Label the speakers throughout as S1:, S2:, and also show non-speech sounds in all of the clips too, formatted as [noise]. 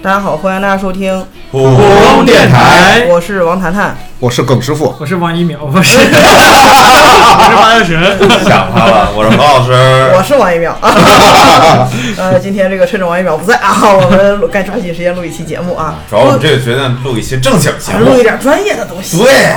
S1: 大家好，欢迎大家收听，
S2: 普通电
S3: 哎
S2: 台，
S1: 我是王谈谈。
S4: 我是耿师傅，
S3: 我是王一淼，不是，我是八月神。
S1: [laughs]
S2: 想他 [laughs] 了，我是王老
S1: 我
S3: 哎
S2: 师。
S1: 是王一
S3: [laughs]
S1: 淼。呃，今天这个趁着王一淼不在啊， [laughs] 我们该抓紧时间录一期节目啊，
S2: 主要我们这个决定录一期正经节
S1: 录录
S2: 目
S1: 一，点专业的东西。
S2: [laughs] 对，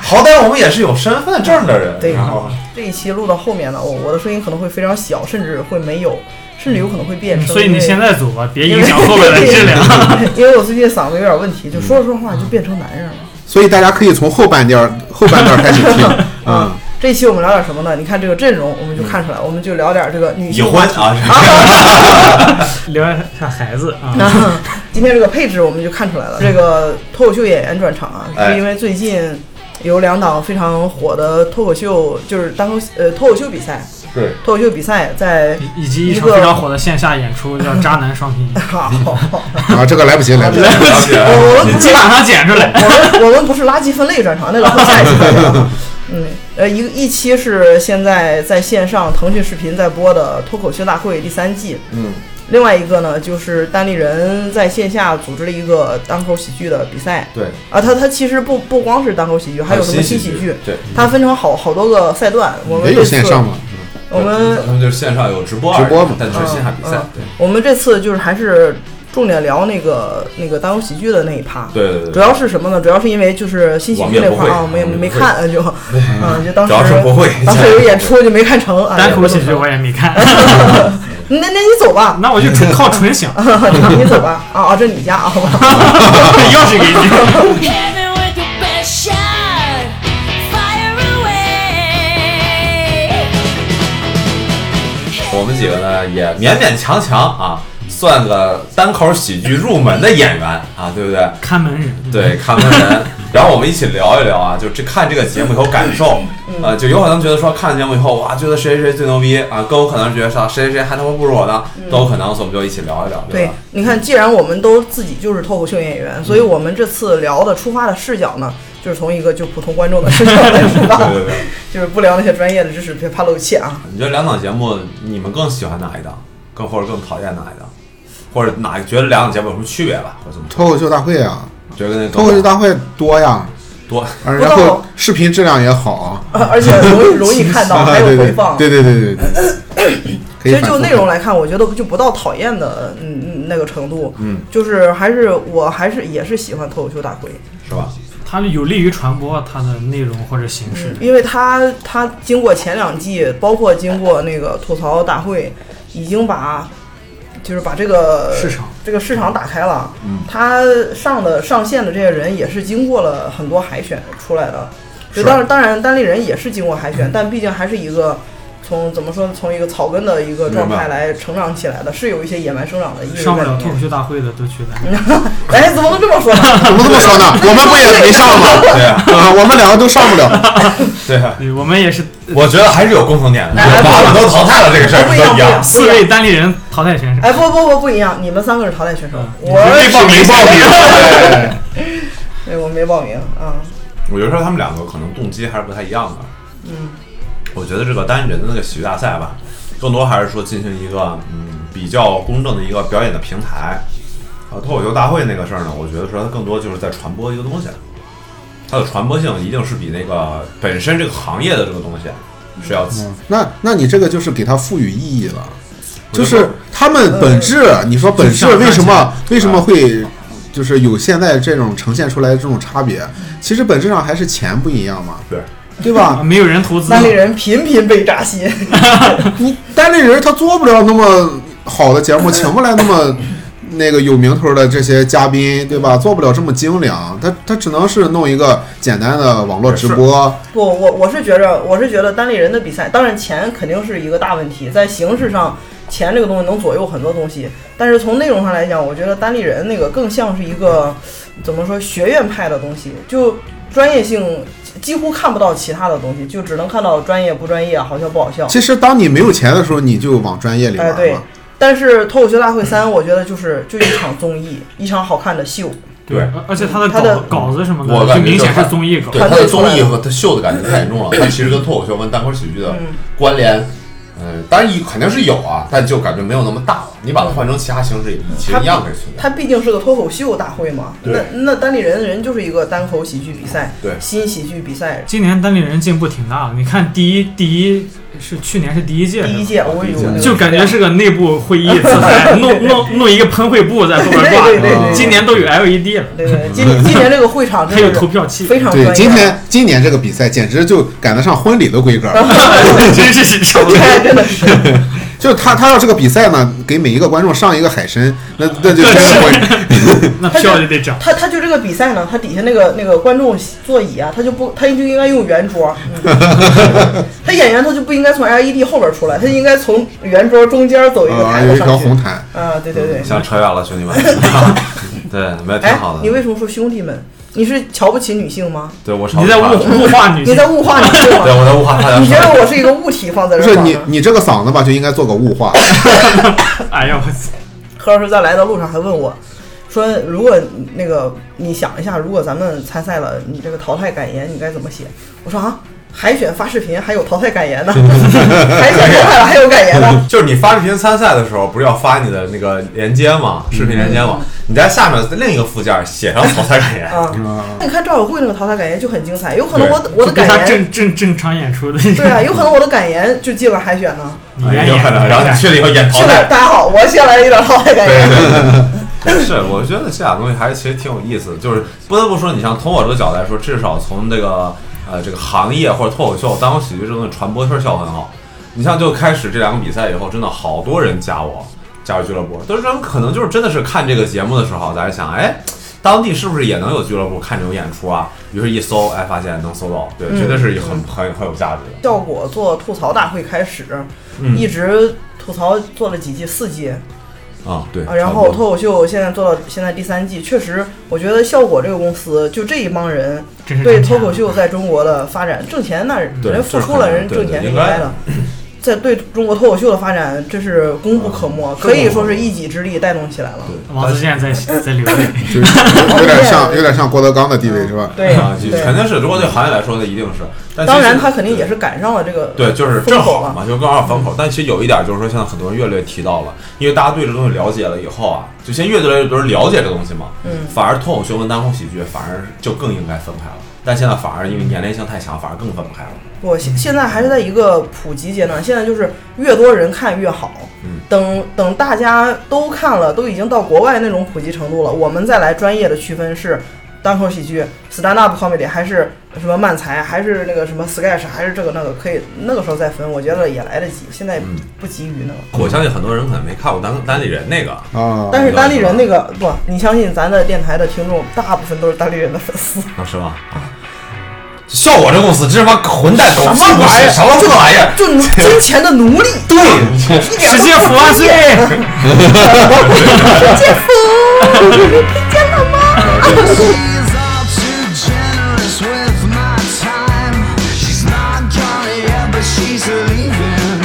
S2: 好歹我们也是有身份证的人，啊
S1: 对
S2: 然
S3: 啊
S2: [laughs] 后
S1: 这一期录到后面呢，我我的声音可能会非常小，甚至会没有，甚至有可能会变声。
S3: 嗯所以你现
S1: 在
S3: 在走吧，别影响后面的质量。
S1: [laughs] 因为我最近嗓子有点问题，就说着说着话就变成男人了。
S4: 所以大家可以从后半段 [laughs] 后半段开始听
S2: 嗯
S1: 啊
S4: 啊。
S1: 这一期我们聊点什么呢？你看这个阵容，我们就看出来，我们就聊点这个女
S2: 已
S1: 性
S2: 婚
S1: 话题。
S2: 啊，
S3: 聊一下孩子啊，
S1: [laughs] 那今天这个配置我们就看出来了，这个脱口秀演员专场啊，
S2: 哎
S1: 是因为最近有两档非常火的脱口秀，就是单口呃脱口秀比赛，
S2: 对，
S1: 脱口秀比赛在》，
S3: 以以及一场非常火的线下演出叫《渣男双拼
S1: [laughs] 好，
S4: 啊，这个来不及，来不及。
S2: 了解。
S1: 我们不
S3: 基
S1: 是
S3: 本上剪出
S1: [laughs]
S3: 来。
S1: 我们我们不是垃圾分类专场，那个会下一期再聊啊。嗯，呃，一个一期是现在在线上腾讯视频在播的《脱口秀大会》第三季，
S4: 嗯，
S1: 另外一个呢就是单立人在线下组织了一个单口喜剧的比赛，
S2: 对，
S1: 啊，它它其实不不光是单口喜剧，还有什么新喜剧，
S2: 对，
S1: 它分成好好多个赛段。我们
S4: 也
S1: 这
S4: 有
S1: 次
S4: 线上嘛，
S1: 我
S2: 咱
S1: 们
S2: 们就是线上有直播而已，
S4: 直播嘛
S2: 但是线下比赛
S1: 嗯，我们这次就是还是重点聊那个那个单口喜剧的那一趴。
S2: 对对对
S1: 主
S2: 对，
S1: 要是什么呢？主要是因为就是新喜剧那块儿啊，我
S2: 我
S1: 们
S2: 们
S1: 也
S2: 也不会
S1: 没看，就嗯，就 [laughs] 当时
S2: 主要是不会
S1: [laughs] 当时有演出就没看成啊。
S3: 单口喜剧
S1: 也不
S3: 我也
S1: [laughs]
S3: 没看，
S1: 能，那那你走吧， [laughs]
S3: 那我就纯靠纯想，
S1: 你走吧啊啊，这你家
S2: [laughs]
S1: 啊，
S3: 钥匙
S1: [laughs]
S3: 给你。
S5: Hit me with your best shot. Fire away.
S2: 我们几个呢也勉勉强强啊，算个单口喜剧入门的演员啊，对不对？
S3: 看门人，
S2: [laughs] 对，看门人。然后我们一起聊一聊啊，就这看这个节目以后感受，
S1: 嗯
S2: 呃，就有可能觉得说看节目以后哇，觉得谁谁谁最牛逼啊，更有可能觉得啥谁谁谁还他妈不如我呢，
S1: 嗯
S2: 都有可能，所以我们就一起聊一聊，
S1: 对
S2: 吧？，
S1: 你看，既然我们都自己就是脱口秀演员，所以我们这次聊的出发的视角呢，就是从一个就普通观众的视角来出发
S2: 对，对对，
S1: 就是不聊那些专业的知识，别怕露怯
S4: [laughs]
S1: 啊。
S2: 你觉得两档节目你们更喜欢哪一档，更或者更讨厌哪一档，或者哪觉得两档节目有什么区别吧？或者怎么说？
S4: 脱口秀大会啊，
S2: 觉得跟那
S4: 脱口秀大会多呀，
S2: 多
S4: 啊
S1: 知道
S4: 然后视频质量也好，
S1: 啊而且容
S4: [laughs]
S1: 易容易看到，
S4: 啊，
S1: 还有
S4: 对
S1: 回
S4: 对
S1: 放。
S4: 对对对对对，可
S1: 其
S4: 以
S1: 实
S4: 反复
S1: 就
S4: 看
S1: 内容来看，我觉得就不到讨厌的嗯嗯那个程度，嗯，就是还是我还是也是喜欢脱口秀大会，
S2: 是吧？
S3: 它有利于传播它的内容或者形式。
S1: 因为它它经过前两季，包括经过那个吐槽大会，已经把就是把这个
S3: 市场嗯
S1: 这个市场打开了。它上的上线的这些人也是经过了很多海选出来的。就是当然当然单立人也是经过海选，但毕竟还是一个。从怎么说呢？从一个草根的一个状态
S2: 明白
S1: 来成长起来的，是有一些野蛮生长的意味在
S3: 上不
S1: 里
S3: 了脱口
S1: 面。
S3: 秀大会的都去单口，
S1: 哎，怎么能这么说呢？
S4: 怎么这么说呢？我们不也没上吗？
S1: [laughs]
S2: 对啊，
S4: 啊，我们两个都上不了。
S2: 对啊，
S3: 对我们也是
S2: 我觉得还是有共同点
S1: [laughs]
S2: 的，
S1: 哎哎
S2: 把我们都淘汰了这个事儿
S1: 不一
S2: 都
S1: 样
S2: 一
S1: 不一
S2: 样
S1: 样。
S3: 四位单立人淘汰选手。
S1: 哎，不不不不一样，你们三个是淘汰选手，
S3: 嗯
S1: 我
S2: 没报名，报名。
S1: [laughs]
S2: 对
S1: 对我没报名啊。
S2: 我觉得说他们两个可能动机还是不太一样的。嗯，我觉得这个单人的那个喜剧大赛吧，更多还是说进行一个嗯比较公正的一个表演的平台。啊，脱口秀大会那个事儿呢，我觉得说它更多就是在传播一个东西，它的传播性一定是比那个本身这个行业的这个东西是要强。
S4: 那那你这个就是给它赋予意义了，
S2: 我觉得
S4: 就是他们本质，你说本质
S3: 就像
S4: 为什
S3: 看
S4: 么为什么会就是有现在这种呈现出来的这种差别？其实本质上还是钱不一样嘛，
S2: 对，
S4: 对
S3: 啊，
S4: 吧？
S3: 没有人投资，
S1: 单立人频频被扎心， [laughs]
S4: 你单立人他做不了那么好的节目，请不来那么。那个有名头的这些嘉宾，对吧？做不了这么精良，他他只能是弄一个简单的网络直播，
S1: 不，我我是觉着，我是觉得单立人的比赛，当然钱肯定是一个大问题，在形式上，钱这个东西能左右很多东西，但是从内容上来讲，我觉得单立人那个更像是一个怎么说学院派的东西，就专业性几乎看不到其他的东西，就只能看到专业不专业，啊好笑不好笑。
S4: 其实当你没有钱的时候，你就往专业里玩
S1: 哎，
S4: 嘛。
S1: 对。但是脱口秀大会三，我觉得就是就一场综艺，一场好看的秀，
S2: 对
S3: 而而且他的
S1: 他的
S3: 稿稿子什么
S2: 我
S3: 的，
S2: 感
S3: 就
S2: 觉就
S3: 明
S2: 是
S3: 显
S2: 他
S3: 是综艺稿。
S2: 对
S1: 团
S2: 它
S1: 队
S2: 的
S1: 出来
S2: 综艺
S1: 了 [laughs]
S2: 和它秀的感觉太严重了，它其实跟脱口秀跟单口喜剧的
S1: 嗯
S2: 关联嗯，当然肯定是有啊，但就感觉没有那么大了。你
S1: 嗯
S2: 把它换成其他形式，也其实
S1: 它
S2: 一样可以存在。
S1: 它毕竟是个脱口秀大会嘛。
S2: 对
S1: 那那单立人人就是一个单口喜剧比赛，
S2: 对
S1: 新喜剧比赛。
S3: 今年单立人进步挺大的，你看第一第一是去年是啊第一届，
S1: 第一届，我有那个
S3: 就感觉是个内部会议自
S1: [laughs]
S3: 裁，弄弄弄一个喷绘布在后边挂
S1: 对
S4: 对对
S3: 着，
S4: 对
S3: 今年都有 LED 了，
S1: 对对，今
S3: [laughs]
S1: 今年这个会场
S3: 还有
S1: 真
S3: 投
S1: 的
S3: 票
S1: 是
S3: 器，
S1: 非常专业
S4: 对，
S1: 啊。
S4: 今天今年这个比赛简直就赶得上婚礼的规格儿。
S3: [laughs] 真是受不了。
S1: [laughs] 哎真的是，
S4: 就是他他要这个比赛呢，给每一个观众上一个海参，那 [laughs] 那就真的
S3: [laughs]
S4: 会
S3: 那票就得涨。
S1: 他他就这个比赛呢，他底下那个那个观众席座椅啊，他就不他就应该用圆桌，嗯、
S4: [laughs]
S1: 他演员他就不应该从 LED 后边出来，他应该从圆桌中间走一个
S4: 啊
S1: 台
S4: 有
S1: 子
S4: 一条
S1: 上去
S4: 红。嗯毯。
S1: 啊，对对对，
S2: 想扯远了，兄
S1: [laughs]
S2: 弟们。对，没有挺
S1: 哎
S2: 好，
S1: 你为
S2: 的。
S1: 什么说兄弟们？你是瞧不起女性吗？
S2: 对我朝
S3: 你在
S2: 着他
S3: 物物化女
S1: 你
S3: 性，
S1: 在物化女性
S3: [laughs]
S2: 对
S1: 吗？
S2: 我在物化 [laughs] 他家
S1: 你觉
S2: 说
S1: 得我是一个物体放在
S4: 不
S1: 这
S4: 是
S1: 儿放
S4: 你
S1: 着？
S4: 你这个嗓子吧，就应该做个雾化。
S3: 哎呀我操！
S1: 何老师在来的路上还问我，说如果那个你想一下，如果咱们参赛了，你这个淘汰感言你该怎么写？我说啊，海选发视频还有淘汰感言呢，海选淘汰了还有感言
S2: [laughs]
S1: 呢。
S2: 就是你发视频参赛的时候，不是要发你的那个连接吗？视频连接吗？
S1: 嗯
S2: 你在下面另一个附件写上淘汰感言，
S1: 啊，你看赵晓慧那个淘汰感言就很精彩，有可能我的我的
S3: 就跟他
S1: 感言，
S3: 正正正常演出的，
S1: 对
S2: [laughs]
S1: 啊，有可能我的感言就进了海选呢。
S3: 你
S2: 哎
S3: 愿
S2: 有
S3: 意
S2: 可能。然后你去了以后演淘
S1: 是的，
S2: 汰。
S1: 大家好，我先来一点淘汰感
S2: 对
S1: 言。
S2: 对 [laughs] 对，是，我觉得这俩东西还是其实挺有意思的，就是不得不说，你像从我这个角度来说，至少从这个呃这个行业或者脱口秀、单口喜剧这种传播确实效果很好。你像就开始这两个比赛以后，真的好多人加我加入俱乐部，都是人可能就是真的是看这个节目的时候，大家想，哎，当地是不是也能有俱乐部看这种演出啊？于是，一搜，哎，发现能搜到，对，绝对是
S1: 嗯
S2: 很很很有价值的。
S1: 效果做吐槽大会开始，
S2: 嗯
S1: 一直吐槽做了几季，四季，
S2: 啊，对
S1: 啊，然后脱口秀现在做到现在第三季，确实，我觉得效果这个公司就这一帮人
S3: 真是
S1: 对
S3: 挣钱
S1: 脱口秀在中国的发展挣钱，那
S2: 对
S1: 人付
S2: 就是
S1: 出
S2: 很
S1: 了，
S2: 难
S1: 人
S2: 对
S1: 挣
S2: 对
S1: 钱是
S2: 应
S1: 应
S2: 该
S1: 该的。 [clears throat] 在对中国脱口秀的发展，真是功不可
S2: 啊
S1: 没，可以说是一己之力带动起来了。
S3: 王自健在在流泪，
S4: 就是 [laughs] 有有点像有点像郭德纲的地位是吧？
S1: 对
S2: 啊，就肯
S1: 对，
S2: 定是，如果对行业来说，那一定是。但其实
S1: 当然他肯定也是赶上了这个
S2: 对，就是
S1: 风
S2: 正
S1: 口
S2: 好啊
S1: 了
S2: 嘛，就刚好反口。但其实有一点就是说，现在很多人越来越提到了，因为大家对这东西了解了以后啊，就现在越来越多人了解这东西嘛，
S1: 嗯
S2: 反而脱口秀跟单口喜剧反而就更应该分开了。但现在反而因为年龄性太强，反而更分不开了。
S1: 不，现现在还是在一个普及阶段，现在就是越多人看越好。
S2: 嗯
S1: 等等大家都看了，都已经到国外那种普及程度了，我们再来专业的区分是单口喜剧、stand up comedy 还是什么漫才，还是那个什么 sketch，还是这个那个，可以那个时候再分，我觉得也来得及，现在
S2: 嗯
S1: 不急于呢。
S2: 我相信很多人可能没看过单单立人那个，
S4: 啊，
S1: 但是单立人那个不，你相信咱的电台的听众大部分都是单立人的粉丝。
S2: 啊是吗？笑我这公司，这他妈混蛋
S1: 什
S2: 公司，
S1: 么玩意儿
S2: 什么破玩意儿？
S1: 就金钱的奴隶， [laughs] 对，一点都
S3: 直接
S1: 不
S3: 服万岁！
S1: [laughs]
S6: She's all too generous with my time. She's not gone yet, but she's leaving.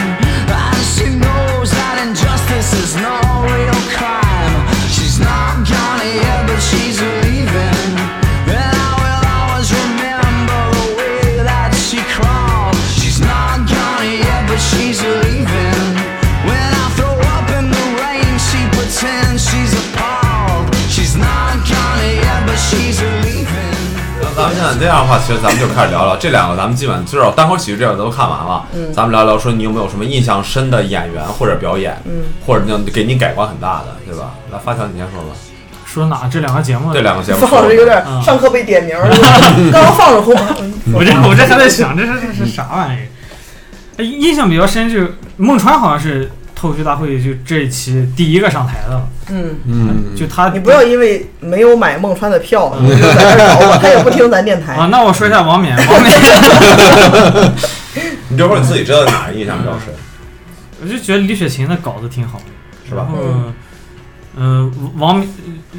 S6: And she knows that injustice is no real crime. She's not gone yet, but she's leaving. And I will always remember the way that she crawled. She's not gone yet, but she's leaving. When I throw up in the rain, she pretends she's appalled. She's not gone yet, but she's leaving.
S2: 那咱们现在这样的话，其实咱们就开始聊聊这两个，咱们基本至少单口喜剧这两个都看完了。嗯，咱们聊聊说你有没有什么印象深的演员或者表演，嗯，或者那给你改观很大的，对吧？来，发条你先说吧。
S3: 说哪这两个节目？
S2: 这两个节目，
S1: 方老师有点
S3: 嗯
S1: 上课被点名儿，刚刚放着空。
S3: [laughs] 我
S2: 嗯
S3: 这我这还在想，这是这是啥玩意儿？哎印象比较深就是孟川好像是脱口秀大会就这一期第一个上台的了，
S1: 嗯，
S4: 嗯，
S3: 就他
S1: 你不要因为没有买孟川的票，你就在这儿找我，他也不听咱电
S3: 嗯啊，
S1: 台。
S3: 那我说一下王冕，王冕， [laughs]
S2: 你就说你自己知道哪个印象比较深，
S3: 我就觉得李雪琴的稿子挺好，
S2: 是吧
S3: 然？后，嗯，王冕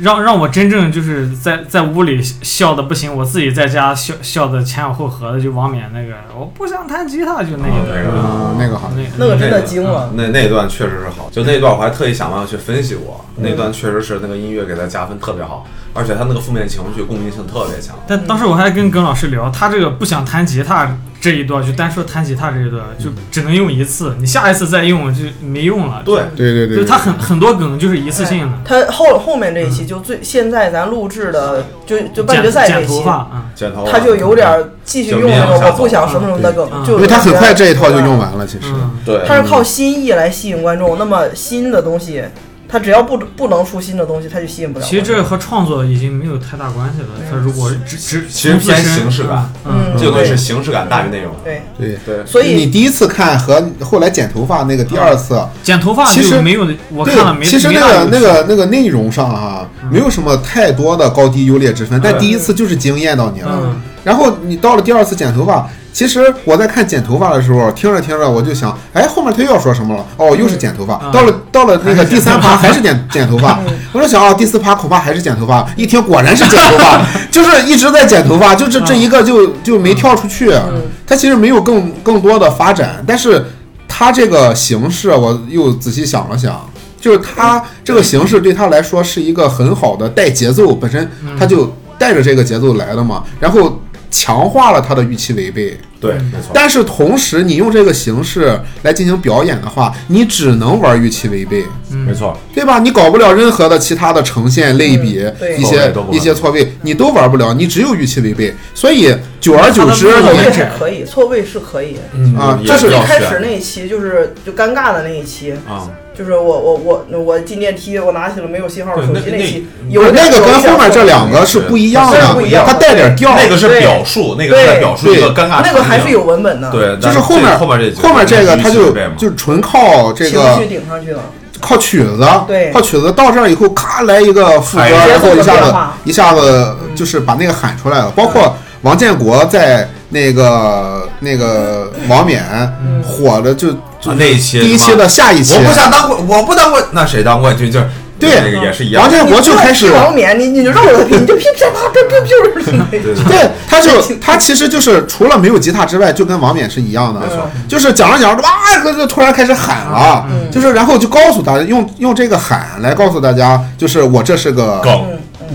S3: 让让我真正就是在在屋里笑的不行，我自己在家笑笑的前仰后合的，就王冕那个，我不想弹吉他，就那
S2: 啊
S3: 个，
S4: 啊那个好，
S3: 那嗯
S1: 那个真的惊了，
S2: 那那段确实是好，就那段我还特意想办法去分析过，
S1: 嗯
S2: 那段确实是那个音乐给他加分特别好，而且他那个负面情绪共鸣性特别强。
S3: 但当时我还跟耿老师聊，他这个不想弹吉他这一段，就单说弹吉他这一段，就
S4: 嗯
S3: 只能用一次，你下一次再用就没用了。
S2: 对，
S1: 嗯
S4: 对对
S3: 就，
S4: 对，
S3: 就是它很很多梗就是一次性的，
S1: 他后后面这一期就最现在咱录制的就就半决赛这
S3: 嗯剪
S1: 一
S3: 剪头
S1: 期，
S3: 发啊。嗯
S2: 剪头
S1: 他就有点儿继续用那个我不想什么什么的梗，就
S4: 嗯因为他很快这一套就用。完了，其实。
S3: 嗯，
S2: 对，
S1: 他是靠新意来吸引观众，那么新的东西，他只要不不能出新的东西，他就吸引不了。
S3: 其实这和创作已经没有太大关系了。他如果只只
S2: 其实偏
S3: 从自身
S2: 形式感
S3: 嗯，
S1: 嗯
S2: 这个东西是形式感大于内容。
S1: 对，
S4: 对，
S2: 对，
S1: 所
S4: 你
S1: 以
S4: 第一次看和后来剪头发那个第二次，啊
S3: 剪头发
S4: 其实
S3: 就没有我看了没
S4: 对，其实
S3: 没嗯
S4: 那
S3: 大
S4: 个
S3: 用
S4: 那个那个内容上哈、没有什么太多的高低优劣之分，但第一次就是惊艳到你了。
S3: 嗯
S4: 然后你到了第二次剪头发，其实我在看剪头发的时候，听着听着我就想，哎，后面他又要说什么了？哦，又是剪头发。
S3: 嗯
S4: 到了到了那个第三趴
S3: 还
S4: 还是剪剪头发，我就想啊，第四趴恐怕还是剪头发。一听果然是剪头发， [laughs] 就是一直在剪头发，就这这一个就就没跳出去。它其实没有更更多的发展，但是它这个形式，我又仔细想了想。就是它这个形式对他来说是一个很好的带节奏，本身他就带着这个节奏来的嘛，然后强化了他的预期违背。
S2: 对，没错。
S4: 但是同时，你用这个形式来进行表演的话，你只能玩预期违背，
S2: 没错，
S4: 对吧？你搞不了任何的其他的呈现类比
S1: 嗯，对
S4: 一
S2: 错位
S4: 些
S2: 都不玩
S4: 一些错位，你都玩不了，你只有预期违背。所以久而久之，
S1: 错
S3: 他的路
S1: 位
S4: 你
S1: 是可以，错位是可以。
S2: 嗯
S4: 啊
S2: 也
S4: 这是
S1: 一
S2: 要
S1: 开
S2: 选
S1: 始那一期就是就尴尬的那一期，
S2: 啊，
S1: 就是我我我我进电梯，我拿起了没有信号的手机
S2: 对那
S1: 一期，
S2: 那
S1: 有
S4: 那个跟后面这两个是不一样
S1: 是不一
S4: 的
S1: 样，的
S4: 它带点调，
S2: 那个是表述，那个是在表述一个尴尬的
S1: 那个还是
S2: 情景
S1: 有文本的，，
S2: 对，
S4: 就是后
S2: 面
S4: 面
S2: 后这
S4: 后面这个他就
S2: 就
S4: 就纯靠这
S1: 情
S4: 个
S1: 绪顶上去了。
S4: 靠曲子，
S1: 对
S4: 靠曲子到这儿以后，咔来一个副歌，
S2: 哎呀
S4: 然后一
S1: 节奏的
S4: 下子
S1: 变化嗯
S4: 一下子就是把那个喊出来了。包括王建国在那个那个
S1: 嗯
S4: 王冕火的就就
S2: 啊那一期
S4: 第一期的下一期
S2: 我，不想当冠，我不当冠，那谁当冠军就是
S4: [laughs] 对
S2: 那个也是一样
S4: 王
S2: 的。
S4: 建国就开
S1: 你
S4: 始
S1: 不要提王冕，你你就绕着他，你就噼噼啪啪噼噼噼噼
S2: 对
S1: 噼。
S2: 对
S1: [laughs]
S4: 对，他就
S1: 对
S4: 他其实就是除了没有吉他之外，就跟王冕是一样的，就是讲着讲着，哇，就就突然开始喊了，
S1: 嗯
S4: 就是然后就告诉大家，用用这个喊来告诉大家，就是我这是个
S2: 梗，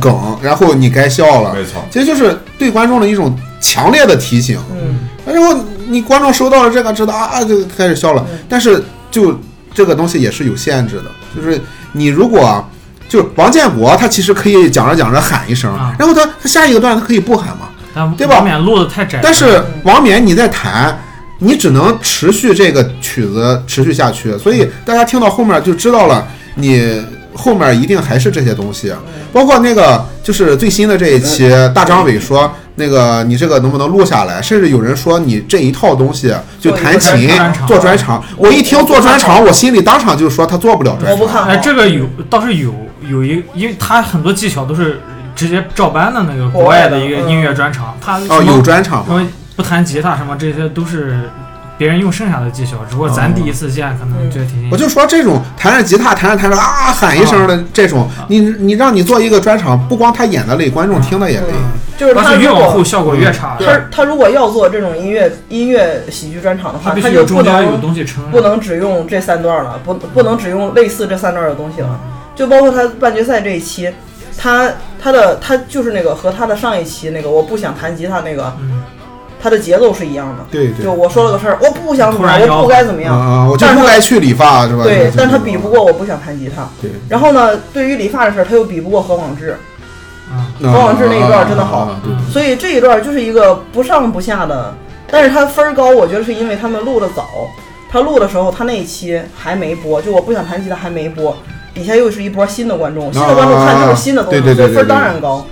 S4: 梗，然后你该笑了，
S2: 没错
S4: 其实就是对观众的一种强烈的提醒，
S1: 嗯，
S4: 然后你观众收到了这个，知道啊，啊就开始笑了，但是就这个东西也是有限制的，就是你如果。就是王建国，他其实可以讲着讲着喊一声，
S3: 啊
S4: 然后他他下一个段他可以不喊嘛，
S3: 但
S4: 对吧
S3: 王冕录的太窄了，
S4: 但是王冕你在弹，你只能持续这个曲子持续下去，所以大家听到后面就知道了，你后面一定还是这些东西，包括那个就是最新的这一期，大张伟说。那个，你这个能不能录下来？甚至有人说你这一套东西就弹琴
S3: 做专场
S4: 做专场，我一听做专场，我心里当场就说他做不了专
S1: 我不
S4: 场。
S1: 看好。啊
S3: 哎，这个有倒是有有一，因为他很多技巧都是直接照搬的那个国
S1: 国外
S3: 外
S1: 的
S3: 的一个
S1: 嗯
S3: 音乐专场，他什
S4: 哦，
S3: 么
S4: 有专
S1: 啊
S4: 场
S3: 什
S4: 吗？
S3: 么不弹吉他什么这些都是别人用剩下的技巧，只不过咱第一次见可能觉得挺新鲜。
S4: 我就说这种弹着吉他弹着弹着啊喊一声的这种，你你让你做一个专场，不光他演的累，观众听的也累。
S1: 就是
S3: 但
S1: 他
S3: 是越
S1: 如
S3: 往后
S1: 果
S3: 效果越差，
S1: 他他如果要做这种音乐音乐喜剧专场的
S3: 他
S1: 话，
S3: 必
S1: 他
S3: 须
S1: 就
S3: 有
S1: 不
S3: 中间有
S1: 能
S3: 东西撑着。
S1: 不能只用这三段了，不不能只用类似这三段的东西了，就包括他半决赛这一期，他他的他就是那个和他的上一期那个我不想弹吉他那个，
S3: 嗯
S1: 他的节奏是一样的。
S4: 对对
S1: 就我说了个事儿，我不想怎么
S3: 突然
S1: 样，
S3: 要
S1: 我不该怎么样，
S4: 啊、我就
S1: 但是
S4: 不
S1: 他
S4: 该去理发是吧？
S1: 对
S4: 就，
S1: 但他比不。过我不想弹吉他。
S4: 对，
S1: 然后呢，对于理发的事儿，他又比不过何广智，嗯
S3: 啊，
S4: 何
S1: 何广智那一段真的好
S4: 啊对，
S1: 所以这一段就是一个不上不下的。但是他分儿高，我觉得是因为他们录的早，他录的时候他那一期还没播，就我不想弹吉他还没播，底下又是一波新的观众，新的观众看就是新的东西，
S4: 啊对对对
S1: 所以分
S4: 对对
S1: 儿当然高。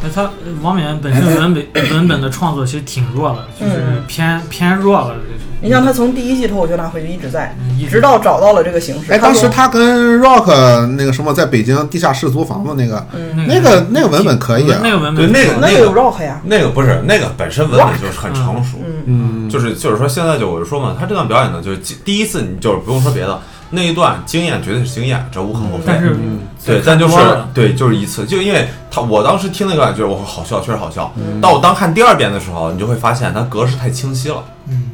S3: 那他呃王冕本身文本文本的创作其实挺弱的，就是
S1: 嗯
S3: 偏偏弱了。就是
S1: 你像他从第一季脱口秀大会就一直在
S3: 嗯一，直
S1: 直到找到了这个形式。
S4: 哎，当时
S1: 说
S4: 他跟 Rock 那个什么在北京地下室租房子那个，那个嗯那个文本可以啊
S3: 那个文
S2: 对
S3: 本
S2: 那个
S1: 那
S2: 那
S1: 个有啊
S2: 个
S1: rock 呀，
S2: 那个不是那个本身文本就是很成熟，
S4: 嗯，
S2: 就是就是说现在就我就说嘛，他这段表演呢，就是第一次你就是不用说别的，那一段经验绝对是经验，这无可厚非。
S3: 但
S1: 嗯
S3: 是
S2: 对，但就是
S3: 看多了
S2: 对，就是一次，就因为他我当时听那个感觉，我好笑，确实好笑。但我当看第二遍的时候，你就会发现它格式太清晰了。嗯，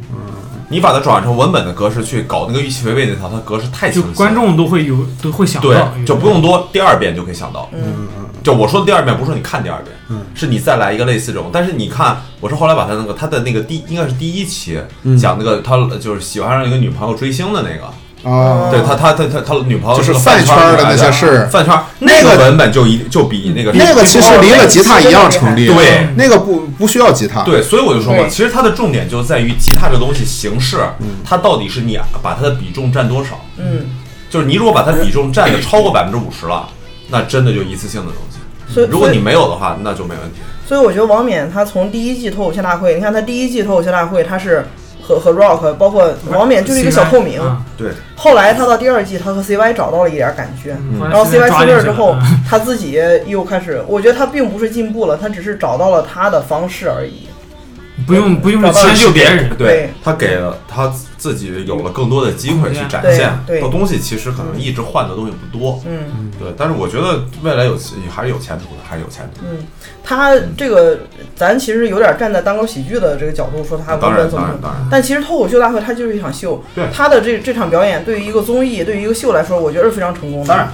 S2: 你把它转成文本的格式去搞那个预期违背那套，它格式太清
S3: 就
S2: 晰了，
S3: 观众都会有都会想到，
S2: 对，就不用多，第二遍就可以想到。嗯，就我说的第二遍不是说你看第二遍，嗯，是你再来一个类似这种。但是你看，我是后来把他那个他的那个第应该是第一期、
S3: 嗯
S2: 讲那个他就是喜欢上一个女朋友追星的那个，
S4: 啊，
S2: 对他他他他他女朋友
S4: 就是
S2: 个
S4: 饭
S2: 饭
S4: 圈
S2: 圈
S4: 的
S2: 女孩
S4: 那些
S2: 子啊嗯
S4: 事儿
S2: 饭圈
S4: 那
S2: 那个
S4: 个
S2: 文本就一就比那个
S4: 那个其实离了吉他一样成立，
S2: 对
S4: 那个不不需要吉他，
S2: 对，所以我就说嘛，
S1: 对
S2: 其实它的重点就在于吉他这东西形式，
S4: 嗯
S2: 它到底是你把它的比重占多少。
S1: 嗯，
S2: 就是你如果把它比重占的超过百分之五十了，那真的就一次性的东西。
S1: 所以
S2: 如果你没有的话，那就没问题。
S1: 所以我觉得王冕他从第一季脱口秀大会，你看他第一季脱口秀大会他是和和 Rock，包括王冕就是一个小透明。
S3: 嗯
S2: 对，
S1: 后来他到第二季，他和 CY 找到了一点感觉，
S3: 后来
S1: 然后 CY
S3: 抓
S1: 出
S3: 进去
S1: 事
S3: 了
S1: 之后
S3: 嗯，
S1: 他自己又开始，我觉得他并不是进步了，他只是找到了他的方式而已。嗯
S3: 不用不用迁就别人，
S2: 对
S1: 对
S2: 他给了他自己有了更多的机会去展
S1: 对
S2: 现。
S1: 对
S2: 这东西其实可能一直换的东西不多。
S1: 嗯，
S2: 对，但是我觉得未来有还是有前途的，还是有前途的。
S1: 他这个咱其实有点站在单口喜剧的这个角度说他
S2: 当
S1: 文
S2: 然，
S1: 本怎
S2: 当
S1: 么
S2: 然，当然。
S1: 但其实脱口秀大会它就是一场秀
S2: 对，
S1: 他的这这场表演对于一个综艺、对于一个秀来说，我觉得是非常成功的。
S2: 当然，，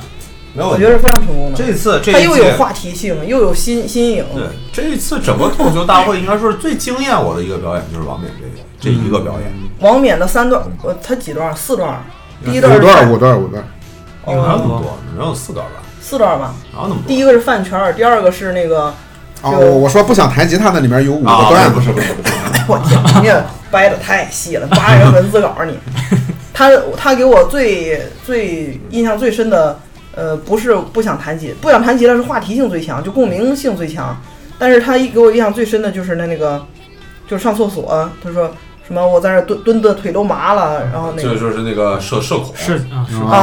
S2: 没有
S1: 我
S2: 问
S1: 觉
S2: 题。
S1: 得是非常成功的。
S2: 这次这
S1: 它
S2: 一
S1: 又有
S2: 届
S1: 话题性，又有新新颖。
S2: 对，这一次整个脱口秀大会应该说是最惊艳我的一个表演，就是王冕这这一个表演。
S1: 王冕的三段，呃，他几段？四段。第一段
S4: 五
S1: 是
S4: 段
S1: 饭
S4: 五段五段，
S2: 有哪有那么
S3: 哦
S2: 多？能有四段吧？
S1: 四段吧。
S2: 哪有那么多？
S1: 第一个是饭圈儿，第二个是那个，就
S4: 啊，我我说不想弹吉他的里面有五个段
S2: 不
S4: 子，
S2: 是不是不是，
S1: [laughs] 我天，人家掰的太细了，八人文字稿儿你。他他给我最最印象最深的，呃，不是不想谈及，不想谈及的是话题性最强，就共鸣性最强。但是他一给我印象最深的就是那那个，就是上厕所，他说什么我在这儿蹲蹲的腿都麻了，然后那
S2: 这
S1: 个
S2: 就是那个社社恐，
S3: 是啊是
S4: 啊啊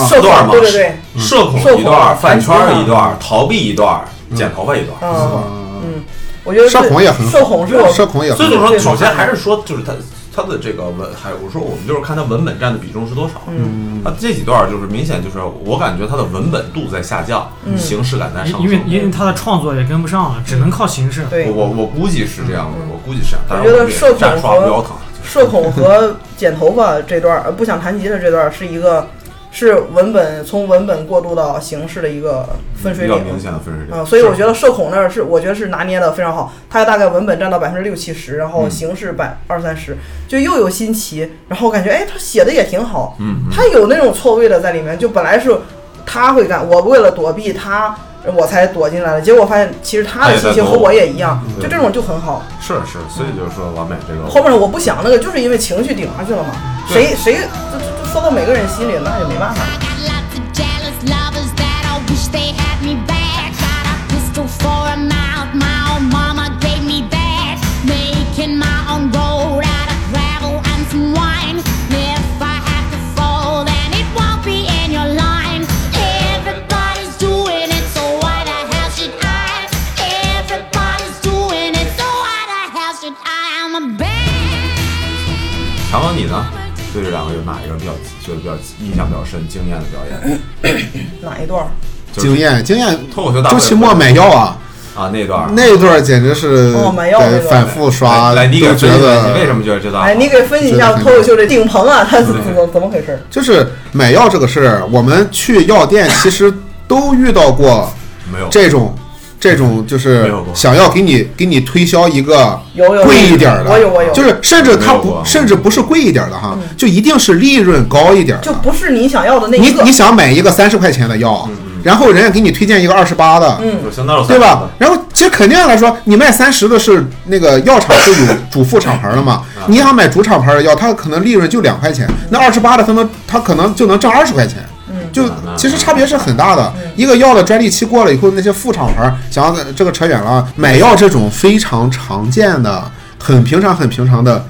S4: 啊
S1: 社恐
S2: 段嘛
S1: 对对对，
S2: 社恐一段，饭圈一段，逃避一段，剪头发一段。
S4: 啊
S1: 嗯，
S4: 啊，
S1: 我觉得
S4: 社恐也很好
S1: 社恐是我
S4: 社恐也
S2: 所以
S4: 很
S2: 就
S4: 好，
S2: 说，首先还是说，就是他他的这个文，还我说我们就是看他文本占的比重是多少。
S1: 嗯，
S2: 他这几段就是明显就是我感觉他的文本度在下降，
S1: 嗯
S2: 形式感在上升。
S3: 因因为因为他的创作也跟不上了，只能靠形式。
S1: 对嗯
S2: 我我我估计是这样的，我估计是这样。但
S1: 我
S2: 是
S1: 觉得
S2: 们也
S1: 社恐
S2: 站刷不腰
S1: 和
S2: 疼。
S1: 社恐和剪头发这段儿，呃，不想谈及的这段儿是一个是文本从文本过渡到形式的一个分水
S2: 比较明
S1: 岭。
S2: 显的分水岭
S1: 嗯，所以我觉得社恐那儿是，我觉得是拿捏的非常好。它大概文本占到百分之六七十，然
S2: 嗯
S1: 后形式百二三十，就又有新奇，然后感觉哎，他写的也挺好，
S2: 嗯嗯
S1: 他有那种错位的在里面。就本来是他会干，我为了躲避他，我才躲进来的，结果发现其实他
S2: 他
S1: 的
S2: 也在
S1: 心情
S2: 躲
S1: 和
S2: 我
S1: 我也一样，
S2: 对
S1: 就这种就很好。
S2: 是是，所以就是说完美这个
S1: 后面我不想那个，就是因为情绪顶上去了嘛。
S2: 对
S1: 谁谁这这这说到每个人心里，那也没办法。
S5: I got lots of jealous lovers that I wish they had me back. Got a pistol for a mouth, my own mama gave me that. Making my own road out of gravel and some wine. If I have to fall, then it won't be in your line. Everybody's doing it, so why the hell should I? Everybody's doing it, so why the hell should I? I'm a bad.
S2: 强哥你呢？对这两个有哪一个比较觉得比较印象比较深、惊艳的表演？
S1: 哪一段儿？
S2: 就是
S4: 嗯经验经验，
S2: 脱口秀大会
S4: 周奇墨买药啊，
S2: 啊那段儿。
S4: 那段简直是
S1: 哦买药那
S4: 得
S1: 段
S4: 反复刷，
S2: 来，来你给
S4: 都
S2: 分析
S4: 觉
S2: 分析，
S4: 得
S2: 为什么觉得这段好？
S1: 哎，你给分析一下脱口秀这顶棚啊，他是怎么怎么回事？
S4: 就是买药这个事儿，我们去药店其实都遇到过
S2: 没有
S4: 这种这种，就是
S2: 没有过
S4: 想要给你给你推销一个
S1: 有有
S4: 贵一点儿的，
S1: 我有我有嗯
S4: 就是甚至
S2: 没
S4: 它
S2: 有过
S4: 不甚至不是贵一点儿的哈，就一定是利润高一点儿的
S1: 就。不是你想要的那
S4: 你
S1: 一个
S4: 你。想买一个三十块钱的药，
S2: 嗯
S4: 然后人家给你推荐一个二十八的，
S1: 嗯
S2: 就相当于
S4: 对吧？？然后其实肯定来说，你卖三十的是那个药厂是有主副厂牌的嘛，你想买主厂牌的药，它可能利润就两块钱，那二十八的它能它可能就能挣二十块钱。就其实差别是很大的，一个药的专利期过了以后，那些副厂牌想要这个扯远了啊，买药这种非常常见的、很平常、很平常的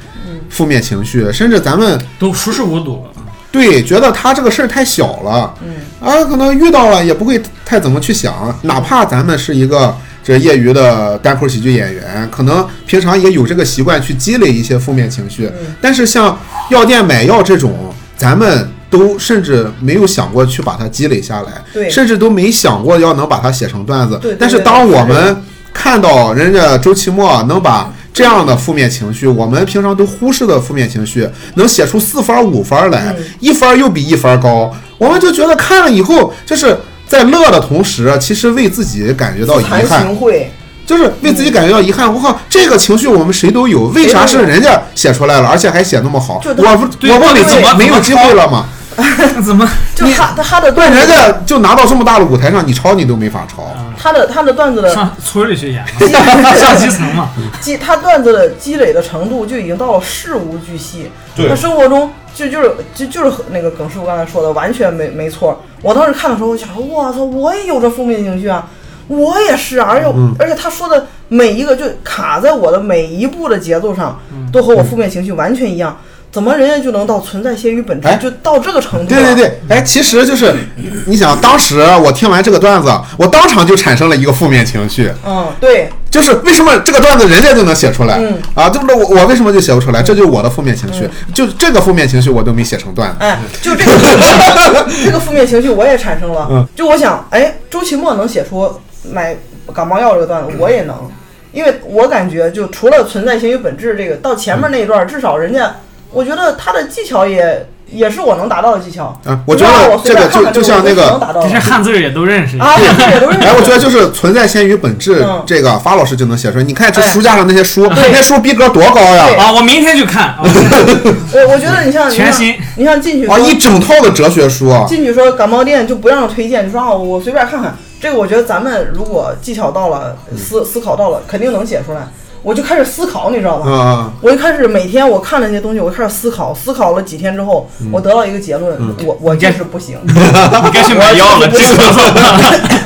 S4: 负面情绪，甚至咱们
S3: 都熟视无睹。
S4: 对，觉得他这个事儿太小了，嗯，啊，可能遇到了也不会太怎么去想，哪怕咱们是一个这业余的单口喜剧演员，可能平常也有这个习惯去积累一些负面情绪，
S1: 嗯
S4: 但是像药店买药这种，咱们。都甚至没有想过去把它积累下来，
S1: 对
S4: 甚至都没想过要能把它写成段子。
S1: 对对
S4: 但是
S1: 对
S4: 当
S1: 对
S4: 我
S1: 是
S4: 们看到人家周奇墨能把这样的负面情绪，我们平常都忽视的负面情绪，能写出四分儿五分儿来，一分儿又比一分儿高，我们就觉得看了以后，就是在乐的同时，其实为自己感觉到遗
S1: 谈
S4: 憾。
S1: 情会，
S4: 就是为自己感觉到遗憾。我靠，这个情绪我们谁都有，为啥是人家写出来了，而且还写那么好？
S1: 就
S4: 我
S1: 他
S4: 不
S3: 对
S4: 我问你
S3: 对
S4: 怎么
S3: 对
S4: 没有机会了吗？
S3: 怎么？
S1: 就他他他的
S4: 那
S1: 段
S4: 人
S1: 子，
S4: 家就拿到这么大的舞台上，你抄你都没法抄。
S1: 他的他的段子的
S3: 上村里去演嘛， [laughs] 上基层嘛。
S1: 积他段子的积累的程度就已经到了事无巨细。
S2: 对
S1: 他生活中就就是就就是和那个耿师傅刚才说的，完全没没错。我当时看的时候，我想说，我操，我也有这负面情绪啊，我也是啊，而且、
S4: 嗯
S1: 而且他说的每一个就卡在我的每一步的节奏上，
S4: 嗯
S1: 都和我负面情绪完全一样。怎么人家就能到存在先于本质
S4: 哎，
S1: 就到这个程度、
S4: 对对，对，哎，其实就是你想，当时我听完这个段子，我当场就产生了一个负面情绪，
S1: 嗯，对，
S4: 就是为什么这个段子人家就能写出来、
S1: 嗯
S4: 啊？对不对？我我为什么就写不出来？这就是我的负面情绪，就这个负面情绪我都没写成段子。 [laughs]
S1: 哎，就这个 [laughs] 这个负面情绪我也产生
S4: 嗯
S1: 了。就我想，哎，周奇墨能写出买感冒药这个段子，我也能，因为我感觉就除了存在先于本质这个，到前面那一段，至少人家，我觉得他的技巧也也是我能达到的技巧。
S4: 啊
S1: 不
S4: 我觉得
S1: 让我随
S4: 这
S1: 便
S4: 个
S1: 看看
S4: 就就像
S1: 这
S4: 那
S1: 个
S4: 个
S1: 我能达到
S3: 这些
S1: 的
S3: 汉字儿也都认识。
S1: 哦啊，对，也都是。
S4: [laughs] 哎，我觉得就是存在先于本质
S1: 嗯，
S4: 这个法老师就能写出来。你看这
S1: 哎
S4: 书架上那些书，
S1: 对
S4: 那书逼格多高呀！
S3: 啊，我明天就看。啊我明天
S1: 我我觉得你像你
S3: 全
S1: 像
S3: 新
S1: 你像进去
S4: 啊，
S1: 说
S4: 一整套的哲学书，啊
S1: 进去说感冒店就不让推荐，就说啊我随便看看。这个我觉得咱们如果技巧到了，
S4: 嗯
S1: 思思考到了，肯定能写出来。我就开始思考，你知道吧？
S4: 啊，
S1: 我一开始每天我看了那些东西，我开始思考，思考了几天之后，
S4: 嗯
S1: 我得到一个结论，我我就是不行，
S3: 你该去买药了，这
S2: [laughs]
S3: 个。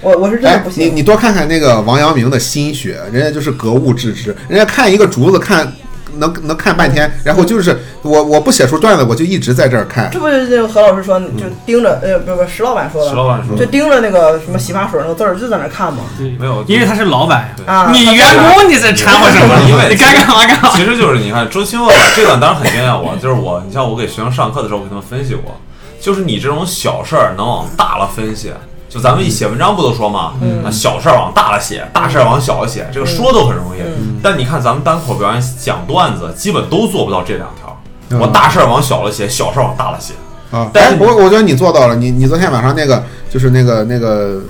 S1: 我我是真的
S4: 哎
S1: 不，
S4: 你
S1: 行。
S4: 你多看看那个王阳明的心学，人家就是格物致知，人家看一个竹子看。能能看半天，然后就是我我不写出段子，我就一直在这儿看。
S1: 这不就是那个何老师说，
S4: 嗯
S1: 就盯着，呃，不是不是，石老板说的，
S2: 石老板说的
S1: 就盯着那个什么洗发水那个字儿，就在那看嘛。
S2: 没有
S3: 因为他是老板呀。
S1: 啊，
S3: 你员工你在缠我什么？
S2: 因为
S3: 你该干嘛干 [laughs] 嘛。
S2: 其实就是你看周清吧，这段当然很惊讶我，就是我，你像我给学生上课的时候，我给他们分析过，就是你这种小事儿能往大了分析，就咱们一写文章不都说嘛，
S1: 嗯
S2: 那小事儿往大了写，大事儿往小了写，这个说都很容易，
S1: 嗯
S2: 但你看咱们单口表演讲段子，基本都做不到这两条，
S3: 嗯
S2: 我大事儿往小了写，小事儿往大了写，
S4: 啊，
S2: 但
S4: 哎
S2: 是，你
S4: 我我觉得你做到了。你你昨天晚上那个就是那个那个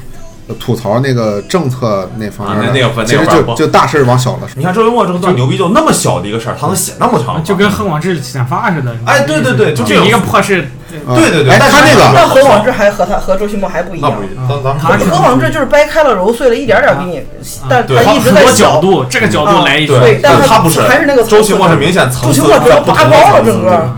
S4: 吐槽那个政策那方面
S2: 啊
S4: 的，
S2: 那那个不
S4: 其实
S2: 那个不
S4: 就就大事儿往小了说。
S2: 你看周幽默这个段牛逼，就那么小的一个事儿，他能写那么长，
S3: 就跟《恨广志》剪发似的。
S2: 哎对对对就这
S3: 一个
S2: 种
S3: 破事，
S4: 啊
S2: 对对对
S4: 哎，
S2: 但是
S4: 他那个
S1: 那何广智还和他和周奇墨还不一
S2: 那
S1: 样
S2: 不一，样，咱咱
S3: 啊他
S2: 们
S3: 是
S1: 何广智就是掰开了揉碎了，一点点给你，但
S2: 对
S1: 他一直
S3: 很
S1: 在
S3: 多
S1: 小
S3: 角度，这个角度来一句。
S1: 对但
S2: 但
S1: 是
S2: 他不是，
S1: 还是那个层次
S2: 周奇墨是明显层
S1: 周奇
S2: 次
S1: 墨
S2: 在
S1: 整个
S2: 不同
S1: 拔
S2: 的
S1: 高了
S2: 层次
S1: 整个。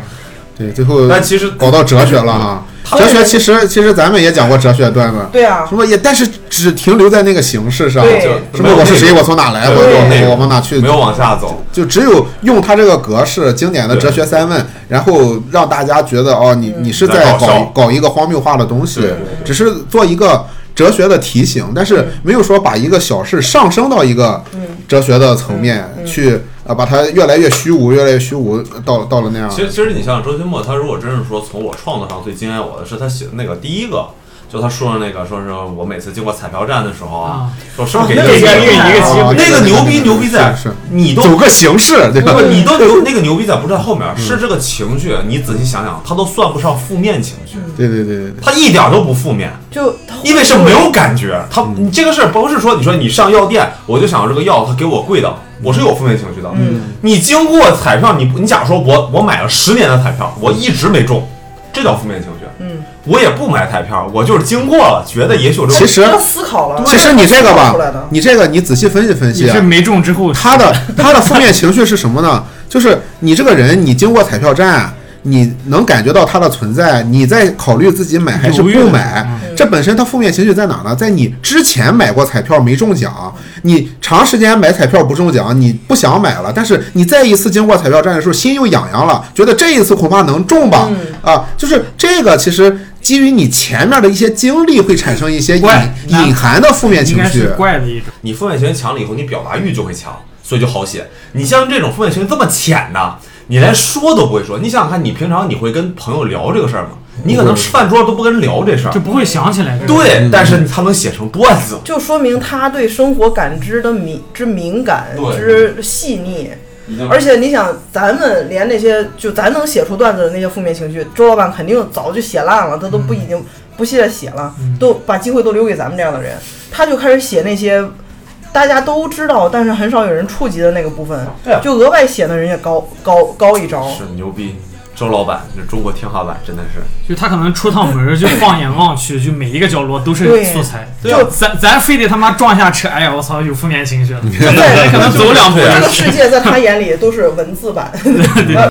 S4: 对，最后
S2: 但其实
S4: 搞到哲学了哈。
S1: 他
S4: 哲学其实其实咱们也讲过哲学段子，
S1: 对啊
S4: 什，么也但是只停留在那个形式上，
S1: 对
S4: 什
S2: 没
S4: 么
S2: 有
S4: 哎我是谁，
S2: 内容
S4: 我从哪来，我
S2: 对没有内
S4: 我
S2: 容
S4: 我往哪去，啊
S2: 没有往下走。
S4: 就只有用他这个格式经典的哲学三问，然后让大家觉得哦，你你是
S2: 在
S4: 在
S2: 搞笑
S4: 搞搞一个荒谬化的东西
S2: 对对，
S4: 只是做一个哲学的提醒，但是没有说把一个小事上升到一个哲学的层面去，呃，把它越来越虚无，越来越虚无，到到了那样。
S2: 其实，其实你像周君墨，他如果真是说从我创作上最惊艳我的是他写的那个第一个，就他说的那个，说是我每次经过彩票站的时候啊
S3: 啊，
S2: 说是不是
S1: 啊
S2: 给
S1: 那个
S2: 自己
S1: 也是一个
S4: 机会
S2: 那个牛逼牛逼在
S4: 是是
S2: 你都
S4: 走个嗯形式，对吧
S2: 不？你
S4: [laughs]
S2: 都牛那个牛逼在不是在后面，是这个情绪，你仔细想想，它都算不上负面情绪，
S1: 嗯
S4: 对对对对对。
S2: 它一点都不负面。
S1: 就他
S2: 因为是没有感觉，嗯他你这个事儿不是说你说你上药店，我就想要这个药，他给我贵的，我是有负面情绪的。
S1: 嗯，
S2: 你经过彩票，你你假如说我我买了十年的彩票，我一直没中，这叫负面情绪。
S1: 嗯，
S2: 我也不买彩票，我就是经过了，觉得也许有这
S4: 其
S2: 种。
S4: 实
S1: 他思考了，
S4: 其实你这
S1: 他
S4: 个
S1: 思考
S4: 吧
S1: 出来的，
S4: 你这个你仔细分析分析
S3: 你
S4: 啊，
S3: 是没中之后，[laughs]
S4: 他的他的负面情绪是什么呢？就是你这个人，你经过彩票站，你能感觉到它的存在，你在考虑自己买还是
S3: 犹豫嗯了
S4: 不买。这本身它负面情绪在哪呢？在你之前买过彩票没中奖，你长时间买彩票不中奖，你不想买了，但是你再一次经过彩票站的时候，心又痒痒了，觉得这一次恐怕能中吧？
S3: 嗯
S4: 啊，就是这个其实。基于你前面的一些经历，会产生一些隐
S3: 怪那
S4: 隐含的负面
S3: 应
S4: 情
S3: 该
S4: 绪
S3: 是。怪的一种。
S2: 你负面情绪强了以后，你表达欲就会强，所以就好写。你像这种负面情绪这么浅的，你连说都不会说。你想想看，你平常你会跟朋友聊这个事儿吗？嗯你可能吃饭桌都不跟人聊这事儿
S3: 就，不会想起来。这个，
S2: 对，但是他能写成段子，
S1: 就说明他对生活感知的敏之敏感
S2: 对
S1: 之细腻。
S2: 已经
S1: 而且你想，咱们连那些就咱能写出段子的那些负面情绪，周老板肯定早就写烂了，他都不
S2: 嗯
S1: 已经不屑写了，都把机会都留给咱们这样的人，他就开始写那些大家都知道，但是很少有人触及的那个部分，
S2: 对啊
S1: 就额外显得人家高高高一招。
S2: 是牛逼。周老板，这中国天花板真的是，
S3: 就他可能出趟门儿就放眼望去，就每一个角落都是
S1: 对
S3: 素材。
S2: 对啊
S3: 就咱咱非得他妈撞一下车，哎呀，我操，有负
S2: [laughs]
S3: 面情绪了，
S1: 对
S3: 可能走两步
S2: 对啊
S1: 这个世界在他眼里都是文字版， [laughs]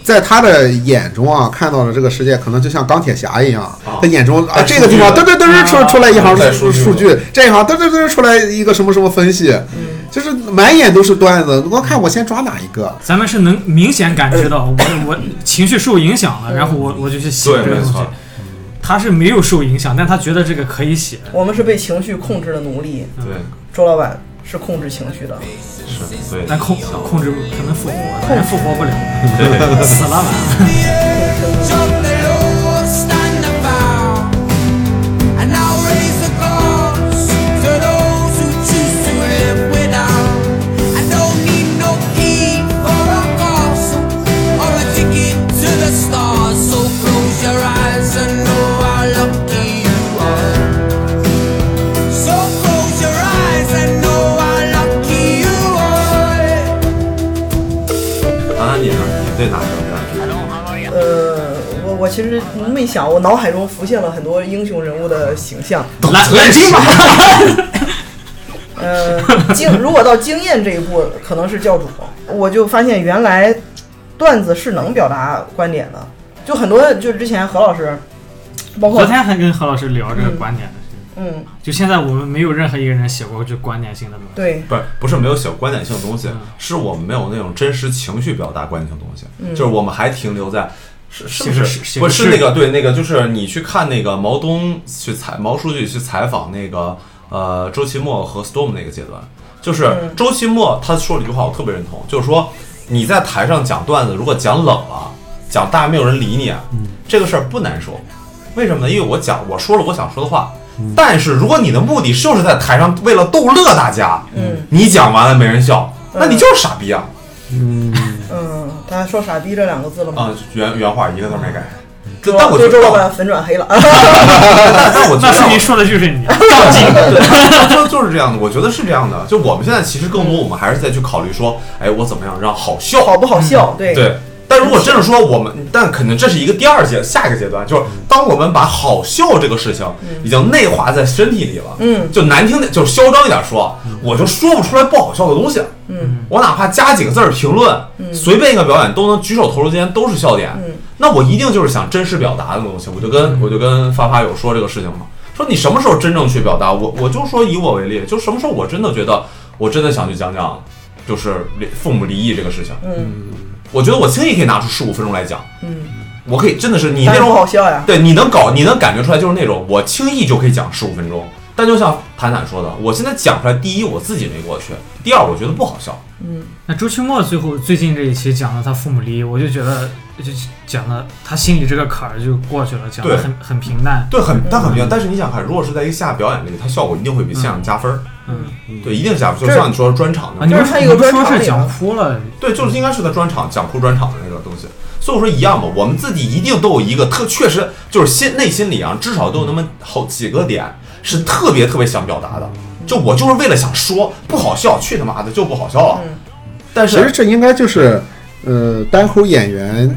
S4: 在他的眼中啊，看到了这个世界，可能就像钢铁侠一样
S2: 啊，
S4: 他眼中啊，
S2: 带数
S4: 这个地方
S2: 据
S4: 嘚嘚嘚嘚出出来一行
S2: 带
S4: 数
S2: 数
S4: 数
S2: 据
S4: 据，这一行嘚嘚嘚出来一个什么什么分析，就是满眼都是段子。我看我先抓哪一个？
S3: 咱们是能明显感知到我我情绪受影响了，然后我我就去写
S2: 对
S3: 这个
S2: 没
S3: 东西
S2: 错。
S3: 他是没有受影响，但他觉得这个可以写。
S1: 我们是被情绪控制的奴隶，
S2: 对，
S1: 周老板是控制情绪的。
S2: 是，所以
S3: 但控控制可能复活，但是复活不了，
S2: 对，
S3: 死
S2: [laughs]
S3: 了完了。
S7: Stars, so close your eyes and know how lucky you are. So close your eyes and know how lucky you are.
S2: 安安你呢？你对哪个比较感觉？
S1: 呃，我我其实没想，我脑海中浮现了很多英雄人物的形象。
S3: 来来劲吧！ [laughs]
S1: 呃， [laughs] 经如果到经验这一步，可能是教主，我就发现原来段子是能表达观点的，就很多就是之前何老师，包
S3: 昨
S1: 括
S3: 天还跟何老师聊这个观点的事情，
S1: 嗯，
S3: 就现在我们没有任何一个人写过就观点性的东西。
S1: 对，
S2: 不是不是没有写观点性的东西
S3: 嗯，
S2: 是我们没有那种真实情绪表达观点性的东西，就是我们还停留在是是不
S3: 形式
S2: 是
S3: 形
S2: 不是
S3: 式
S2: 那个对那个就是你去看那个毛东去采毛书记去采访那个呃周奇墨和 Storm 那个阶段，就是周奇墨他说了一句话，我特别认同，就是说你在台上讲段子，如果讲冷了，讲大家没有人理你，啊这个事儿不难受，为什么呢？因为我讲我说了我想说的话。但是如果你的目的就是在台上为了逗乐大家，
S1: 嗯
S2: 你讲完了没人笑，那你
S1: 嗯
S2: 就是傻逼啊！
S1: 嗯，大家说“傻逼”这两个字了吗？
S2: 啊，原原话一个字没改。
S1: 周
S2: 但我
S1: 对
S2: 觉
S1: 周老
S2: 得，
S1: 板粉转黑了， [laughs]
S2: 但我觉
S3: 那
S2: 得
S3: 说明说的就是你，照
S2: [laughs]
S3: 镜
S2: 就就是这样的，我觉得是这样的。就我们现在其实更多，我们还是在去考虑说，哎，我怎么样让好笑？
S1: 好不好笑？对，
S2: 对。但如果真是说我们，但可能这是一个第二阶下一个阶段，就是当我们把好笑这个事情已经内化在身体里了，
S1: 嗯
S2: 就难听点，就是嚣张一点说，我就说不出来不好笑的东西，
S1: 嗯，
S2: 我哪怕加几个字儿评论，随便一个表演都能举手投足间都是笑点，
S1: 嗯
S2: 那我一定就是想真实表达的东西，我就跟我就跟发发有说这个事情嘛，说你什么时候真正去表达，我我就说以我为例，就什么时候我真的觉得我真的想去讲讲，就是离父母离异这个事情，
S1: 嗯
S2: 我觉得我轻易可以拿出十五分钟来讲，
S1: 嗯，
S2: 我可以真的是你
S1: 但是
S2: 那种
S1: 不好笑呀，
S2: 对，你能搞，你能感觉出来，就是那种我轻易就可以讲十五分钟。但就像坦坦说的，我现在讲出来，第一我自己没过去，第二我觉得不好笑。
S3: 那周奇墨最后最近这一期讲了他父母离异，我就觉得就讲了他心里这个坎儿就过去了，讲的
S2: 对
S3: 很很平淡。
S2: 对，很但很明显。但是你想看，如果是在一个下表演里，它效果一定会比现场加分儿。
S3: 嗯
S2: 对，一定加分。
S1: 这
S2: 就像你说的专场
S3: 啊，
S2: 那
S3: 你
S2: 种，
S1: 就
S3: 们
S1: 是他
S3: 你
S1: 有
S3: 们
S1: 专
S3: 说
S1: 场
S3: 是
S1: 里
S3: 讲
S1: 了
S3: 哭了，
S2: 对，就是应该是在专场讲哭专场的那个东西。所以说一样嘛，我们自己一定都有一个特，确实就是心内心里啊，至少都有那么好几个点是特别特别想表达的。就我就是为了想说不好笑，去他妈的就不好笑了。
S1: 嗯
S2: 但
S4: 其实
S2: 是
S4: 这应该就是，呃，单口演员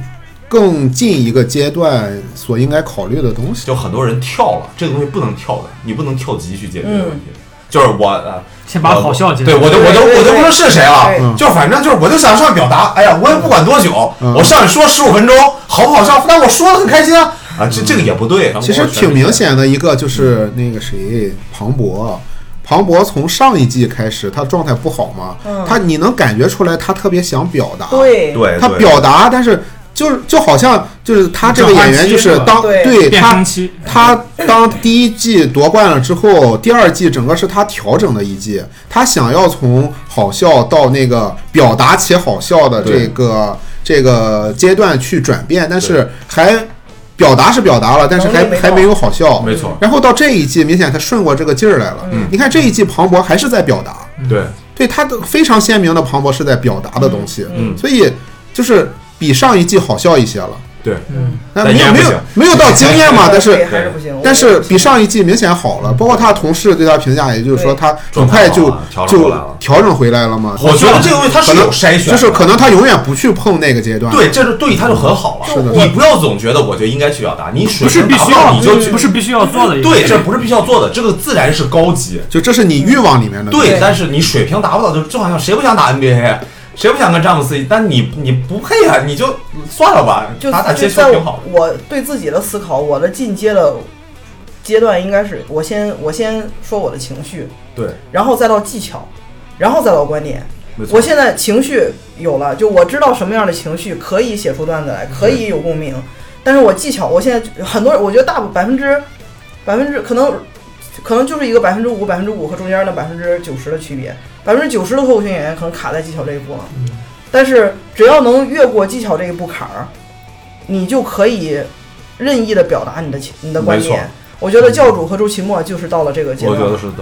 S4: 更近一个阶段所应该考虑的东西。
S2: 就很多人跳了，这个东西不能跳的，你不能跳级去解决
S4: 嗯
S2: 这个问题。就是我，呃
S3: 先把好笑解决
S2: 对我就我就
S1: 对对
S2: 我就不
S1: 对
S2: 知道是谁
S1: 对
S2: 了，就反正就是我就想上去表达，哎呀，我也不管多久，
S4: 嗯
S2: 我上去说十五分钟，好不好笑？但我说的很开心啊，啊，这这个也不对，
S3: 嗯
S4: 其实挺明显的一个
S2: 嗯
S4: 就是那个谁，庞博。庞博从上一季开始，他状态不好嘛，他你能感觉出来，他特别想表达，
S1: 对，
S2: 对，
S4: 他
S2: 哎对
S4: 表达，但是就是就好像就是他这个演员就是当
S1: 对
S4: 对
S3: 变声
S4: 他
S3: 期。
S4: 他当第一季夺冠了之后，第二季整个是他调整的一季，他想要从好笑到那个表达且好笑的这个这个阶段去转变，但是还表达是表达了，但是还
S1: 能力没到
S4: 还没有好笑。
S2: 没错，
S4: 然后到这一季，明显他顺过这个劲儿来了。你看这一季，庞博还是在表达，
S2: 对，
S4: 对他的非常鲜明的庞博是在表达的东西，
S2: 嗯
S4: 所以就是比上一季好笑一些了。
S2: 对，
S3: 嗯
S4: 那
S2: 但
S4: 没有
S2: 也不
S4: 没有
S2: 行
S4: 没有到惊艳 [laughs] 嘛，但
S1: 对
S4: 是
S1: 还是不行。
S4: 但
S1: 我
S4: 是
S1: 觉得
S4: 比上一季明显好了，包括他同事对他评价，也就是说
S1: 对
S4: 他很快就
S2: 状态好了调整
S4: 就
S2: 回来了
S4: 调整回来了嘛。
S2: 我觉得这个东西它是有筛选的，
S4: 就是可能他永远不去碰那个阶段。
S2: 对，这是对他就很好了。
S4: 是的
S2: 你不要总觉得我就应该去表达，你水
S3: 不是
S2: 平
S3: 必
S2: 达
S3: 须
S2: 到
S3: 要嗯
S2: 你就去
S3: 不是必须要做的一个
S2: 对，
S3: 事
S2: 这不是必须要做的，这个自然是高级。
S4: 就这是你欲望里面的。
S2: 对，但是你水平达不到，就就好像谁不想打 NBA，谁不想跟詹姆斯一？但你你不配啊，你就算了吧，
S1: 就
S2: 打打
S1: 就
S2: 街球
S1: 在
S2: 挺好
S1: 我。我对自己的思考，我的进阶的阶段应该是我先我先说我的情绪，
S2: 对，
S1: 然后再到技巧，然后再到观点。
S2: 没错
S1: 我现在情绪有了，就我知道什么样的情绪可以写出段子
S2: 嗯
S1: 来，可以有共鸣。但是我技巧，我现在很多人，我觉得大百分之百分之可能可能就是一个百分之五、百分之五和中间的百分之九十的区别。百分之九十的脱口秀演员可能卡在技巧这一步了，
S2: 嗯
S1: 但是只要能越过技巧这一步坎儿，你就可以任意的表达你的情你的观
S2: 没错嗯
S1: 点。我觉得教主和周奇墨就是到了这个阶
S2: 我觉
S1: 段
S2: 得，是的，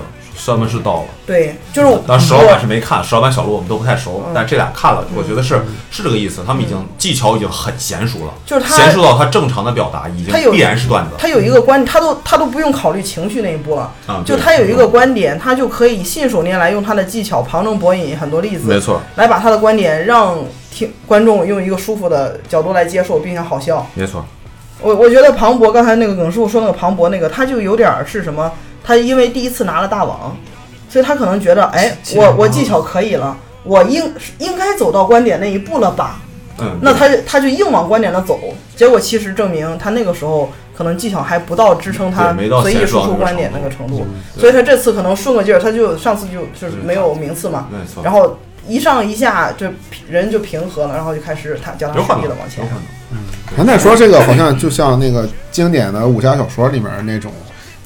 S2: 他们是到了。
S1: 对，就是我
S2: 嗯当时石老板是没看，石老板、小鹿我们都不太
S1: 嗯
S2: 熟，但这俩看了，我觉得是是这个意思。他们已经技巧已经很娴熟了，
S1: 就是他
S2: 娴熟到他正常的表达已
S1: 他有
S2: 经必然是段子。
S1: 他有一个观，他都他都不用考虑情绪那一步了，
S2: 啊
S1: 就
S2: 对
S1: 他有一个观点，他就可以信手拈来，用他的技巧旁征博引很多例子，
S2: 没错，
S1: 来把他的观点让听观众用一个舒服的角度来接受，并且好笑。
S2: 没错，
S1: 我我觉得庞博刚才那个耿叔说那个庞博那个，他就有点儿是什么？他因为第一次拿了大王，所以他可能觉得，哎，
S3: 技
S1: 我
S3: 巧
S2: 嗯
S1: 我技巧可以了，我应应该走到观点那一步了吧？
S2: 嗯，
S1: 那
S2: 对
S1: 他他就硬往观点那走，结果其实证明他那个时候可能技巧还不到支撑他
S2: 对没到
S1: 随意
S2: 娴熟
S1: 输
S2: 到
S1: 出
S2: 那个
S1: 观点那个
S2: 程度嗯
S1: 程度，所以他这次可能顺个劲儿，他就上次就就是没有名次嘛
S2: 没错，
S1: 然后一上一下就人就平和了，然后就开始他脚踏
S2: 有可
S1: 实
S2: 能
S1: 地的往前
S2: 有。可能
S4: 咱再说这个，好像就像那个经典的武侠小说里面那种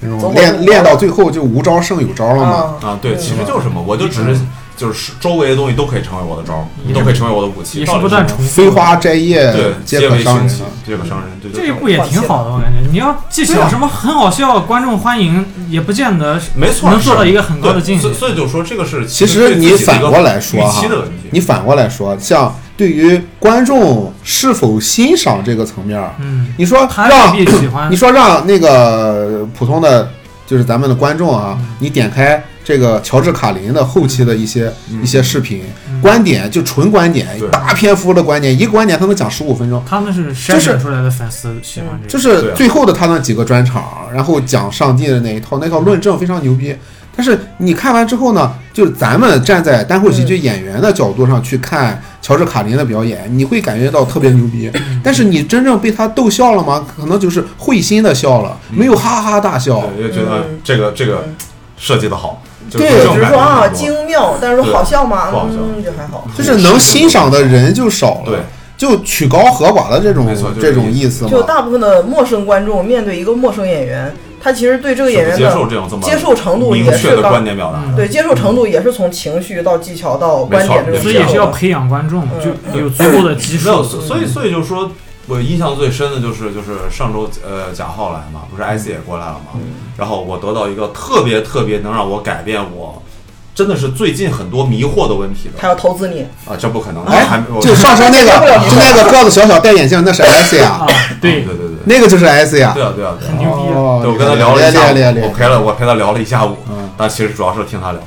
S4: 那
S1: 走
S4: 种
S1: 火入
S4: 练
S1: 魔
S4: 练到最后就无招胜有招了嘛。
S1: 啊，
S2: 啊，对，其实就是嘛，我就只
S1: 嗯
S2: 是就是周围的东西都可以成为我的招儿，都可以成为我的武器，
S3: 也是
S2: 到底
S3: 不断重复
S4: 飞花摘叶
S2: 对，
S4: 皆
S2: 皆
S4: 可
S2: 为
S4: 伤
S2: 凶
S4: 人
S2: 器。，皆可伤人，对
S3: 这一
S2: 就
S3: 步也挺好的，我感觉。你要技
S2: 对
S3: 巧
S2: 啊
S3: 什么很好笑，观众欢迎，也不见得是
S2: 没错，
S3: 能做到
S2: 是
S3: 一个很高的境界
S2: 对所以。所以就说这个是
S4: 其
S2: 实
S4: 实你反过来说
S2: 预
S4: 哈
S2: 期的问题，
S4: 你反过来说，像对于观众是否欣赏这个层面儿，
S3: 嗯，
S4: 你说
S3: 他
S4: 让
S3: 未必喜欢
S4: 你。说让那个普通的，就是咱们的观众
S3: 嗯
S4: 啊，你点开这个乔治卡林的后期的一些、一些视频，
S3: 嗯
S4: 观点就纯观点
S2: 嗯对，
S4: 大篇幅的观点，一个观点他能讲十五分钟。
S3: 他们是筛选出来的粉丝喜欢这
S4: 嗯就
S3: 个，
S4: 是
S2: 对啊
S4: 最后的他那几个专场，然后讲上帝的那一套，那套论证非常牛逼。但是你看完之后呢，就是咱们站在单口喜剧演员的角度上去看乔治卡林的表演，你会感觉到特别牛逼。
S2: 嗯
S4: 但是你真正被他逗笑了吗？可能就是会心的笑了，没有哈哈大笑。
S2: 嗯对，就觉得
S3: 嗯
S2: 这个这个设计的好，就
S4: 对
S2: 这种
S1: 只是
S2: 感
S1: 说
S2: 觉
S1: 啊
S2: 很多
S1: 精妙，但是说
S2: 对
S1: 好笑吗？
S2: 不好笑
S1: 嗯，就还好。
S4: 就是能欣赏的人就少了，
S2: 对，
S4: 就曲高和寡的这种
S2: 没错就是
S4: 这种意
S2: 嗯
S4: 思嘛。
S1: 就大部分的陌生观众面对一个陌生演员，他其实对这个演
S2: 是不
S1: 员
S2: 接受这种这
S1: 的
S2: 么
S1: 接受程度
S2: 明
S1: 也
S2: 确
S1: 是
S2: 的
S1: 到
S2: 观点表达的，
S1: 对接受程度也是从情绪到技巧到观点这
S2: 没
S1: 种
S2: 错
S3: 所以
S1: 接
S3: 也
S1: 受
S3: 是要
S1: 的
S3: 培养观众，就
S1: 嗯
S3: 有足够的嗯基
S2: 没有，所
S3: 数。
S2: 所以所以就是说我印象最深的就是就是上周呃贾浩来嘛，不是 IC 也过来了嘛，
S3: 嗯
S2: 然后我得到一个特别特别能让我改变我。真的是最近很多迷惑的问题
S1: 他要
S2: 的
S1: 投资你，
S2: 啊，这不可能，
S4: 哎
S2: 还没我 [laughs]
S4: 就上升那个，就那个个子小小戴眼镜，那是 S 呀
S3: 啊，，
S2: 对
S3: 对，
S2: 对对
S4: 那个就是 S 呀
S2: 对。啊对啊对啊，
S3: 牛逼啊
S4: 哦，
S2: 对，我跟他聊了一
S4: 厉害厉
S2: 下
S4: 害
S2: 午
S4: 厉，害
S2: 我陪了我陪他聊了一下午
S4: 嗯，
S2: 但其实主要是听他聊。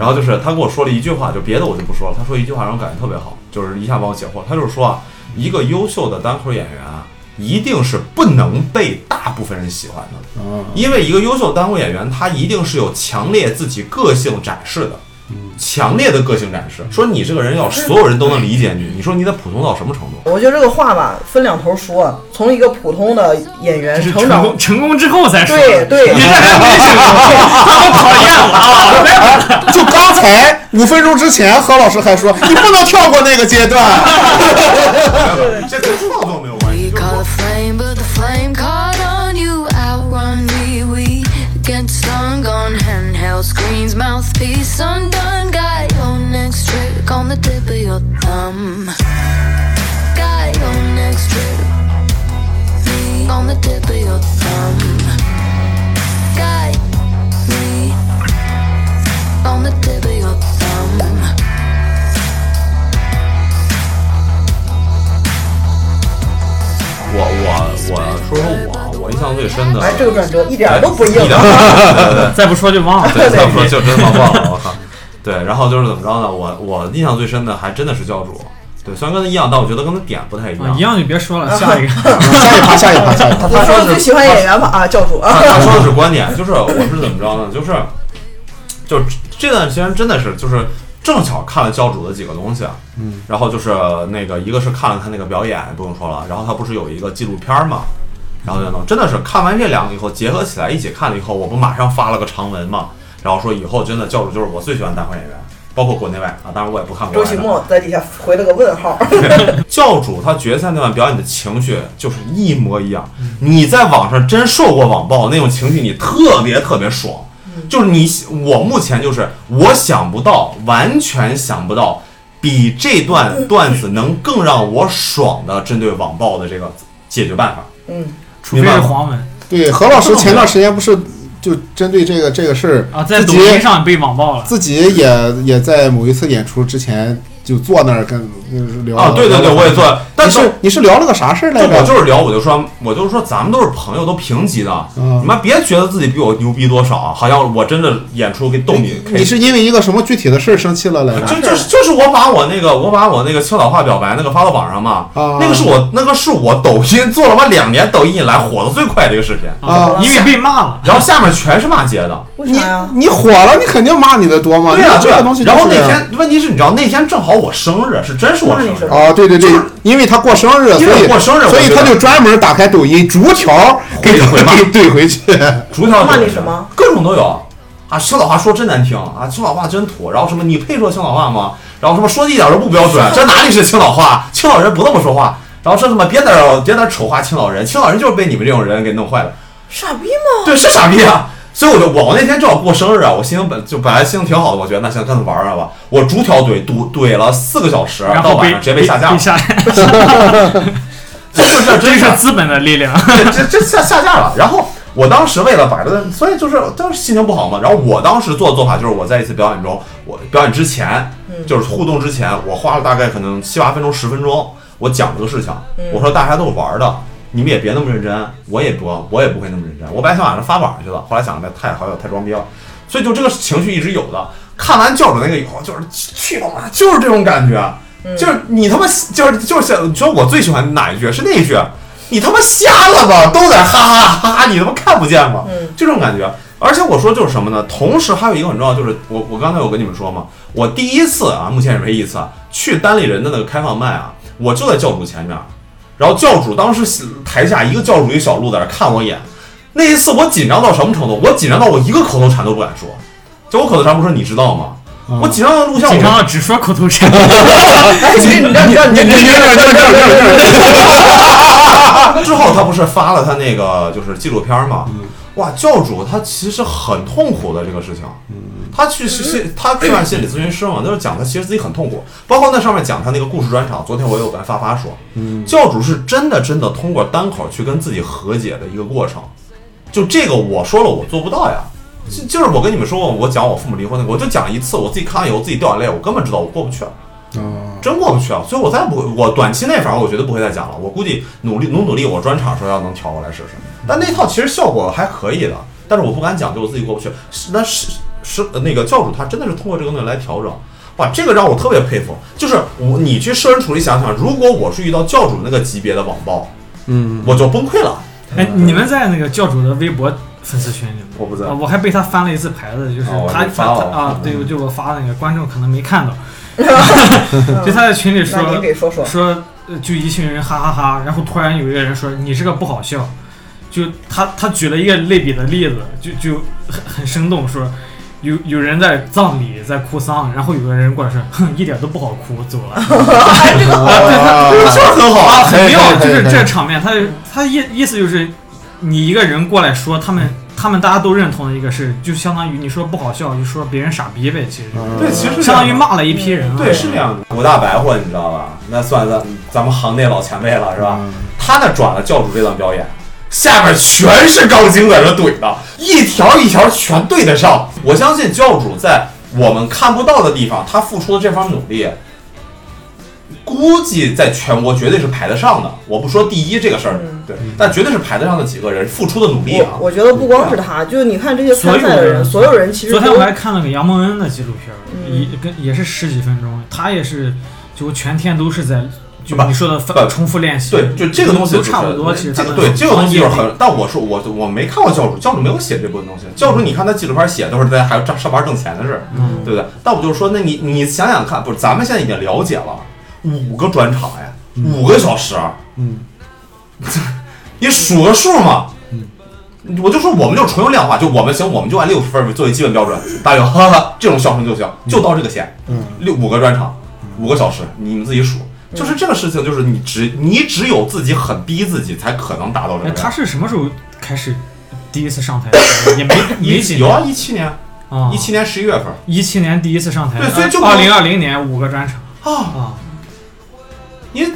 S2: 然后就是他跟我说了一句话，就别的我就不说了。他说一句话让我感觉特别好，就是一下把我解惑。他就是说啊，一个优秀的单口演员啊，一定是不能被大部分人喜欢的，
S4: 嗯
S2: 因为一个优秀的单口演员，他一定是有强烈自己个性展示的。
S4: 嗯
S2: 强烈的个性展示，说你这个人要所有人都能理解你，你说你得普通到什么程度？
S1: 我觉得这个话吧分两头说，从一个普通的演员
S3: 这是
S1: 成
S3: 成
S1: 长
S3: 功，成功之后才说。
S1: 对对
S3: [laughs] 你这还
S2: [laughs]
S3: 没成功，他们讨厌了啊！
S4: 就刚才五分钟之前，何老师还说你不能跳过那个阶段。
S2: 这跟创作没有关
S8: We
S2: 系，就是
S8: caught
S2: 说
S8: a flame, but the flame caught on you. Outrun me, we get stung on handheld screens, mouthpiece undone. Got your next trick on the tip of your thumb. Got your next trick. Me ring on the tip of your thumb. Guide me on the tip of your thumb.
S2: 我我我说说我我印象最深的，
S1: 哎，这个转折一点儿都不硬
S2: 一，点儿对对对。
S3: 再不说就忘了。
S2: 对，再说就真忘忘了，我靠。对，然后就是怎么着呢？我我印象最深的还真的是教主，对，虽然跟他一样，但我觉得跟他点不太哦一
S3: 啊
S2: 样。
S3: 一样就别说
S1: [laughs]
S3: 了，下
S2: [laughs]
S3: 一个。
S4: [laughs] 下一趴，下一趴，下一趴。
S1: 我说我最喜欢演员吧啊，教主啊，
S2: 啊，他说的是观点，就是我是怎么着呢？就是就这段时间真的是就是正巧看了教主的几个东西，嗯，然后就是那个一个是看了他那个表演，不用说了，然后他不是有一个纪录片嘛，然后就弄，真的是看完这两个以后结合起来一起看了以后，我不马上发了个长文嘛，然后说以后真的教主就是我最喜欢的单口演员，包括国内外啊，当然我也不看国
S1: 周
S2: 外
S1: 奇
S2: 的。
S1: 墨在底下回了个问号，
S2: 教主他决赛那段表演的情绪就是一模一样。
S4: 嗯
S2: 你在网上真受过网暴那种情绪，你特别特别爽。
S4: 嗯
S2: 就是你，我目前就是我想不到，完全想不到，比这段段子能更让我爽的针对网暴的这个解决办法。
S1: 嗯，
S3: 除非是黄文
S4: 对，何老师前段时间不是就针对这个这个事儿
S3: 啊，在
S4: 自
S3: 抖
S4: 己
S3: 音上被网暴了。
S4: 自己也也在某一次演出之前就坐那儿跟就是聊
S2: 啊，对对对，我也。做，但
S4: 嗯你
S2: 是
S4: 是你是聊了个啥事儿来
S2: 就我
S4: 着？
S2: 就是聊，我就说，我就是说，咱们都是朋友，都平级的，
S4: 嗯
S2: 你妈别觉得自己比我牛逼多少，啊好像我真的演出给逗你
S4: 你
S2: 开
S4: 你是因为一个什么具体的事儿生气了来着？
S2: 就就是就是我把我那个我把我那个青岛话表白那个发到网上嘛，
S4: 啊
S2: 那个是我那个是我抖音做了我两年抖音以来火的最快的一个视频，
S4: 啊
S3: 因为被骂了。
S2: 然后下面全是骂街的，
S1: 为
S4: 你
S1: 啥 [laughs] 呀？
S4: 你火了，你肯定骂你的多嘛。
S2: 对呀、对
S4: 你这
S2: 呀、
S4: 个东西就是。
S2: 然后那天问题是，你知道那天正好我生日，是真是我
S1: 那
S2: 生
S1: 你
S2: 日
S1: 是。
S4: 啊，对对对
S2: 就是，
S4: 因为他过生日，
S2: 因为
S4: 所以
S2: 过生日
S4: 所以
S2: 我觉得
S4: 他就专门打开抖音逐条给
S2: 回
S4: [laughs]
S2: 回骂
S4: 给怼回去。
S2: 逐条
S1: 骂你
S2: 就是
S1: 什么？
S2: 各种都有啊！青岛话说真难听啊！青岛话真土。然后什么你配说青岛话吗？然后什么说的一点都不标准，这哪里是青岛话？青岛人不那么说话。然后说什么别在这儿别在这儿丑化青岛人，青岛人就是被你们这种人给弄坏了。
S1: 傻逼吗？
S2: [laughs] 对，是傻逼啊！所以我就我我那天正好过生日啊，我心情本就本来心情挺好的，我觉得那行干脆玩玩吧。我逐条怼怼怼了四个小时，
S3: 然
S2: 到
S3: 后
S2: 晚
S3: 被
S2: 上直接被下架了 [laughs]
S3: 被。下架，
S2: 这这
S3: 这
S2: 真是
S3: 是资本的力量。
S2: 这这这下下架了。然后我当时为了把这个，所以就是当时心情不好嘛。然后我当时做的做法就是我在一次表演中，我表演之前，就是互动之前，我花了大概可能七八分钟、十分钟，我讲这个事情，我说大家都是玩的。你们也别那么认真，我也不，我也不会那么认真。我本来想晚上发网上去的，后来想的太好友太装逼了，所以就这个情绪一直有的。看完教主那个以后，就是去他妈，就是这种感觉，就是你他妈就是就是想，你说我最喜欢哪一句是那一句，你他妈瞎了吧？都在哈哈哈哈，你他妈看不见吗？
S1: 嗯
S2: 就这种感觉。而且我说就是什么呢？同时还有一个很重要，就是我我刚才有跟你们说嘛，我第一次啊，目前也是唯一一次啊去单立人的那个开放麦啊，我就在教主前面，然后教主当时台下一个教主一个小鹿在那看我一眼，那一次我紧张到什么程度？我紧张到我一个口头禅都不敢说，就我口头禅不是你知道吗？我紧张到
S3: [laughs]
S2: 录像
S3: 紧
S2: 我
S3: 张到只说口
S2: [laughs]
S3: 头
S1: [laughs]
S3: 禅，
S1: 哎，你你让你让你
S4: 这这这这这
S2: 之后他不是发了他那个就是纪录片嘛？哇，教主他其实很痛苦的这个事情，他去心他去看心理咨询师嘛，就是讲他其实自己很痛苦，包括那上面讲他那个故事专场。昨天我有跟发发说，教主是真的真的通过单口去跟自己和解的一个过程。就这个我说了我做不到呀，就就是我跟你们说过，我讲我父母离婚那个，我就讲一次，我自己看完以后自己掉眼泪，我根本知道我过不去了。真过不去啊！所以我再不，我短期内反正我绝对不会再讲了。我估计努力努努力，我专场时候要能调过来试试。但那套其实效果还可以的，但是我不敢讲，就我自己过不去。是那是是那个教主他真的是通过这个东西来调整，哇，这个让我特别佩服。就是我你去设身处地想想，如果我是遇到教主那个级别的网暴，
S4: 嗯，
S2: 我就崩溃了。
S3: 哎，你们在那个教主的微博粉丝群里吗？
S2: 我不在
S3: 啊我还被他翻了一次牌子，就是
S2: 哦我
S3: 他
S2: 就发
S3: 他
S2: 了
S3: 他啊
S2: 嗯，
S3: 对，就我发那个观众可能
S1: [laughs]
S3: 没看到， [laughs] 就他在群里说
S1: 那你给说说
S3: 说，呃就一群人哈哈哈，然后突然有一个人说你这个不好笑，就他他举了一个类比的例子，就就很很生动说。有有人在葬礼在哭丧，然后有个人过来说，哼，一点都不好哭，走了。
S4: [laughs]
S2: 这很好啊，
S3: 很妙，
S4: 对
S3: 就
S4: 对
S3: 是
S4: 对
S3: 这场面，他他意意思就是，你一个人过来说，他
S4: 嗯
S3: 们他们大家都认同的一个事，就相当于你说不好笑，就说别人傻逼呗，其实就是
S4: 嗯
S2: 对，其实是这样的
S3: 相当于骂了一批人啊。
S2: 对，是这样的。古大白货，你知道吧？那算咱咱们行内老前辈了，是吧？他那转了教主这段表演，下边全是杠精在这怼的，一条一条全对得上。我相信教主在我们看不到的地方，他付出的这番努力，估计在全国绝对是排得上的。我不说第一这个事儿，对，但绝对是排得上的几个人付出的努力啊
S1: 我。我觉得不光是他，就你看这些参赛的人，所
S3: 所
S1: 有人其实
S3: 昨天
S1: 都嗯
S3: 我还看了个杨蒙恩的纪录片儿，也跟也是十几分钟，他也是就全天都是在就
S2: 不
S3: 你说的
S2: 不
S3: 翻重复练习，
S2: 对，就这个东西
S3: 都
S2: 就是
S3: 差不多，其实
S2: 这个
S3: 他们
S2: 对这个东西就是
S3: 行业
S2: 很。但我说我我没看过教主，教主没有写这部分东西。教主你看他纪录片写都是在还上上班挣钱的事儿，
S3: 嗯
S2: 对不对？但我就说，那你你想想看，不是咱们现在已经了解了五个专场呀，五个小时，
S4: 嗯，
S2: 你数个数嘛。我就说，我们就纯用量化，就我们行，我们就按六十分作为基本标准，大约哈哈这种笑声就行，就到这个线，
S4: 嗯，
S2: 六五个专场，五个小时，你们自己数。
S3: 嗯
S2: 就是这个事情，就是你只你只有自己很逼自己，才可能达到这个
S3: 哎，
S2: 量。
S3: 他是什么时候开始第一次上台的？也没没几
S2: 一有啊，一七年，
S3: 啊，
S2: 一七年十一月份
S3: 一七年第一次上台，呃
S2: 对所以就
S3: 二零二零年五个专场
S2: 啊，
S3: 啊，
S2: 你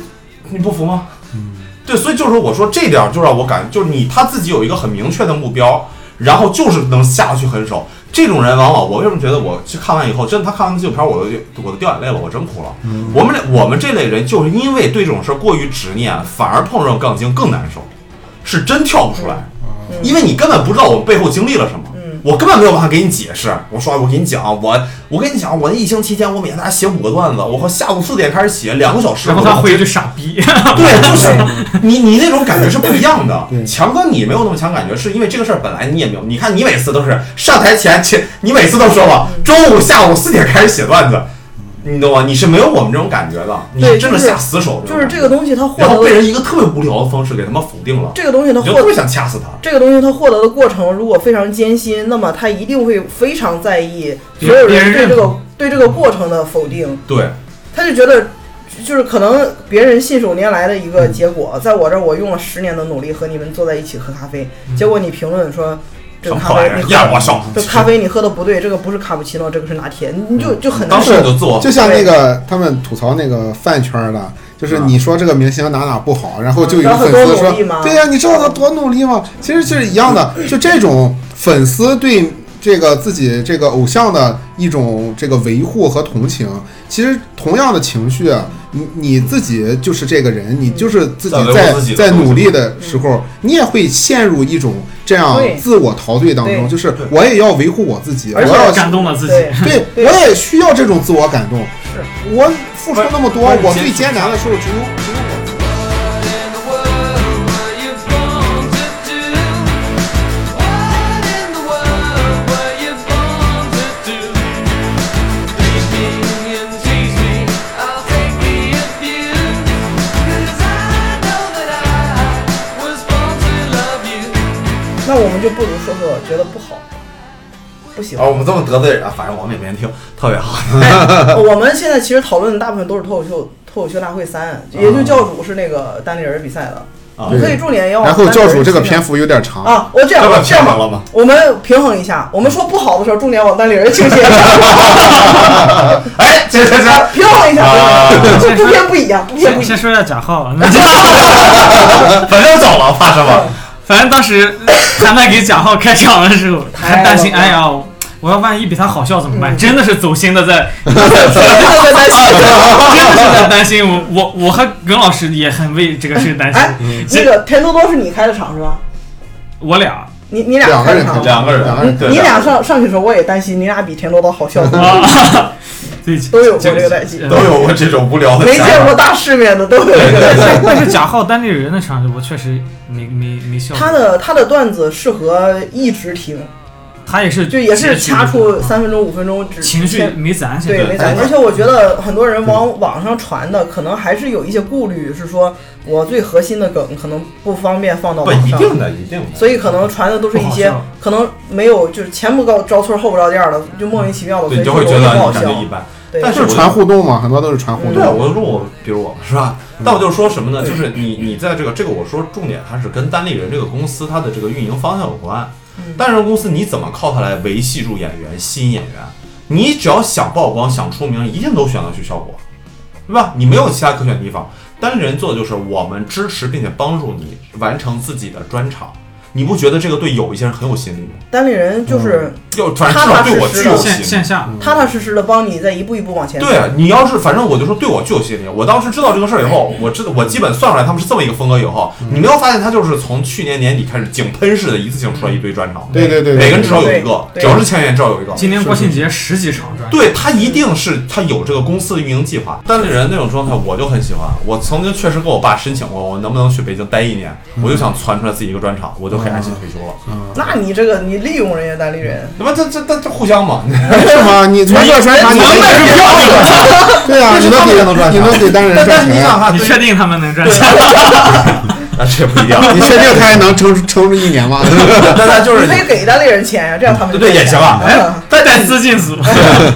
S2: 你不服吗？对，所以就是说我说这点儿就让我感，就是你他自己有一个很明确的目标，然后就是能下去狠手。这种人往往，我为什么觉得我去看完以后，真的他看完纪录片，我都我都掉眼泪了，我真哭了。
S3: 嗯
S2: 我们这我们这类人就是因为对这种事儿过于执念，反而碰上杠精更难受，是真跳不出来，因为你根本不知道我们背后经历了什么。我根本没有办法给你解释。我说，我给你讲，我我跟你讲，我疫情期间我每天还写五个段子，我和下午四点开始写，两个小时。
S3: 然后他
S2: 我
S3: 回一句傻逼，
S2: [laughs] 对，就是你你那种感觉是不一样的。强哥，你没有那么强感觉，是因为这个事儿本来你也没有。你看你每次都是上台前，前你每次都说了中午、下午四点开始写段子，你懂吗？你是没有我们这种感觉的，你
S1: 对
S2: 真的
S1: 就是
S2: 下死手。
S1: 就是这个东西，他获
S2: 然后被
S1: 得
S2: 人一个特别无聊的方式给他们否定了，
S1: 这个东西，他
S2: 你就
S1: 获
S2: 特
S1: 得
S2: 别想掐死他。
S1: 这个东西它获得的过程如果非常艰辛，那么他一定会非常在意
S3: 别
S1: 所有
S3: 别人
S1: 人对
S3: 认
S1: 这个
S3: 同
S1: 对这个过程的否定，
S2: 对，
S1: 他就觉得就是可能别人信手拈来的一个结果，在我这儿我用了十年的努力和你们坐在一起喝咖啡，
S3: 嗯
S1: 结果你评论说这个
S2: 什么
S1: 咖
S2: 玩意
S1: 啡
S2: 儿
S1: 你？喝
S2: 呀，我上。
S1: 这咖啡你喝的不对，这个不是卡布奇诺，这个是拿铁，你就
S3: 嗯
S1: 就很难
S2: 当
S1: 受
S2: 时。我就做
S4: 就，像那个他们吐槽那个饭圈儿的，就是你说这个明星哪哪不好，然后就有粉丝
S1: 然后多努力
S4: 说
S1: 吗，
S4: 对呀、你知道他多努力吗？其实就是一样的，就这种粉丝对这个自己这个偶像的一种这个维护和同情，其实同样的情绪啊，你你自己就是这个人，你就是自己
S2: 在维护
S4: 在
S2: 自己的
S4: 在
S2: 东西
S4: 努力的时候，你也会陷入一种这样
S1: 对
S4: 自我陶醉当中，
S1: 对
S4: 就是我也要维护我自己，我
S1: 而且
S3: [laughs]
S4: 要
S3: 感动了自己。
S1: 对，对
S4: 对，我也需要这种自我感动。我付出那么多，
S2: 不是
S4: 我
S2: 坚
S4: 最
S2: 持
S4: 艰难的时候只有只有我。
S1: 那我们就不如说说觉得不好，不喜
S2: 啊，
S1: 欢。
S2: 我们这么得罪人啊，反正我们也没人听，特别好。 [laughs]
S1: 哎我们现在其实讨论的大部分都是脱口秀，脱口秀大会三，也就教主是那个单立人比赛的，
S2: 啊
S1: 你可以重点要。
S4: 然后教主这个篇幅有点长，
S1: 啊，我这样
S2: 要
S1: 吧
S2: 不然
S1: 这样
S2: 平衡了
S1: 吧
S2: 吗，
S1: 我们平衡一下，我们说不好的时候重点往单立人倾斜一下，
S2: [laughs] 哎，行行行， [laughs]
S1: 平衡一下，
S2: 啊
S1: 平衡一下就不偏不倚啊，不偏不
S3: 先
S1: 倚。
S3: 先说一下贾浩，
S2: [laughs]
S3: [laughs] 那
S2: 反正走了，怕什么？
S3: 反正当时韩娜给贾浩开场的时候，还担心，哎呀，我要万一比他好笑怎么
S1: 嗯
S3: 办？真的是走心
S1: [laughs]
S3: 的在，真的是在担心。我我我和耿老师也很为这个事担
S1: 哎
S3: 心。，
S1: 那
S3: 这
S1: 个田多多是你开的场是吧？
S3: 我俩
S1: 你你俩
S4: 两
S1: 开的
S4: 个人
S1: 场
S4: 看，
S1: 吗，
S2: 两个人
S4: 两个
S1: 你
S4: 人
S2: 对
S1: 你
S2: 两
S1: 俩
S2: 个人
S1: 上上去的时候我也担心，你俩比田多多好笑多了， [laughs]
S3: 啊，对，
S1: 都有过这个担心，
S2: 都有过这种无聊的
S1: 没
S2: 想法。
S1: 见过大世面的都有这个担心。
S3: 呃但是贾浩单立人的场子，我确实没没没
S2: 嗯
S3: 笑过。
S1: 他的他的段子适合一直听，
S3: 他也是
S1: 就也是掐出三分钟五分钟，只
S3: 情绪
S1: 先
S3: 没攒起
S1: 对，
S3: 来，
S1: 没错。而且我觉得很多人往网上传的，可能还是有一些顾虑，是说我最核心的梗可能不方便放到
S2: 不
S1: 网
S2: 一
S1: 上，
S2: 定的，一定的。
S1: 所以可能传的都是一些
S3: 不好笑
S1: 可能没有就是前不着着村后不着店的，就莫名其妙的，
S2: 对，
S1: 所以
S2: 你就会
S1: 觉
S2: 觉
S1: 得
S2: 得
S1: 不好
S2: 你感
S1: 笑
S2: 觉。一般。
S1: 对
S2: 但
S4: 就是是传
S2: 我
S4: 互动嘛，很多都是传互
S2: 对，
S4: 动。
S2: 我就说我，比如我是吧？但我就是说什么呢？就是你你在这个这个，我说重点它是跟单立人这个公司它的这个运营方向有关。单立人公司你怎么靠它来维系住演员、吸引演员？你只要想曝光、想出名，一定都选择去效果，对吧？你没有其他可选地方。单人做就是我们支持并且帮助你完成自己的专场，你不觉得这个对有一些人很有吸引力吗？
S1: 单立人就是
S2: 就反正至少对我具有吸
S3: 线
S2: 引
S3: 线
S2: 力。
S3: 下
S1: 踏踏实实的帮你在一步一步往前走。
S2: 对啊你要是反正我就说对我具有吸引力。我当时知道这个事儿以后，我知道我基本算出来他们是这么一个风格以后，你没有发现他就是从去年年底开始井喷式的一次性出来一堆专场，
S4: 对对对对
S2: 每个人至少有一个，
S1: 对对
S2: 只要是签约至少有一个。
S3: 今年国庆节十几场专场，
S2: 对他一定是他有这个公司的运营计划。单立人那种状态，我就很喜欢。我曾经确实跟我爸申请过，我能不能去北京待一年？我就想攒出来自己一个专场，我就可以安心退休了。
S1: 那你这个你利用人家单立人，
S2: 他妈这这这这互相嘛，
S4: 是吗？你传这传啥？你能卖
S2: 是
S4: 票的？对啊，你能给你能给单人
S2: 但但
S4: 赚
S2: 是你
S4: 钱
S2: 想
S4: 啊？
S2: 哈，
S3: 你
S2: 对
S3: 确定他们能赚钱？
S2: 那这不一样，
S4: 你确定他还能撑撑住一年吗？
S2: [laughs] 但他就是
S1: 你可以给单立人钱呀，这样他们
S2: 啊对
S1: 就
S2: 对也行啊。
S1: 嗯
S2: 哎但
S3: 带资进组，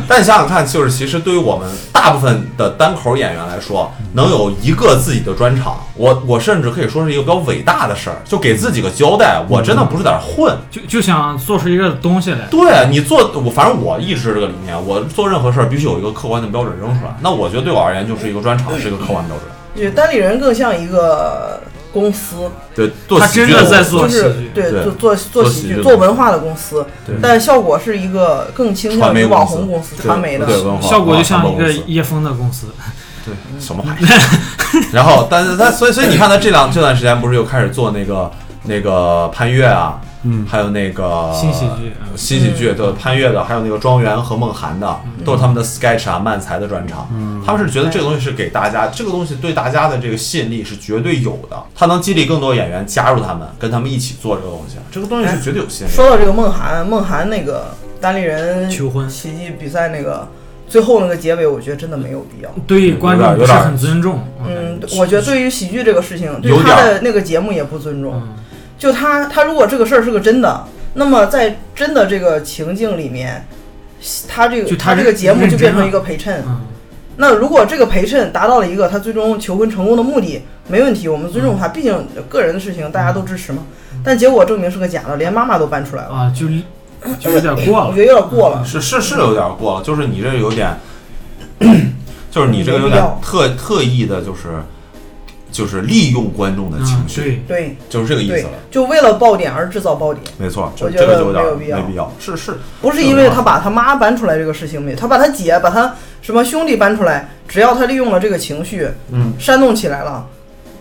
S2: 但你想想看，就是其实对于我们大部分的单口演员来说，能有一个自己的专场，我我甚至可以说是一个比较伟大的事儿，就给自己个交代。我真的不是在这儿混，
S3: 就就想做出一个东西来。
S2: 对啊你做我，反正我一直这个理念，我做任何事儿必须有一个客观的标准扔出来。那我觉得对我而言就是一个专场，是一个客观标准。
S1: 就是单立人更像一个公司，
S2: 对，做
S3: 他
S2: 喜剧
S3: 真的
S2: 我
S3: 在做
S1: 就是
S3: 喜剧
S1: 对
S2: 对
S1: 做做做
S2: 做
S1: 喜
S2: 喜
S1: 剧、
S2: 剧
S1: 做
S2: 的
S1: 文化的公司，
S2: 对
S1: 但效果是一个更倾
S2: 传
S1: 向于
S2: 媒
S1: 网
S2: 公司
S1: 红公司、
S2: 对
S1: 传媒的。
S2: 对文化
S3: 效果就像一
S2: 文化
S3: 个
S2: 公司
S3: 叶枫的公司，
S4: 啊
S2: 对什么玩意儿。 [laughs] 然后，但是他所以所以你看他这两这段时间不是又开始做那个那个潘越啊，嗯，还有那个
S3: 新喜剧嗯
S2: 新喜剧对潘越的，还有那个庄园何梦涵的，都是他们的 sketch 啊、漫才的专场。
S3: 嗯
S2: 他们是觉得这个东西是给大家，这个东西对大家的这个吸引力是绝对有的，它能激励更多演员加入他们，跟他们一起做这个东西，这个东西是绝对有吸引力的。
S1: 说到这个梦涵，梦涵那个单立人
S3: 求婚
S1: 奇迹比赛那个最后那个结尾，我觉得真的没有必要。
S3: 对观众不是很尊重。
S1: 嗯
S3: 我感，觉
S1: 我觉得对于喜剧这个事情，对
S2: 有
S1: 他
S2: 点儿
S1: 的那个节目也不尊重。
S3: 嗯
S1: 就他他如果这个事儿是个真的，那么在真的这个情境里面，他这个
S3: 就他
S1: 这
S3: 认
S1: 个节目就
S3: 认真
S1: 变成
S3: 了
S1: 一个陪衬。
S3: 嗯，
S1: 那如果这个陪衬达到了一个他最终求婚成功的目的，没问题，我们尊重他，毕竟个人的事情大家都支持嘛。
S2: 嗯
S1: 但结果证明是个假的，连妈妈都搬出来了，
S3: 啊，就就有点过
S2: 啊
S1: 我
S3: 了
S1: 觉。得有点过了。
S2: 是是是有点过了，就是你这有点，就是你这个有
S1: 没必
S2: 点
S1: 要
S2: 特特意的，就是就是利用观众的情
S3: 嗯，
S2: 绪，
S3: 对，
S1: 对
S2: 就是这个意
S1: 对
S2: 思了。，
S1: 就为了爆点而制造爆点，
S2: 没错，这
S1: 我觉
S2: 这个
S1: 得
S2: 就有点
S1: 没有必要
S2: 没必要，是是，
S1: 不是因为他把他妈搬出来这个事情没有，他把他姐、把他什么兄弟搬出来，只要他利用了这个情绪，
S2: 嗯，
S1: 煽动起来了，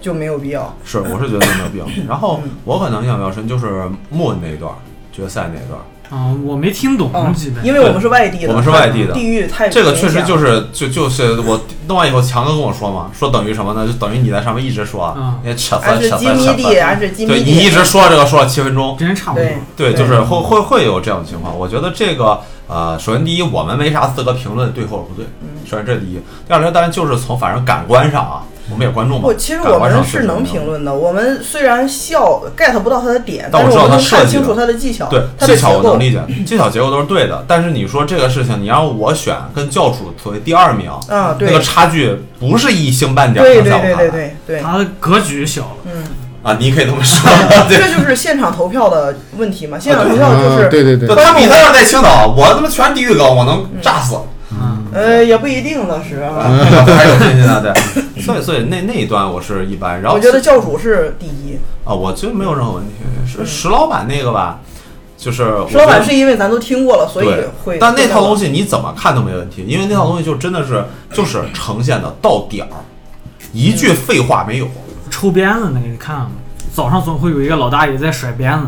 S1: 就没有必要。
S2: 是我是觉得没有必要。然后我可能印象比较深就是末那一段决赛那一段，
S3: 嗯，我没听懂
S1: 嗯，，
S3: 基本
S1: 因为我们是外地的，
S2: 我们是外地的
S1: 地域太
S2: 这个确实就是是就就是我弄完以后，强哥跟我说嘛，说等于什么呢？就等于你在上面一直说，啊
S3: 嗯
S2: 你扯
S1: 俺
S2: 三
S1: 是
S2: 扯
S1: 金
S2: 三
S1: 迷
S2: 扯
S1: 地，
S2: 三，
S1: 俺是金迷
S2: 对
S1: 地，
S2: 你一直说这个说了七分钟，
S3: 真差不多
S1: 对。
S2: 对，就是会会会有这样的情况。我觉得这个呃，首先第一，我们没啥资格评论对或者不对，
S1: 嗯
S2: 首先这第一。第二来，当然就是从反正感官上啊，我们也观众嘛，
S1: 不，其实
S2: 感
S1: 我
S2: 官
S1: 们
S2: 上
S1: 是
S2: 确实
S1: 能
S2: 没有
S1: 评。论的。我们虽然笑 get 不到他的点，
S2: 但
S1: 但
S2: 我
S1: 是
S2: 知道
S1: 我们
S2: 他
S1: 能
S2: 设
S1: 看
S2: 计
S1: 清
S2: 的
S1: 楚他的技巧，
S2: 对
S1: 他的
S2: 技
S1: 结
S2: 巧我
S1: 构
S2: 能。理解，技巧结构都是对的，但是你说这个事情，你让我选跟教主作为第二名，
S1: 啊，对
S2: 那个，差距不是一星半点儿
S1: 对
S2: 的，
S1: 对
S2: 在我
S1: 对
S2: 看
S1: 对
S2: 来
S1: 对
S2: [laughs]
S1: 对，
S3: 他的格局小了，
S2: 啊，你可以这么说，啊对，
S1: 这就是现场投票的问题嘛。现场投票就
S4: 啊，
S1: 是，
S4: 对对对
S2: 就，他比他要是在青岛，我他妈全地狱梗，我能炸死。
S3: 嗯，
S1: 呃，也不一定了，是啊
S2: 嗯
S1: 吧？
S2: 还
S1: [laughs]
S2: 有信心啊，对，所以所以那那一段我是一般，然后
S1: 我觉得教主是第一，
S2: 啊，我觉得没有任何问题。是石老板那个吧，就是我
S1: 石老板
S2: 觉
S1: 是因为咱都听过了，所
S2: 得
S1: 以
S2: 对，
S1: 会。
S2: 但那套东，西你怎么看都没问题，因为那套东西就真的是就是呈现的到点儿，一句废话没有。
S3: 抽鞭子那个你看了吗？早上总会有一个老大爷在甩鞭子，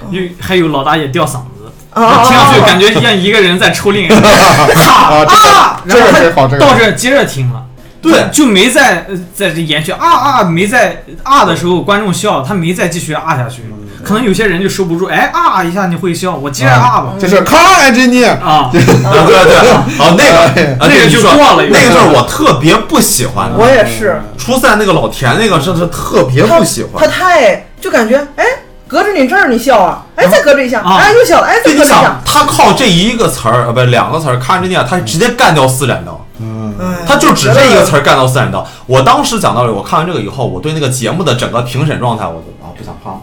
S1: 哦
S3: 有还有老大爷吊嗓子，
S1: 啊，
S3: 听上去感觉像一个人在抽另一
S4: [laughs]
S3: 个人，
S4: 啊，这个
S3: 然后
S4: 这个
S3: 他
S4: 是好，这个
S3: 到
S4: 好
S3: 这儿接着听了。
S2: 对
S3: 就没在呃在这延续啊啊，没在啊的时候，观众笑，他没再继续啊下去，
S4: 嗯
S3: 可能有些人就收不住，哎啊一下你会笑，我接着啊吧，
S4: 就是 Car Engineer， [laughs]
S3: 啊，
S1: 嗯
S2: 对对对，哦那个啊
S3: 哎那个
S2: 你
S3: 就
S2: 说
S3: 过了一
S2: 那
S3: 个
S2: 个就是我特别不喜欢
S1: 我
S2: 的。
S1: 也是，
S2: 初赛那个老田那个真的是特别
S1: 他
S2: 不喜
S1: 他
S2: 欢。
S1: 太就感觉哎，隔着你这儿你笑啊，哎，再隔着一下，
S3: 啊
S1: 哎，又笑了，哎，再
S2: 对，
S1: 隔
S2: 你
S1: 着一
S2: 想
S1: 下，
S2: 他靠这一个词儿，呃，不是两个词儿，看着这啊样，他直接干掉四盏灯。
S1: 哎
S2: 他就只这一个词儿干到四点档。我当时讲道理，我看完这个以后，我对那个节目的整个评审状态，我就啊不想看了。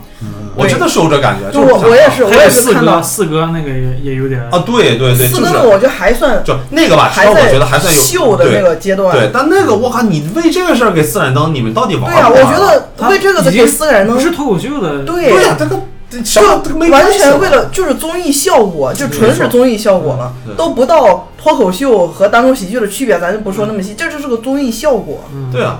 S2: 我真的是有这感觉，
S1: 就
S2: 就是
S1: 我我也
S2: 想
S1: 是，我
S3: 还有
S1: 也是
S3: 四
S1: 看
S3: 哥，
S1: 到哦
S3: 四哥那个也也有点
S2: 啊，对对对，
S1: 四
S2: 就
S1: 哥
S2: 是
S1: 那个我觉得还算
S2: 就那个吧，
S1: 还
S2: 我觉
S1: 在
S2: 得还算有
S1: 秀的那
S2: 对
S1: 个阶段。
S2: 对，但那个我靠，你为这个事儿给四盏灯，你们到底玩
S1: 对
S2: 不玩
S1: 呀，
S2: 啊？
S1: 我觉得
S3: 他
S1: 为这个
S3: 已
S1: 给
S3: 经
S1: 四个人能
S3: 不是脱口秀的，
S1: 对啊
S2: 对呀，这个这什么这个没
S1: 就完
S2: 关系啊嗯
S1: 全为了就是综艺效果，就纯是综艺效果了
S2: 没错，
S1: 都不到脱口秀和单口喜剧的区别，咱就不说那么
S2: 嗯
S1: 细，这就是个综艺效果。
S3: 嗯
S2: 对啊，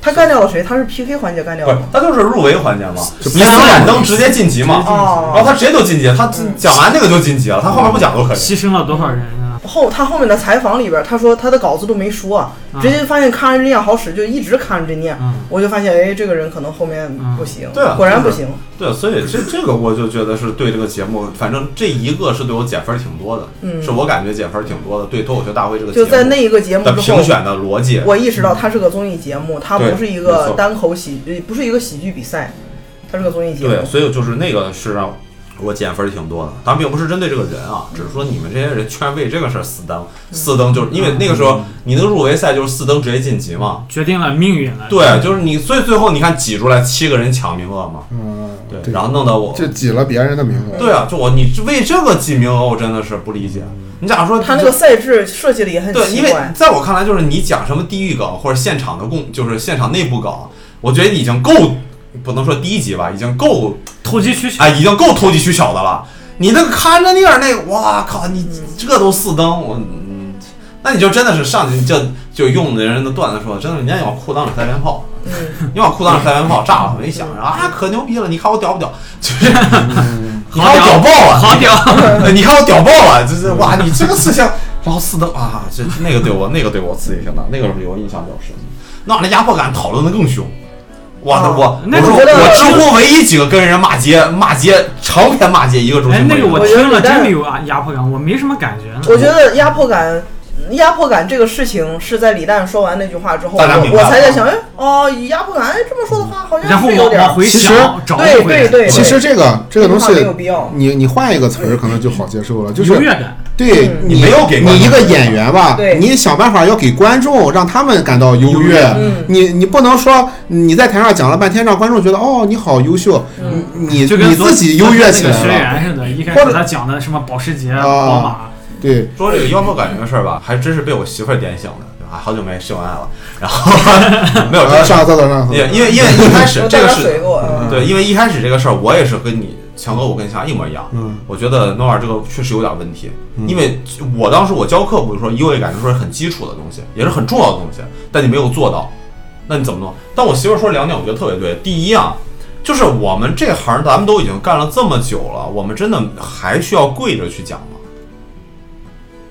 S1: 他干掉了谁？他是 PK 环节干掉
S2: 不
S1: 了
S2: 是
S1: 吗？，
S2: 他就是入围环节嘛，
S4: 就
S2: 你
S4: 不
S2: 四
S4: 算
S2: 盏灯直接晋级嘛，然后
S1: 哦，
S2: 他直接就晋级，他
S1: 嗯
S2: 讲完那个就晋级了，他后面不讲都可以。
S3: 牺牲了多少人啊？
S1: 后他后面的采访里边，他说他的稿子都没说啊，
S2: 嗯
S3: 啊
S1: 直接发现看着这样好使，就一直看着这念。
S3: 嗯，
S1: 我就发现，哎，这个人可能后面不行，
S2: 对啊
S1: 果然
S2: 就
S1: 不
S2: 是
S1: 行。
S2: 对，所以这这个我就觉得是对这个节目，反正这一个是对我减分儿挺多的，
S1: 嗯
S2: 是我感觉减分儿挺多的，对脱口秀大会这个节
S1: 就
S2: 目
S1: 在那一个节目
S2: 的
S1: 之
S2: 评
S1: 后，
S2: 选的逻辑，
S1: 我意识到它是个综艺节目，它
S2: 对
S1: 不是一
S2: 没
S1: 个
S2: 错
S1: 单口喜，呃不是一个喜剧比赛，它是个综艺节目
S2: 对，。所以就是那个是让我减分儿挺多的。当然并不是针对这个人啊，只是说你们这些人居然为这个事儿四灯，
S1: 嗯
S2: 四灯就是因为那个时候你那个入围赛就是四灯直接晋级嘛。
S3: 决定了命运了。
S2: 对，就是你，所以最后你看挤出来七个人抢名额嘛，
S4: 嗯，
S2: 对，然后弄得我，
S4: 就挤了别人的名额。
S2: 对啊，就我你为这个挤名额，我真的是不理解。你假如说
S1: 他那个赛制设计的也很
S2: 对，
S1: 奇
S2: 因为
S1: 怪。
S2: 在我看来，就是你讲什么地域梗或者现场的共，就是现场内部梗，我觉得已经够，不能说低级吧，已经够
S3: 投机取巧
S2: 哎，，已经够投机取巧的了。你那个看着那儿那个，哇靠，你
S3: 嗯
S2: 这都四灯，我，嗯，那你就真的是上去就就用人的段子说，真的，人家往裤裆里塞鞭炮，
S1: 嗯，
S2: 你往裤裆里塞鞭炮炸了，没想
S3: 嗯
S2: 着啊，可牛逼了，你看我屌不屌？就是， [laughs] 你看
S3: 好
S2: 我
S3: 屌
S2: 屌爆了，
S3: 嗯好屌！
S2: 你 [laughs] 看我屌爆了，就是哇，你这个事情，然后四灯啊，这那个对我那个对我刺激挺大，那个时候有印象比较深，那那压迫感讨论的更凶。哇，那我
S3: 啊那
S2: 我说
S1: 我觉得
S2: 我知乎唯一几个跟人骂街骂街长篇骂街一个周
S3: 哎
S2: 星，
S3: 那
S2: 驰
S3: 个我
S1: 我觉得
S3: 听了
S1: 李诞
S3: 真的有啊压迫感，我没什么感觉呢。
S1: 我觉得压迫感，嗯压迫感这个事情是在李诞说完那句话之后，
S2: 大家
S1: 我
S2: 明白
S1: 我
S2: 了
S1: 才在想，哎，哦，压迫感，哎，这么说的话，好像
S3: 然后
S1: 是有
S3: 往
S1: 点儿。
S3: 往回
S4: 其实
S3: 想，找
S1: 对
S3: 回
S1: 对对，
S4: 其实这个这个东西
S1: 这句话没有必要，
S4: 你你换一个词儿可能就好接受了，就是
S3: 优越感。
S4: 对
S1: 嗯
S2: 你没有给观
S4: 你
S2: 众
S4: 一个演员吧
S1: 对，
S4: 你想办法要给观众让他们感到优越。
S1: 嗯
S4: 你你不能说你在台上讲了半天，让观众觉得哦你好优秀，
S2: 嗯
S4: 你
S3: 就跟
S4: 你
S3: 昨
S4: 自己优越起
S3: 昨天那个学
S4: 来了。
S3: 员似的，一开
S4: 或
S3: 始
S4: 者
S3: 他讲的什么保时捷、
S4: 啊
S3: 宝马，
S4: 对，
S2: 说这个妖魔感觉的事儿吧，还真是被我媳妇儿点醒了，啊，好久没秀恩爱了，然 [laughs] 后没有，真
S4: 呃
S2: 的是
S4: 上厕所上厕
S2: 也
S4: 所，
S2: 因为因为一开始
S1: 我
S2: 这
S1: 带
S2: 个
S1: 点
S2: 是
S1: 水给我，嗯
S2: 对，因为一开始这个事儿，我也是跟你强哥，我跟强一模一样。
S4: 嗯，
S2: 我觉得 Nova 这个确实有点问题，因为我当时我教课，我就说优越感是说很基础的东西，也是很重要的东西，但你没有做到，那你怎么弄？但我媳妇儿说两点，我觉得特别对。第一啊，就是我们这行咱们都已经干了这么久了，我们真的还需要跪着去讲吗？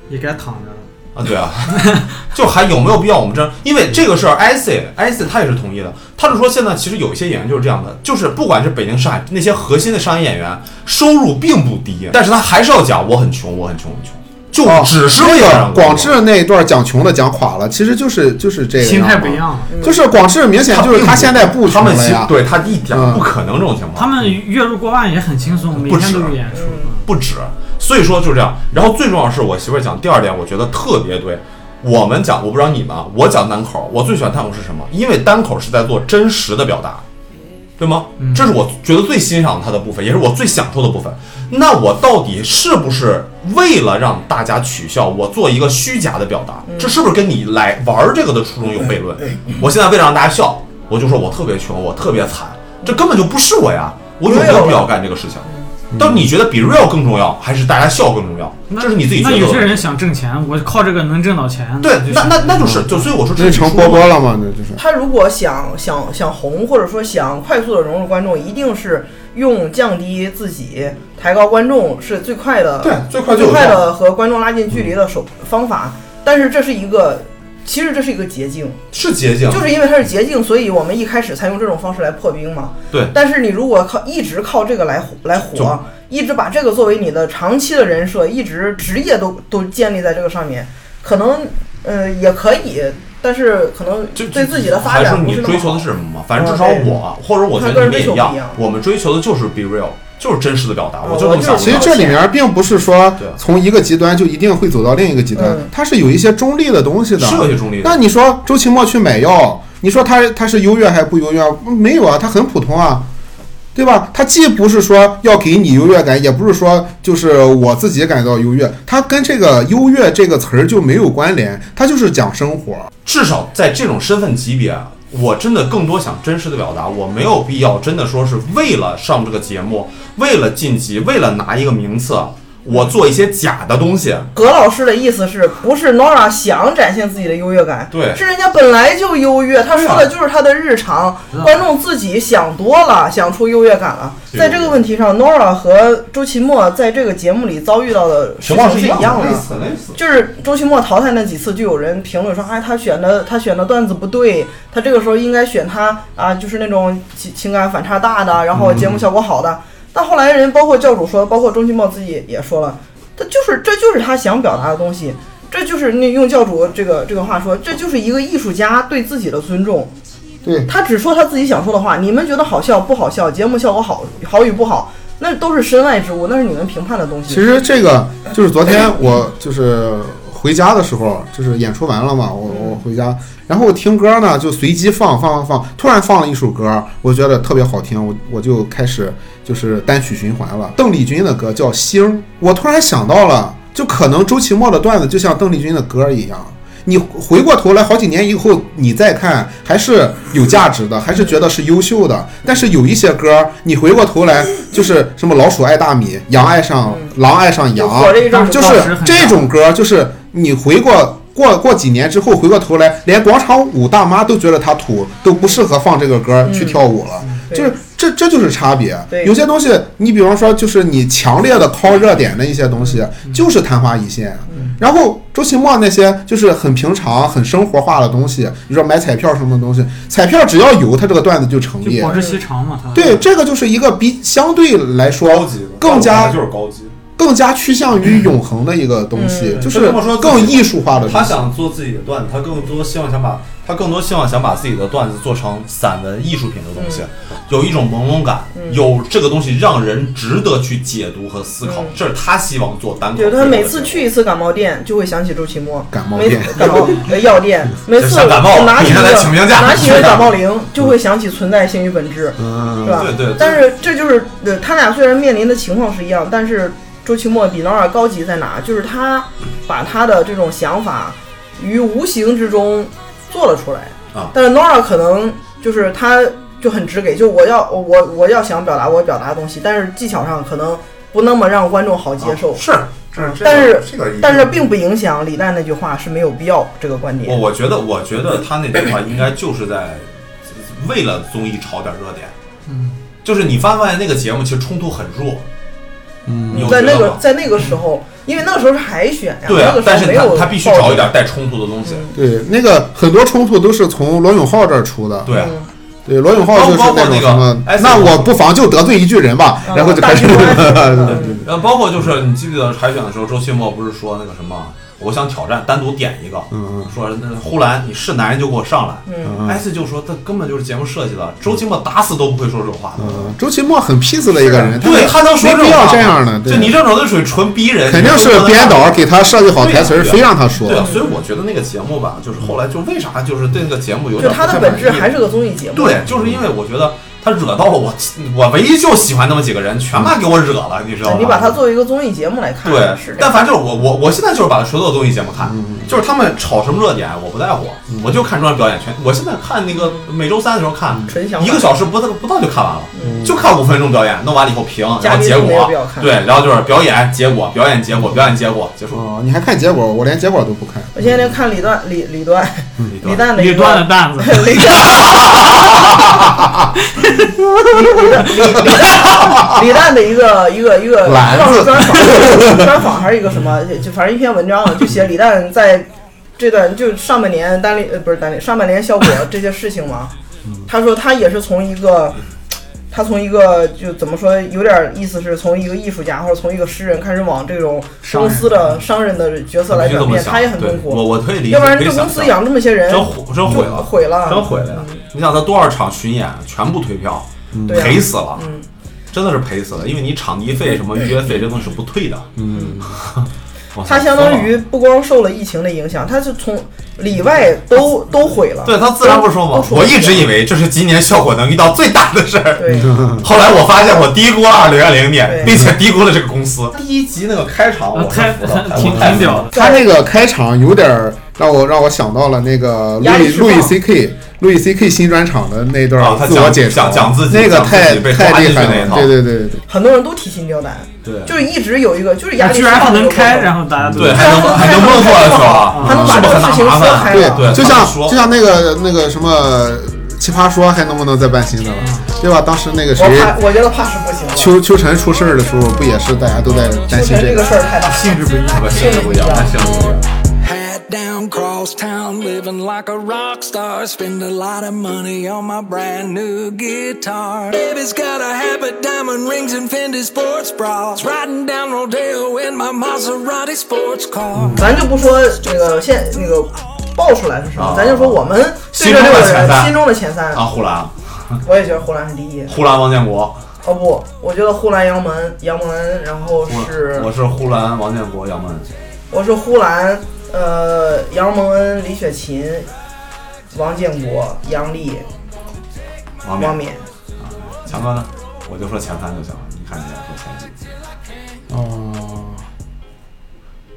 S3: 也该躺着了。
S2: 啊，对啊， [laughs] 就还有没有必要我们这？因为这个事儿，IC IC 他也是同意的，他 E 是说现在其实有一些演员就是这样的，就是不管是北京、上海那些核心的商业演员，收入并不低，但是他还是要讲我很穷，我很穷，我很穷，
S4: 哦
S2: 就只是
S4: 那
S2: 为了
S4: 个
S2: 让
S4: 广智那一段讲穷的讲垮了，其实就是就是这个
S3: 心态不一
S4: 嘛，
S3: 样了。
S2: 嗯
S4: 就是广智明显就是他现在不
S2: 他
S4: 穷
S2: 们
S4: 了
S2: 其
S4: 呀，
S2: 对他一点
S4: 嗯
S2: 不可能这种情况，
S3: 他们月入过万也很轻松，每
S2: 不
S3: 天
S2: 止
S3: 都有演出。嗯
S2: 不止。所以说就这样。然后最重要的是，我媳妇儿讲第二点，我觉得特别对。我们讲，我不知道你们啊，我讲单口，我最喜欢单口是什么？因为单口是在做真实的表达，对吗？
S3: 嗯
S2: 这是我觉得最欣赏它的部分，也是我最享受的部分。那我到底是不是为了让大家取笑我做一个虚假的表达？
S3: 嗯
S2: 这是不是跟你来玩这个的初衷有悖论？我现在为了让大家笑，我就说我特别穷，我特别惨，这根本就不是我呀！我有没有必要干这个事情？但你觉得比 real 更重要，还是大家笑更重要？
S3: 嗯那
S2: 这是你自己觉
S3: 那
S2: 得
S3: 有些
S2: 的。
S3: 人想挣钱，我靠这个能挣到钱。
S2: 对
S3: 就，
S2: 那
S3: 是
S2: 那那就是就，所以我说这
S4: 那
S2: 是
S4: 成
S2: 你
S4: 波
S2: 说
S4: 波了嘛，那就是。
S1: 他如果想想想红，或者说想快速的融入观众，一定是用降低自己、抬高观众是最快的，
S2: 对最快啊就
S1: 最
S2: 有
S1: 快
S2: 效
S1: 的和观众拉近距离的手方法。但是这是一个，其实这是一个捷径，
S2: 是捷径，
S1: 就是因为它是捷径，所以我们一开始才用这种方式来破冰嘛。
S2: 对
S1: 但是你如果靠一直靠这个来火来
S2: 就
S1: 火，一直把这个作为你的长期的人设，一直职业都都建立在这个上面，可能呃也可以，但是可能
S2: 就
S1: 对自己的发
S2: 还是
S1: 展不
S2: 你
S1: 是那
S2: 追
S1: 么
S2: 求
S1: 好
S2: 的。是什么？反正至
S1: 嗯
S2: 少
S1: 对
S2: 我，或者我觉
S1: 看
S2: 得
S1: 个
S2: 你
S1: 人
S2: 们也
S1: 追求
S2: 一样
S1: 不一样，
S2: 我们追求的就是 be real，就是真实的表达。
S1: 嗯
S2: 我就这么想
S1: 我就是
S2: 的。
S4: 其实这里面并不是说从一个极端就一定会走到另一个极端
S1: 嗯，
S4: 它是有一些中立的东西的。
S2: 是有些中立的
S4: 那你说周奇墨去买药，你说他他是优越还不优越？没有啊，他很普通啊。对吧？它既不是说要给你优越感，也不是说就是我自己感到优越，它跟这个优越这个词儿就没有关联，它就是讲生活。
S2: 至少在这种身份级别啊，我真的更多想真实的表达，我没有必要真的说是为了上这个节目，为了晋级，为了拿一个名次，我做一些假的东西。
S1: 葛老师的意思是不是 Nora 想展现自己的优越感？
S2: 对
S1: 是人家本来就优越，他
S2: 对啊
S1: 说的就是他的日常。观众自己想多了，想出优越感了。
S2: 对
S1: 在这个问题上，Nora 和周奇墨在这个节目里遭遇到的事
S2: 情况
S1: 情是
S2: 一
S1: 一样的
S2: 类。似类似。
S1: 就是周奇墨淘汰那几次，就有人评论说，哎，他选的他选的段子不对，他这个时候应该选他啊，就是那种情情感反差大的，然后节目效果好的。但后来人包括教主说，包括周奇墨自己也说了，他就是这就是他想表达的东西，这就是那用教主这个这个话说，这就是一个艺术家对自己的尊重。
S4: 对
S1: 他只说他自己想说的话，你们觉得好笑不好笑，节目效果好好与不好，那都是身外之物，那是你们评判的东西。
S4: 其实这个就是昨天我就是回家的时候，就是演出完了嘛，我
S1: 嗯
S4: 我回家，然后我听歌呢就随机放放放放，突然放了一首歌，我觉得特别好听，我我就开始就是单曲循环了。邓丽君的歌叫《星》，我突然想到了，就可能周奇墨的段子就像邓丽君的歌一样。你回过头来好几年以后，你再看还是有价值的，还是觉得是优秀的。但是有一些歌，你回过头来就是什么老鼠爱大米，羊爱上狼爱
S1: 嗯
S4: 上
S1: 就
S4: 羊，啊
S1: 火了一阵儿
S4: 就
S3: 当
S4: 是
S3: 时很
S4: 这种歌，就是你回过过过几年之后，回过头来，连广场舞大妈都觉得它土，都不适合放这个歌去跳舞了。
S1: 嗯对
S4: 就是这这就是差别
S1: 对。
S4: 有些东西，你比方说，就是你强烈的靠热点的一些东西，
S1: 嗯
S4: 就是昙花一现。啊然后周奇墨那些就是很平常、很生活化的东西，你说买彩票什么东西，彩票只要有，他这个段子就成立
S3: 就。广之西长嘛，他
S4: 对，这个就是一个比相对来
S2: 高
S4: 说
S2: 级的，
S4: 更加
S2: 就是高级。
S4: 更加趋向于永恒的一个东西，
S1: 嗯
S2: 就
S4: 就
S2: 是这么说
S4: 更艺术化的东
S2: 他
S4: 西。
S2: 想做自己的段子，他更多希望想把，他更多希望想把自己的段子做成散文艺术品的东西，
S1: 嗯
S2: 有一种朦胧感，有这个东西让人值得去解读和思考，这是他希望做单口。
S1: 嗯对他每次去，一次感冒店，就会想起周奇墨。
S4: 感冒店
S1: 每次感冒呃药
S4: [laughs]
S1: 店，每次
S2: 想感冒
S1: 我拿起
S2: 你
S1: 一
S2: 看
S1: 个
S2: 他请病假
S1: 拿起一个感冒灵，就会想起存在性与本质，
S4: 嗯
S1: 是，吧？
S2: 对对
S1: 但是这就是呃，他俩虽然面临的情况是一样，但是周奇墨比劳尔高级在哪？就是他把他的这种想法于无形之中做了出来。
S2: 啊
S1: 但是 Nora 可能就是他就很直给，就我要我我要想表达我表达的东西，但是技巧上可能不那么让观众好接受。
S2: 是，这这
S1: 但是
S2: 这个意思
S1: 但是并不影响李诞那句话是没有必要这个观
S2: 我
S1: 点。
S2: 我觉得，我觉得他那句话应该就是在为了综艺炒点热点。嗯，就是你发没发现那个节目其实冲突很弱。嗯，
S1: 在那个在那个时候，因为那个时候是海选呀，
S2: 对
S1: 那
S2: 啊
S1: 个，时
S2: 但
S1: 候
S2: 是
S1: 没
S2: 他
S1: 有
S2: 他必须
S1: 报
S2: 找
S1: 纸
S2: 一点带冲突的东西。
S1: 嗯
S4: 对，那个很多冲突都是从罗永浩这儿出的。
S2: 对，啊
S1: 嗯
S4: 对，罗永浩就是
S2: 包
S4: 那
S2: 包括
S4: 种
S2: 那个
S4: 什么，
S2: 哎
S4: 那
S2: 是啊
S4: 我不妨就得罪一句人吧，
S1: 嗯
S4: 然后就
S1: 大
S4: 开始
S1: 局观
S2: 呃，包括就是你记不记得海选的时候，周奇墨不是说那个什么，我想挑战单独点一个，
S4: 嗯
S2: 说那呼兰你是男人就给我上来。嗯，艾斯就说他根本就是节目设计的，周奇墨打死都不会说这种话的。
S4: [laughs] 嗯，周奇墨很 peace 的一个人，
S2: 对他能说
S4: 没
S2: 这
S4: 必
S2: 种
S4: 要
S2: 话，
S4: 这样的，对
S2: 就你这种就属于纯逼人，
S4: 肯定是编导给他设计好台词儿，
S2: 对啊
S4: 非让他说
S2: 对。啊，所以我觉得那个节目吧，就是后来就为啥就是对那个节目有
S1: 就
S2: 点
S1: 它的
S2: 不太
S1: 本
S2: 满
S1: 质
S2: 意
S1: 还是个综艺节目。
S2: 对，就是因为我觉得他惹到了我，我唯一就喜欢那么几个人，全把给我惹了，你知道吗？
S1: 你把它作为一个综艺节目来看，
S2: 对
S1: 是，这
S2: 但
S1: 样。
S2: 凡就是我我我现在就是把它所有的综艺节目看，就是他们炒什么热点我不在乎，我就看中央表演全。我现在看那个每周三的时候看，
S1: 纯享
S2: 一
S1: 版
S2: 个小时不到不到就看完了，
S1: 嗯
S2: 就看五分钟表演，弄完了以后评，然
S1: 嘉
S2: 后
S1: 宾
S2: 结
S1: 都没有
S2: 果
S1: 必要看
S2: 对，然后就是表演结果表演结果表演结果结束。
S4: 哦，你还看结果？我连结果都不看。
S1: 我现在看李段李李段李诞的一
S3: 李段的
S1: 段 [laughs]
S3: 担子，
S1: 李诞李诞李李诞李诞的一个一个一个
S4: 篮
S1: 报
S4: 子
S1: 纸专访专访还是一个什么，就就反正一篇文章就写李诞在这段就上半年单立呃不是单立上半年效果这些事情嘛，他说他也是从一个。他从一个就怎么说，有点意思是从一个艺术家或者从一个诗人开始往这种公司的商人的角色来
S2: 就这
S1: 转
S2: 么
S1: 变，
S2: 想，
S1: 他也很
S2: 对
S1: 痛苦。
S2: 我我可以理解，
S1: 要不然
S2: 可以
S1: 这
S2: 想
S1: 公司
S2: 象
S1: 养这么些人，
S2: 真毁真毁了，
S1: 就毁了
S2: 真毁了呀！你想他多少场巡演全部退票，
S9: 嗯
S1: 对啊
S2: 赔死了，
S9: 嗯
S2: [laughs] 真的是赔死了，因为你场地费什么预约费这东西是不退的，嗯，
S9: 我操
S1: 它相当于不光受了疫情的影响，它是从里外
S2: [laughs]
S1: 都都毁了。
S2: 对他自然不说嘛
S1: 都，出
S2: 我一直以为这是今年效果能遇到最大的事儿，
S1: 对，
S9: 嗯
S2: 后来我发现我低估了二零二零年，
S1: 对
S2: 并且低估了这个公司。
S9: 疯了第一集那个开场，
S3: 呃
S9: 我
S3: 太
S9: 服了
S3: 太 [laughs] 挺
S9: 我太服
S3: 挺
S9: 了
S3: 屌的。
S4: 他那个开场有点儿让我让我想到了那个路
S1: 压力
S4: 易
S1: 释
S4: 路
S1: 放
S4: 易 C K 路易 C K 新专场的那段
S2: 啊
S4: 儿
S2: 他
S4: 自
S2: 讲
S4: 我解嘲，
S2: 讲讲自己
S4: 那个
S2: 讲自己
S4: 太
S2: 被抓
S4: 太厉
S2: 进去
S4: 害
S2: 那一
S4: 了，
S2: 套
S4: 对对对对对，
S1: 很多人都提心吊胆，
S9: 对
S1: 就是一直有一个就是压力
S3: 居
S1: 释
S3: 然还
S1: 放的
S3: 能
S1: 一个过
S3: 开，
S1: 程
S3: 然后大家都
S2: 对，还
S1: 还
S2: 能
S1: 能还
S2: 还能
S1: 能
S2: 问
S1: 问
S2: 过
S1: 过
S2: 来
S1: 来
S2: 说
S1: 说
S2: 啊，
S1: 啊还能
S2: 是
S1: 把
S2: 不
S1: 这
S2: 是
S1: 个
S2: 很
S1: 事
S2: 麻
S1: 情
S2: 烦啊
S1: 说开了
S2: 对，
S4: 就
S2: 他
S4: 像
S2: 们说
S4: 就像那个那个什么奇葩说还能不能再办新的了，对吧？当时那个
S1: 我
S4: 谁
S1: 怕，我觉得怕是不行了。
S4: 邱邱晨出事儿的时候，不也是大家都在担
S1: 秋
S4: 心
S1: 晨这
S4: 个
S1: 个？事儿太大了，
S3: 性质不一样。
S9: 我性质不一样，他性质不一样。
S7: Hat down, cross town, living like a rock star. Spend a lot of money on my brand new guitar. Baby's got a habit, diamond rings, and Fendi sports bras. Riding down Rodeo in my Maserati sports car.
S1: 咱就不说那个现那个爆出来是什么，咱就说我们对
S2: 啊心
S1: 这
S2: 中
S1: 六
S2: 的
S1: 个
S2: 前三
S1: 人心中的前三
S2: 啊，，呼兰，
S1: 我也觉得呼兰是第一。
S2: 呼兰王建国，
S1: 哦不，我觉得呼兰、杨门、杨门，然后是
S2: 我是呼兰王建国，要么
S1: 我是呼兰，呃，杨蒙恩、李雪琴、王建国、杨丽、
S2: 王
S1: 王
S2: 冕。
S1: 冕。
S2: 强哥呢？我就说前三就行了，你看你在说前几。
S4: 哦，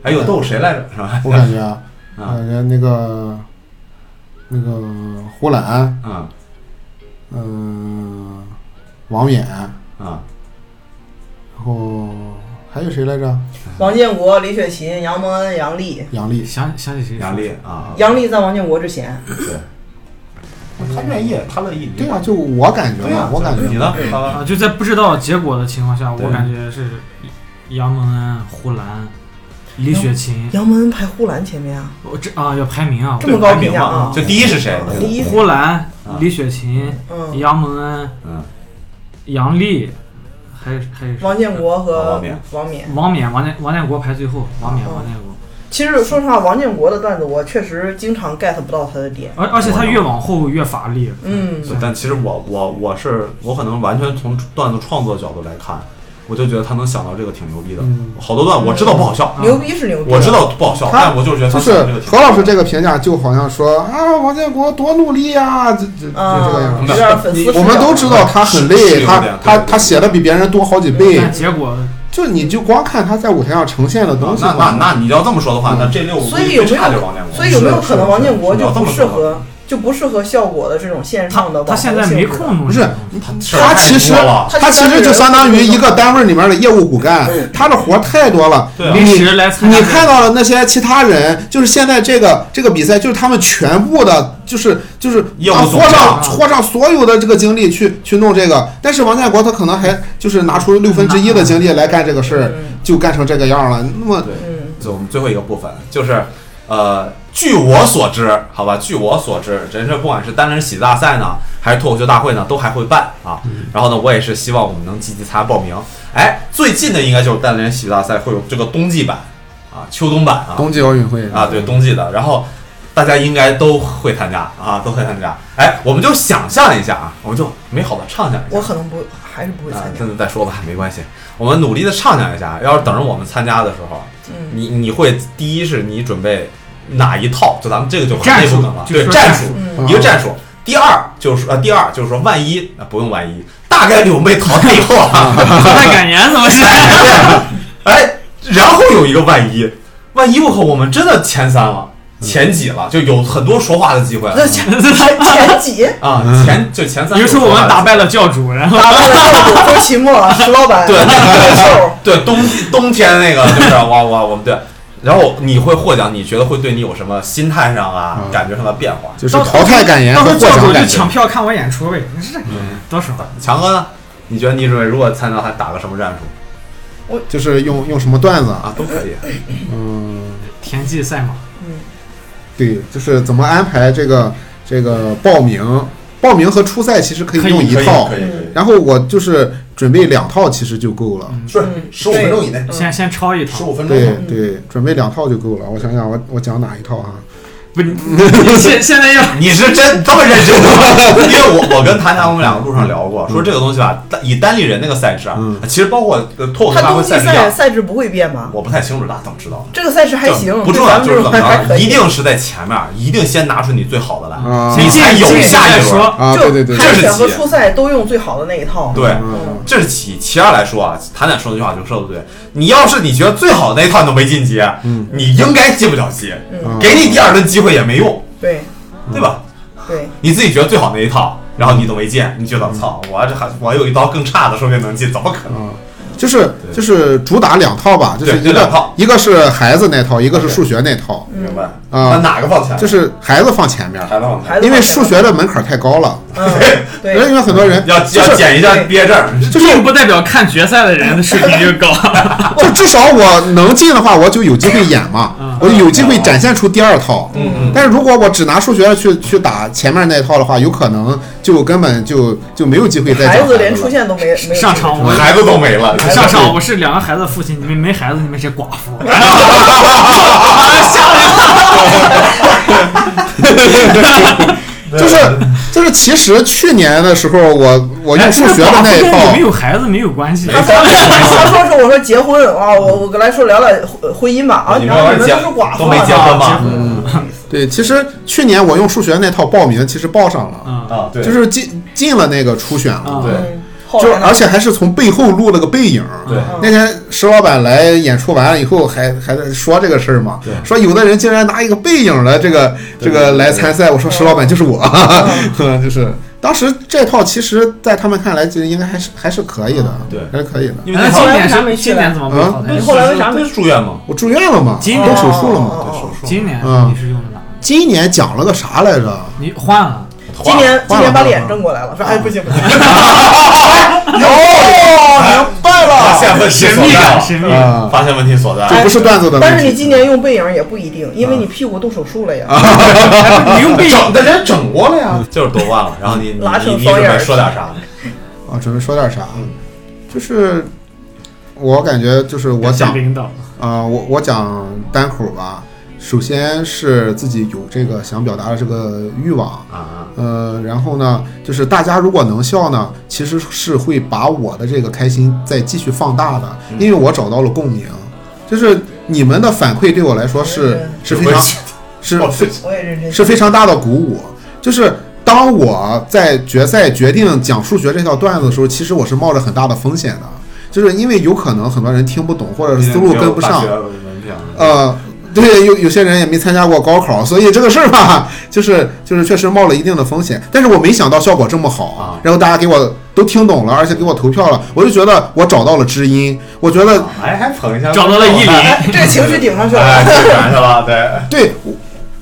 S2: 哎呦，都有谁来着？是吧？
S4: 我感觉啊，我
S2: 啊
S4: 感觉那个那个呃呼兰，
S2: [laughs] 嗯
S4: 嗯、呃王冕，
S2: 嗯，
S4: 然后还有谁来着？
S1: 王建国、李雪琴、杨蒙恩、杨丽。
S4: 杨
S3: [laughs]
S4: 笠。
S3: 想想起谁？
S2: 杨笠啊，
S1: 杨丽在王建国之前，
S2: 他愿意，他乐意。
S4: 对啊，啊就我感觉
S2: 对呀
S4: 嘛，，我感觉
S2: 你呢？大哥
S3: 啊，就在不知道结果的情况下，
S2: 对
S3: 我感觉是杨蒙恩、呼兰、李雪琴，
S1: 杨蒙恩排呼兰前面啊，
S3: 我这啊要排名啊，
S1: 这么高
S2: 哎
S1: 评价啊
S2: 就！第一是谁？
S1: 第一，
S3: 呼兰
S2: 啊、
S3: 李雪琴、
S1: 嗯，
S3: 杨蒙恩、
S2: 嗯，
S3: 杨丽，还有还有谁
S1: 王建国
S2: 啊
S1: 和
S2: 王冕
S1: 王冕。
S3: 王冕、王建王建国排最后，王冕、
S1: 嗯
S3: 王建国，
S1: 其实说实话，王建国的段子我确实经常 get 不到他的点。
S3: 而而且他越往后越乏力。
S1: 嗯，
S2: 对但其实我我我是我可能完全从段子创作角度来看，我就觉得他能想到这个挺牛逼的。好多段我知道不好笑，
S1: 牛逼是牛逼，
S2: 啊我知道不好笑，
S4: 他
S2: 但我就是觉得
S4: 就
S2: 他
S4: 是
S2: 想到这个挺
S4: 何老师这个评价，就好像说啊，王建国多努力呀、这这就这个
S1: 啊，
S4: 样
S1: 有
S4: 子。
S1: 点粉丝视角。
S4: 我们都知道他很
S2: 是是
S4: 累，
S2: 有
S4: 他
S2: 点
S4: 他
S2: 对对
S4: 他写的比别人多好几倍，
S3: 嗯但结果
S4: 就你就光看他在舞台上呈现的东西
S2: 啊那
S4: 嘛。
S2: 那那你要这么说的话，那这六个
S1: 所以有没
S2: 最差就是王建
S1: 有
S2: 国，
S1: 所以有没有可能王建国
S2: 是
S1: 就
S2: 要这
S1: 不
S2: 么
S1: 适
S2: 说
S1: 合就不适合效果的这种线
S3: 他
S1: 上的网
S3: 他
S1: 红
S3: 现在没
S1: 性质
S3: 空弄
S4: 不
S3: 这
S4: 是
S3: 个，
S2: 事
S4: 他
S2: 儿
S4: 其实
S2: 太多了。
S4: 他其实就相当于一个单位里面的业务骨干，他的活儿太多了。
S2: 对啊
S4: 你
S3: 临时来参加
S4: 你
S3: 这个
S4: 看到了那些其他人，就是现在这个这个比赛，就是他们全部的，就是就是
S2: 业务
S4: 啊
S2: 总
S4: 豁
S2: 账
S4: 上豁上所有的这个精力去去弄这个，但是王建国他可能还就是拿出六分之一的精力来干这个事儿，就干成这个样了。那么
S2: 对，
S1: 嗯
S2: 就我们最后一个部分就是，呃，据我所知，好吧，据我所知，人是不管是单人喜剧大赛呢，还是脱口秀大会呢，都还会办啊。
S4: 嗯
S2: 然后呢，我也是希望我们能积极参加报名。哎，最近的应该就是单人喜剧大赛会有这个冬季版啊，秋冬版啊，
S4: 冬季奥运会
S2: 啊，对，冬季的，然后大家应该都会参加啊，都会参加。哎，我们就想象一下啊，我们就美好的畅想一下
S1: 我。可能不还是不会
S2: 啊
S1: 参，加
S2: 真。的再说吧，没关系，我们努力的畅想一下。要是等着我们参加的时候，
S1: 嗯
S2: 你你会第一是你准备哪一套？就咱们这个就
S3: 战
S2: 内部
S3: 术
S2: 梗了，
S3: 就
S2: 对
S3: 说
S2: 战
S3: 战
S2: 术
S3: 术，
S4: 嗯
S2: 一个战术。第二就是说呃，第二就是说，万一啊不用万一，大概率我们被淘汰以后
S3: [laughs]
S2: 啊，
S3: 太感言怎么是？
S2: 哎，然后有一个万一，万一我靠，我们真的前三了，
S3: 嗯
S2: 前几了，就有很多说话的机会
S1: 那前前几
S2: 啊，前就前三。
S3: 嗯比如说我们打败了教主，然后
S1: 打败了周奇
S2: [laughs]
S1: 墨、石老板、
S2: 对
S1: 怪
S2: 对，冬冬天
S9: [laughs]
S2: 那个就是我我我们对。然后你会获奖，你觉得会对你有什么心态上啊、
S4: 嗯
S2: 感觉上的变化？
S4: 就是淘汰感言
S3: 到
S4: 和
S3: 时候
S4: 获
S3: 教
S4: 奖
S3: 主就
S4: 感言
S3: 抢。票看我演出呗，你这多爽！
S2: 强哥呢？你觉得你准备如果参加还打个什么战术
S4: 就是用用什么段子啊？
S2: 啊？都可以。
S4: 嗯，
S3: 田忌赛马，
S4: 对，就是怎么安排这个这个报名，报名和初赛其实可以
S3: 可以
S4: 哎用一
S9: 可以
S4: 套嗯
S9: 可，以可以，
S4: 然后我就是准备两套其实就够了。
S2: 嗯
S9: 是十五分钟以内，
S3: 先先抄一套
S9: 十。五分钟
S4: 嗯对
S9: 嘛。
S4: 对，准备两套就够了。我想想我，我讲哪一套啊？
S3: 不，你你现现在要
S2: 你是真这么认真
S9: [laughs]
S2: 的吗？因为我我跟谭谭我们两个路上聊过，
S9: 嗯
S2: 说这个东西吧，单以单立人那个赛制啊，其实包括呃脱口秀
S1: 他
S2: 大
S1: 冬
S2: 会
S1: 季
S2: 赛制一样
S1: 赛，赛制不会变吗？
S2: 我不太清楚，那怎么知道呢？
S1: 这个赛制还行，
S2: 不
S1: 对
S2: 重
S1: 咱
S2: 要，
S1: 们
S2: 就是怎么
S1: 还
S2: 着，
S1: 可以
S2: 一定是在前面，一定先拿出你最好的来，
S4: 啊
S2: 你才有
S3: 进
S2: 下
S3: 再
S2: 一轮。
S3: 说，
S4: 啊，对对对
S1: 就海
S2: 这是
S1: 选和
S2: 企业
S1: 初赛都用最好的那一套。
S2: 对
S4: 嗯，
S2: 这是其其二来说啊，谭谭说那句话就说的对。你要是你觉得最好的那一套你都没晋级，你应该进不了级，
S4: 嗯
S2: 给你第二轮机会也没用，
S1: 对
S2: 对吧？
S1: 对，
S2: 你自己觉得最好那一套，然后你都没进，你
S4: 嗯
S2: 觉得操，我这还我有一刀更差的，说不定能进，怎么可能？
S4: 就是就是主打两套吧，就是
S2: 对
S4: 一
S2: 就两
S4: 个
S2: 套
S4: 一个是孩子那套，一个是数学那套，
S2: 明白？
S4: 嗯
S2: 那哪个放前？
S4: 就是孩子放前面，
S2: 排放前
S1: 孩子
S4: 因为数学的门槛太高了，
S1: 嗯
S2: [laughs]
S4: 因为
S1: 对，
S4: 很多人
S2: 要
S4: 就
S2: 要
S4: 是
S2: 捡一下毕业证，
S3: 并不代表看决赛的人的水平就高。
S4: 就至少我能进的话，我就有机会演嘛
S3: 嗯，
S4: 我就有机会展现出第二套。
S2: 嗯嗯
S4: 但是如果我只拿数学去去打前面那一套的话，有可能就根本就就没有机会再
S1: 孩
S4: 讲
S1: 子连出
S4: 了。
S1: 现都没没有
S3: 上场我
S2: 孩子都没了，
S3: [laughs] 上场我是两个孩子的父亲，你们没孩子，你们是寡妇。
S4: 就是就是，其实去年的时候我， [laughs] 我用
S3: 哎
S4: 数学
S3: 这
S4: 的
S3: 寡妇
S4: 那一
S3: 跟有没
S4: 套，
S3: 有孩子没有关系。
S4: 哎
S1: 他说他说是我说结婚啊，我我跟来说聊聊婚婚姻吧啊，
S2: 你
S1: 然
S2: 们
S1: 后
S2: 玩
S1: 你们
S2: 结
S1: 都是寡妇
S2: 都没结
S1: 啊
S2: 婚吗？嗯
S4: 对，其实去年我用数学那套报名，其实报上了，
S3: 嗯，
S2: 啊，对，
S4: 就是进进了那个初选了，
S3: 对
S1: 嗯，后
S4: 就
S1: 来
S4: 是
S1: 呢
S4: 而且还是从背后录了个背影。
S2: 对
S1: 嗯
S4: 那天石老板来演出完了以后还，还在说这个事儿嘛，说有的人竟然拿一个背影的这个这个来参赛，
S1: 嗯
S4: 我说石老板就是我， [laughs] 就是当时这套其实，在他们看来，就应该还是还是可以的，
S1: 嗯
S2: 对
S4: 还是可以的。
S2: 因为
S3: 那
S2: 那
S1: 后
S3: 今
S1: 来
S3: 年
S1: 为啥没
S3: 是
S1: 去
S3: 今年怎么没
S4: 啊
S3: 淘汰
S1: 那你？后来为啥
S2: 他
S1: 没
S2: 是住院吗？
S4: 我住院了嘛，
S3: 今
S4: 动手术了
S1: 哦
S4: 嘛，
S1: 哦哦
S2: 手术
S3: 今年
S4: 嗯
S3: 你是用的哪？
S4: 今年讲了个啥来着？
S3: 你换了，
S1: 今年今年把脸正过来了，说哎不行不行，哦明白
S2: 发
S1: 了。
S2: 现问题
S3: 神
S2: 所
S3: 秘感，
S2: 在，嗯
S3: 神秘感。
S4: 啊，
S2: 发现问题所在。
S4: 这不是段子的问题。
S1: 哎但是你今年用背影也不一定，因为你屁股动手术了呀。
S4: 啊
S3: 你用背
S2: 整的人整过了呀，嗯就是夺冠了。然后你你
S1: 拉
S2: 你
S1: 成
S2: 你
S1: 双
S2: 准
S1: 眼儿
S2: 备说点啥？
S4: 啊，准备说点啥？
S1: 嗯
S4: 就是我感觉就是我讲
S3: 领导，
S4: 啊、我我讲单口吧，首先是自己有这个想表达的这个欲望，
S2: 啊，
S4: 呃，然后呢，就是大家如果能笑呢，其实是会把我的这个开心再继续放大的，
S2: 嗯
S4: 因为我找到了共鸣，就是你们的反馈对我来说是是非常
S1: 啊
S2: [laughs]
S4: 是非
S1: 我也认真
S4: 是非常大的鼓舞。就是当我在决赛决定讲数学这条段子的时候，其实我是冒着很大的风险的，就是因为有可能很多人听不懂，或者是思路跟不上
S2: 大学。文凭
S4: 呃，对，有有些人也没参加过高考，所以这个事儿吧， [laughs] 就是就是确实冒了一定的风险，但是我没想到效果这么好
S2: 啊
S4: 然后大家给我都听懂了，而且给我投票了，我就觉得我找到了知音，我觉
S1: 啊
S4: 得
S2: 哎，还捧一下，
S3: 找到了意林
S1: 这个情绪顶上去
S2: 哎，
S1: 了。
S2: 这上去了，对，
S4: 对。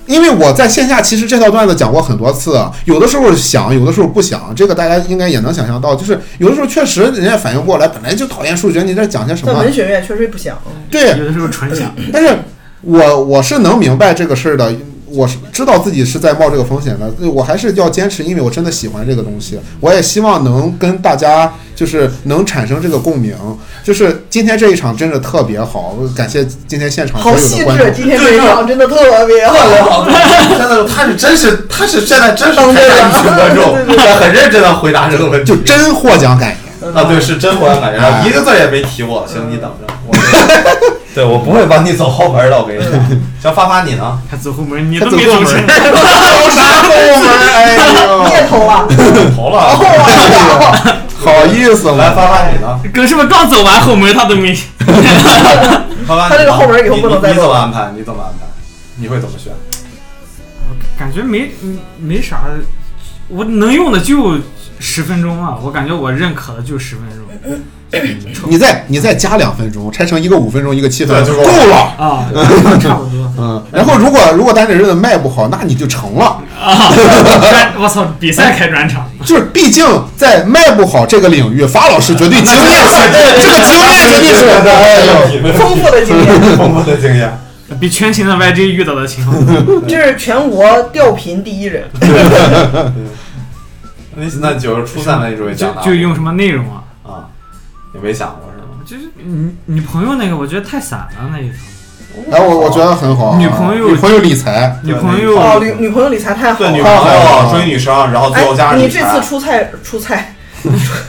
S4: 因为我在线下其实这套段子讲过很多次，有的时候想，有的时候不想，这个大家应该也能想象到。就是有的时候确实人家反应过来，本来就讨厌数学，你在讲些什
S1: 在
S4: 么
S1: 文？学院确实不想，
S4: 对，
S3: 有的时候纯想，
S4: [clears throat] 但是我我是能明白这个事儿的，我是知道自己是在冒这个风险的，我还是要坚持，因为我真的喜欢这个东西，我也希望能跟大家就是能产生这个共鸣。就是今天这一场真的特别好，感谢今天现场所
S1: 好
S4: 有
S1: 细
S4: 的观
S1: 致，
S4: 众。
S1: 今天这一场真的特别 [laughs] 好。
S2: 真的，他是真是他是现在真是
S1: 当
S2: 台
S1: 真
S2: 下
S1: 了
S2: 一群观众
S1: [laughs] 对对
S2: 在很认真的回答这个问题
S4: 就。真获奖感言，
S1: [laughs]
S2: 啊，对，是真我感
S1: 啊
S2: 觉，然后一个字儿也没提我。行，你等着，
S1: [laughs]
S2: 我对我不会帮你走后门的，我跟你说。 [laughs] 行，发发你呢？
S3: 他走后门你
S4: 他
S3: 都
S4: 走
S3: 没
S4: 后
S3: 走
S4: 门
S3: 进
S4: 儿，
S3: 来。
S4: 走啥后门儿？哎
S1: 你
S4: 呦，
S1: 也投了，
S2: [laughs] 投
S1: 哦
S2: 了， [laughs]
S4: 好意思
S2: 来
S4: 吗？
S2: 发发你呢？
S3: 哥是不是刚走完后门他都没？
S2: 发发你呢
S1: 他这个后门以后不能再
S2: 你你你怎
S1: 走
S2: 么
S1: 了
S2: 安排？你怎么安排？你会怎么选？
S3: [laughs] 感觉没嗯没啥，我能用的就十分钟啊，我感觉我认可的就十分钟
S4: 你再你再加两分钟，拆成一个五分钟，一个七分钟，
S2: 对
S4: 够
S2: 就是
S4: 了。
S3: [laughs] 啊，差不多。
S4: 嗯，然后如果如果单立人的卖不好，那你就成了。
S3: 啊专我操，比赛开专场，
S4: 就是毕竟在卖不好这个领域，法老师绝 [laughs] 对经验是，这个经验绝对是，哎
S2: [laughs]
S4: 呦，
S1: 丰富的经验，
S2: 丰富的经验。
S3: 比全勤的 YG 遇到的情 [laughs] 况。
S1: 这是全国吊贫第一人。
S2: 那那就是初三那一位讲
S3: 就
S2: 的，
S3: 就用什么内容啊？
S2: 啊，也没想过是吗？
S3: 就是你你朋友那个，我觉得太散了那一层。
S4: 哎，我我觉得很好啊。
S3: 女朋友
S4: 女朋友理财，
S3: 女朋友
S1: 哦，女女朋友理财太好
S2: 对
S1: 了。
S2: 女朋
S3: 哦
S4: 好
S2: 友
S4: 好
S2: 追女生，然后最后加
S1: 哎，
S2: 上
S1: 你
S2: 理
S1: 这次
S2: 财，
S1: 出菜出菜，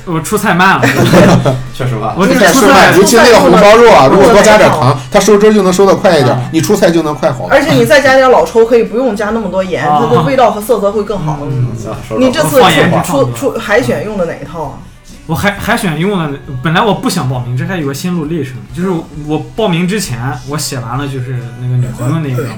S3: 我出菜慢了， [laughs]
S2: 确实吧，
S3: 我只
S1: 出菜
S3: 出
S4: 是
S3: 菜
S4: 吧？尤其那个红烧肉啊，如果多加点糖，它收汁儿就能收的快一点，你出菜就能快好。
S1: 而且你再加点老抽，可以不用加那么多盐，
S3: 啊
S1: 它的味道和色泽会更好。
S2: 行，说
S1: 你这次
S3: 放盐放
S1: 出
S3: 盐
S1: 出出海选用的哪一套啊？
S3: 我还还选用了，本来我不想报名，这还有个心路历程。就是我报名之前，我写完了就是那个女朋友那个嘛，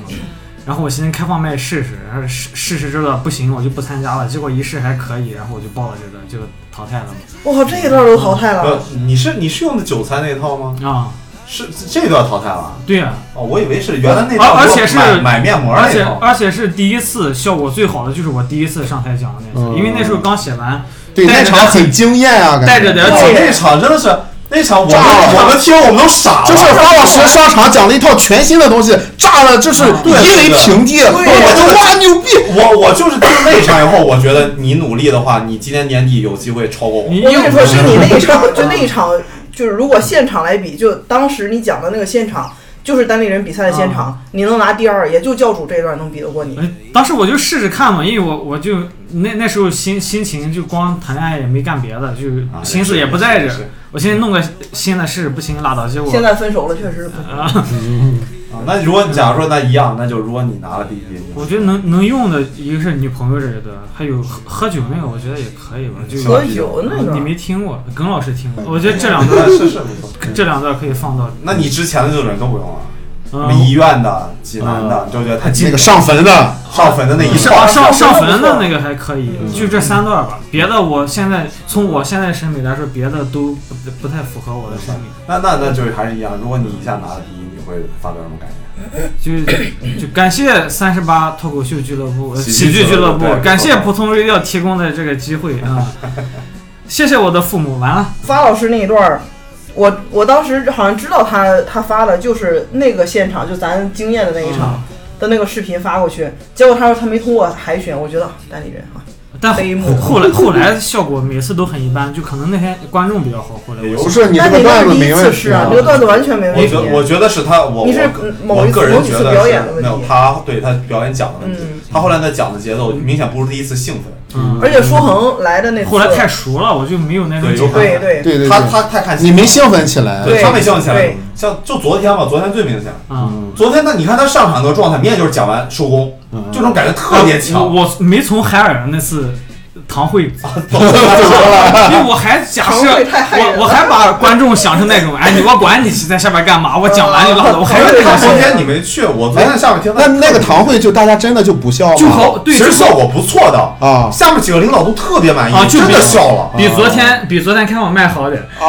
S3: 然后我先开放麦试试，然后试试试这个不行，我就不参加了。结果一试还可以，然后我就报了这个，就淘汰了嘛。
S1: 哇，这一段都淘汰了。
S2: 不，你是你是用的韭菜那套吗？
S3: 啊，
S2: 是这段淘汰了
S3: 对啊呀、
S2: 哦，我以为是原来那
S3: 而
S2: 套，
S3: 而且是
S2: 买买面膜
S3: 而
S2: 那
S3: 且
S2: 套。
S3: 而且是第一次，效果最好的就是我第一次上台讲的那次，
S2: 嗯
S3: 因为那时候刚写完，
S4: 对，那
S3: 带着
S4: 场很惊艳啊，感觉
S3: 带着点
S2: 哇
S3: 紧
S2: 那场真的是那场我们
S4: 炸了
S2: 我们听我们都傻了，
S4: 就是方老师上场讲了一套全新的东西，炸了，啊就是一雷平地，我就哇牛逼！
S2: 我我就是听那场以后，我觉得你努力的话，你今年年底有机会超过我。 [laughs]
S3: 你
S1: 我
S3: 又
S1: 跟你说，跟你那一场，就那一场，就是如果现场来比，就当时你讲的那个现场，就是单立人比赛的现场，你能拿第二，也就教主这一段能比得过你。
S3: 哎，当时我就试试看嘛，因为我我就那那时候心心情就光谈恋爱也没干别的，就
S2: 啊
S3: 心思
S2: 是
S3: 也不在这
S2: 是是
S3: 儿。我先弄个新的试试，不行拉倒。结果
S1: 现在分手了，确实是不行
S2: 啊，那如果假如说那一样，那就如果你拿了第一，
S3: 我觉得能能用的一个是女朋友这一段，还有喝喝酒那个，我觉得也可以吧。就
S1: 喝酒那
S3: 你
S1: 个。
S3: 没听过，耿老师听过。我觉得这两段
S2: [laughs] 那是是不错。
S3: 这两段可以放到
S2: 那你之前的这种人都不用了，什么医
S3: 嗯，
S2: 院的、济南的，你就觉得他
S4: 那个上坟的，
S2: 上坟的那一
S3: 啊
S2: 套，
S3: 上上坟的那个还可以，
S2: 嗯
S3: 就这三段吧。别的我现在从我现在审美来说，别的都不不太符合我的审美。
S2: 那那那就是还是一样。如果你一下拿了第一，你会发表什么感觉？
S3: 就就感谢三十八脱口秀俱乐部、呃
S2: 喜
S3: 喜
S2: 剧
S3: 剧
S2: 俱
S3: 俱
S2: 乐
S3: 乐
S2: 部
S3: 部
S2: 对，
S3: 感谢普通瑞调提供的这个机会
S2: [laughs]
S3: 啊！谢谢我的父母。完了，
S1: 发老师那一段儿，我我当时好像知道他他发的就是那个现场，就咱经验的那一场的那个视频发过去，结果他说他没通过海选，我觉得单立人啊，
S3: 但
S1: 飞
S3: 后
S1: 幕
S3: 后来后来效果每次都很一般，就可能那天观众比较好。后来
S2: 也
S3: 我
S2: 有
S4: 不是你
S1: 那
S4: 这个
S1: 你那
S4: 段子
S1: 是第
S4: 没
S1: 一
S4: 问
S1: 次
S4: 题
S1: 试啊，你这个段子完全没
S2: 我
S1: 问题
S2: 觉。我觉得是他，我
S1: 你是
S2: 我
S1: 某一次
S2: 我个人觉
S1: 某
S2: 得
S1: 几次表
S2: 是
S1: 演的问
S2: 没
S1: 题
S2: 有他对他表演讲的问题
S1: 嗯，
S2: 他后来的讲的节奏明显不如第一次兴奋。
S3: 嗯，
S1: 而且舒恒来的那次，
S3: 后来太熟了，我就没有那
S2: 哎
S3: 种
S2: 对
S3: 紧
S2: 有
S3: 张
S2: 可能
S1: 对对
S4: 对对
S2: 他
S4: 对，
S2: 他太看
S4: 你没兴奋起来，
S2: 对
S1: 对
S2: 他没兴奋起来
S1: 对，
S2: 像就昨天吧，昨天最明显。
S3: 啊。
S2: 昨天那你看他上场那个状态，明显就是讲完收工，就这种感觉特别强。
S3: 我我没从海尔那次堂会，因
S2: 啊
S1: [laughs]
S3: 为我还假设
S1: 堂会太害人
S3: 我
S1: 了
S3: 我还把观众想成那种，哎，你我管你在下边干嘛，我讲完就拉倒，我还有这
S2: 他
S3: 种
S1: 啊
S2: 昨
S3: 心态。
S2: 天你没去，我昨天下面听他
S4: 那那个堂会就大家真的就不笑
S3: 就
S4: 了，
S3: 哦好，对，
S2: 其实
S3: 就
S2: 效果不错的
S4: 啊
S2: 下面几个领导都特别满
S3: 啊
S2: 意，
S3: 就啊
S2: 真
S3: 比
S2: 的笑了。
S3: 比昨天比昨天开放麦好点，
S1: 啊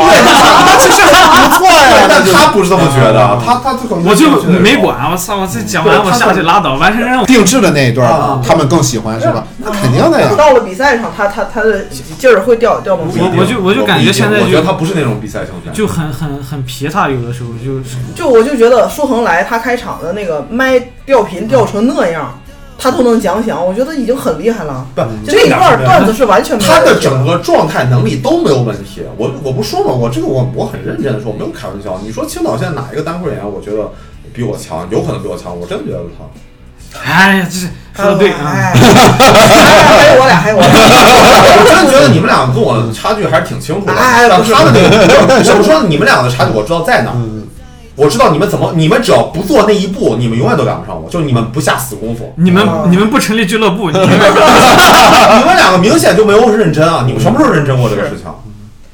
S3: [laughs]
S4: 那其实 [laughs] 还不错呀，那
S2: 但
S4: 就
S2: 他不是这么觉得，啊他他可能
S3: 嗯我就没
S2: 管。
S3: 管，我操，我这讲完我下去拉倒，完成任务。
S4: 定制的那一
S2: 啊
S4: 段，他们更喜欢是吧？那肯定的呀。
S1: 到了比赛上，他他他的劲儿会掉掉东西。
S3: 我我就我就感觉现在
S2: 我觉得
S3: 就
S2: 他不是那种比赛状态，
S3: 就很很很皮他，有的时候就是
S1: 就我就觉得舒恒来他开场的那个麦吊频吊成那样，他都能讲响，我觉得已经很厉害了。
S2: 不
S3: 嗯
S1: 就这一
S2: 点
S1: 段
S2: 儿
S1: 儿段子是完全没有
S2: 他
S1: 问
S2: 的
S1: 题
S2: 整个状态能力都没有问题。我我不说嘛，我这个我我很认真的说，我没有开玩笑。你说青岛现在哪一个单口演员，我觉得比我强，有可能比我强，我真的觉得他。
S3: 哎呀，这是说的对啊
S1: 哎，。还有我俩，还有我俩，
S2: 我真的觉
S1: [laughs]
S2: 得你们俩跟我差距还是挺清楚的。
S1: 哎
S2: 但他的那个，怎么说呢？你们俩的差距我知道在哪儿，
S1: 嗯
S2: 我知道你们怎么，你们只要不做那一步，你们永远都赶不上我，就是你们不下死功夫。
S3: 你们
S1: 啊
S3: 你们不成立俱乐部，你
S2: [laughs]
S3: 们
S2: 你们两个明显就没有认真啊！你们什么时候认真过这个事情？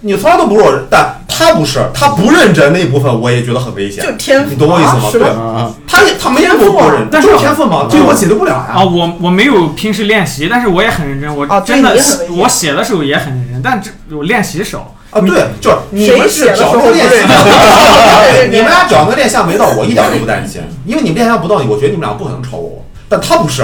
S2: 你从来都不是我，但他不是，他不认真那一部分，我也觉得很危险。
S1: 就天赋
S2: 你懂我意思吗？
S1: 啊是
S2: 对
S1: 吧，啊
S2: 他也他没有不认真，
S3: 但是
S2: 就是天分嘛，这我解决不了
S3: 啊，
S2: 呀。
S3: 我我没有平时练习，但是我也很认真，我
S1: 啊对
S3: 真的
S1: 你也很认真
S3: 我写的时候也很认真，但这我练习少。
S2: 啊，对，就是你
S1: 谁
S2: 们是
S1: 写的时
S2: 找
S1: 候
S2: 那个练习， [laughs]
S1: 对
S2: 你们俩找那个练项没到，我一点都不担心，因为你们练项不到，我觉得你们俩不可能超过我。但他不是，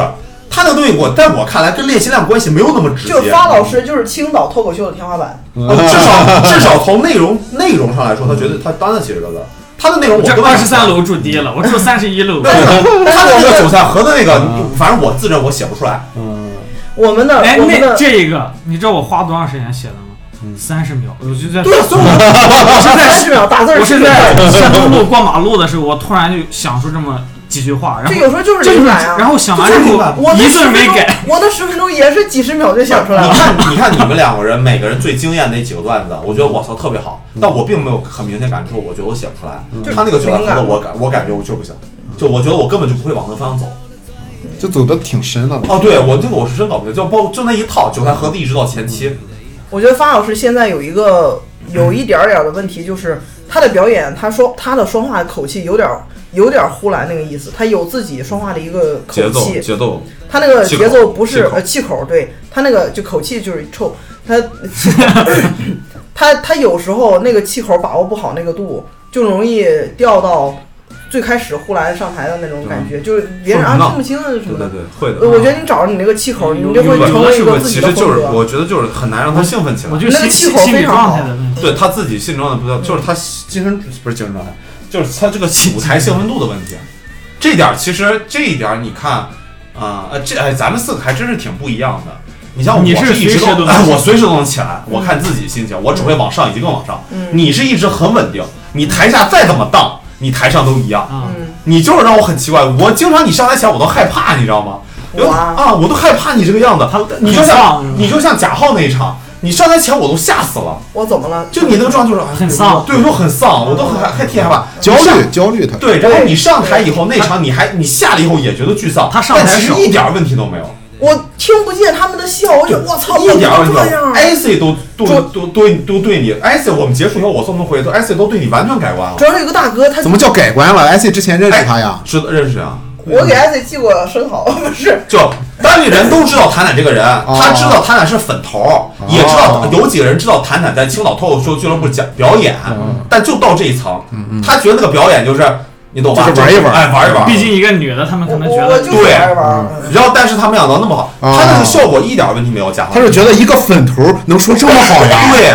S2: 他那个东西我在我看来跟练习量关系没有那么直接。
S1: 就是发老师就是青岛脱口秀的天花板。
S2: 呃至少至少从内容内容上来说，他觉得他担得起这个的。他的内容我
S3: 我
S2: 根
S3: 这
S2: 本
S3: 二十三楼住低了，我住三十
S1: [laughs]
S3: 一楼。
S2: 他的
S3: [laughs]
S2: 那个韭菜盒子那个，
S3: 嗯
S2: 反正我自认我写不出来。
S1: 我们的
S3: [laughs] 哎，
S1: 我们
S3: 那
S1: 的
S3: 这一个，你知道我花多长时间写的吗？
S4: 嗯
S3: 三十秒，我就在
S1: 对，啊
S3: [laughs]
S1: 所以我 [laughs] 我是在十秒大字儿，
S3: 我是在山东路逛马路的时候，我突然就想出这么几句话，然
S1: 这
S3: 后
S1: 有时候就是
S3: 这
S1: 灵
S3: 是
S1: 感啊。
S3: 然后想完
S1: 就
S3: 之
S1: 是
S3: 后
S1: 我的
S3: 一
S1: 10
S3: 字没
S1: 分
S3: 啊
S1: 钟
S3: 改，，
S1: 我的十分钟也是几十秒就想出来
S10: 你
S1: 了。
S10: 看，你看你们两个人每个人最惊艳的那几个段子，我觉得我操特别好，
S3: 嗯
S10: 但我并没有很明显感触，我觉得我写不出来。他那个九段子，我感我感觉我就是不行，就我觉得我根本就不会往那方向走。
S4: 就走的挺深的了。
S10: 哦，对我这个我是真搞不定，就包就那一套九段合璧一直到前期，
S1: 嗯我觉得方老师现在有一个
S3: 嗯
S1: 有一点儿点儿的问题，就是他的表演，他说他的说话口气有点儿有点儿呼兰那个意思，他有自己说话的一个口
S2: 节奏
S1: 气，
S2: 节奏
S1: 他那个
S2: 气
S1: 节
S2: 口
S1: 奏不是
S2: 气口
S1: 呃气口，对他那个就口气就是臭，他 [laughs] 他他有时候那个气口把握不好那个度，就容易掉到最开始呼兰上台的那种感觉，就是别人啊
S2: 说
S1: 听不清啊什
S2: 对
S1: 么
S2: 嗯对
S1: 的。
S2: 对，会的。
S1: 呃我觉得你找着你那个气口，你就
S3: 有
S1: 会
S3: 有
S1: 成为一
S2: 是不
S1: 个
S2: 是
S1: 自己
S2: 其
S1: 的
S2: 实
S1: 风格。
S2: 就是，我觉得就是很难让他兴奋起来
S3: 我。就
S1: 那个
S3: 心
S1: 气
S3: 心
S1: 口
S3: 心
S1: 非
S3: 理
S1: 常好
S3: 状态的问题。
S2: 对他自己心理状态不知道，就是他精神不是精神状态，就是他这个舞台兴奋度的问题。这点儿其实这一点儿你看啊、呃，这哎，咱们四个还真是挺不一样的。你像我
S3: 你是
S2: 一直
S3: 随时
S2: 都，
S3: 都能
S2: 哎，我随时都能起来，
S1: 嗯
S2: 我看自己心情，我只会往上以及更往上。你是一直很稳定，你台下再怎么荡，你台上都一样。
S3: 啊，
S1: 嗯，
S2: 你就是让我很奇怪，我经常你上台前我都害怕，你知道吗？有
S1: 哇
S2: 啊，我都害怕你这个样子。你就像你就像贾浩那一场，你上台前我都吓死了。
S1: 我怎么了？
S2: 就你那个状态就是哎
S3: 很丧
S2: 对，我就很丧，我都很害替害怕，
S4: 焦
S2: 你上
S4: 虑，。焦虑他，
S2: 对，然后你上台以后那场你还你下了以后也觉得巨丧，
S3: 他上台
S2: 但其
S3: 手
S2: 实一点问题都没有，
S1: 我听不见他们的笑，我就哎我操，
S2: 一点
S1: 我
S2: 问
S1: 怎
S2: 题
S1: 么
S2: 都
S1: 这
S2: 没有
S1: 样。，啊
S2: ，IC 都
S1: 这
S2: 都都对都对你，IC 我们结束以后我送他回去，IC 都对你完全改观了
S1: 主，要是有个大哥，他
S4: 怎么叫改观了？IC 之前认识他呀，
S2: 知道认识啊，
S1: 我给 S 寄过生蚝，不是
S2: 就当地人都知道谭坦这个人，
S4: 哦
S2: 他知道谭坦是粉头，也知道有几个人知道谭坦在青岛脱口秀俱乐部讲表演，
S4: 嗯
S2: 但就到这一层，他觉得那个表演就是你懂吧，
S4: 就是玩一玩嗯
S2: 哎，玩一玩，
S3: 毕竟一个女的，他们
S1: 我
S3: 可能觉
S1: 我
S3: 得
S1: 就是玩一玩。嗯
S2: 然后，但是他没想到那么好，
S4: 啊
S2: 他那个效果一点问题没有，假
S4: 他是觉得一个粉头能说这么好
S2: [laughs]
S4: 呀？
S2: 对，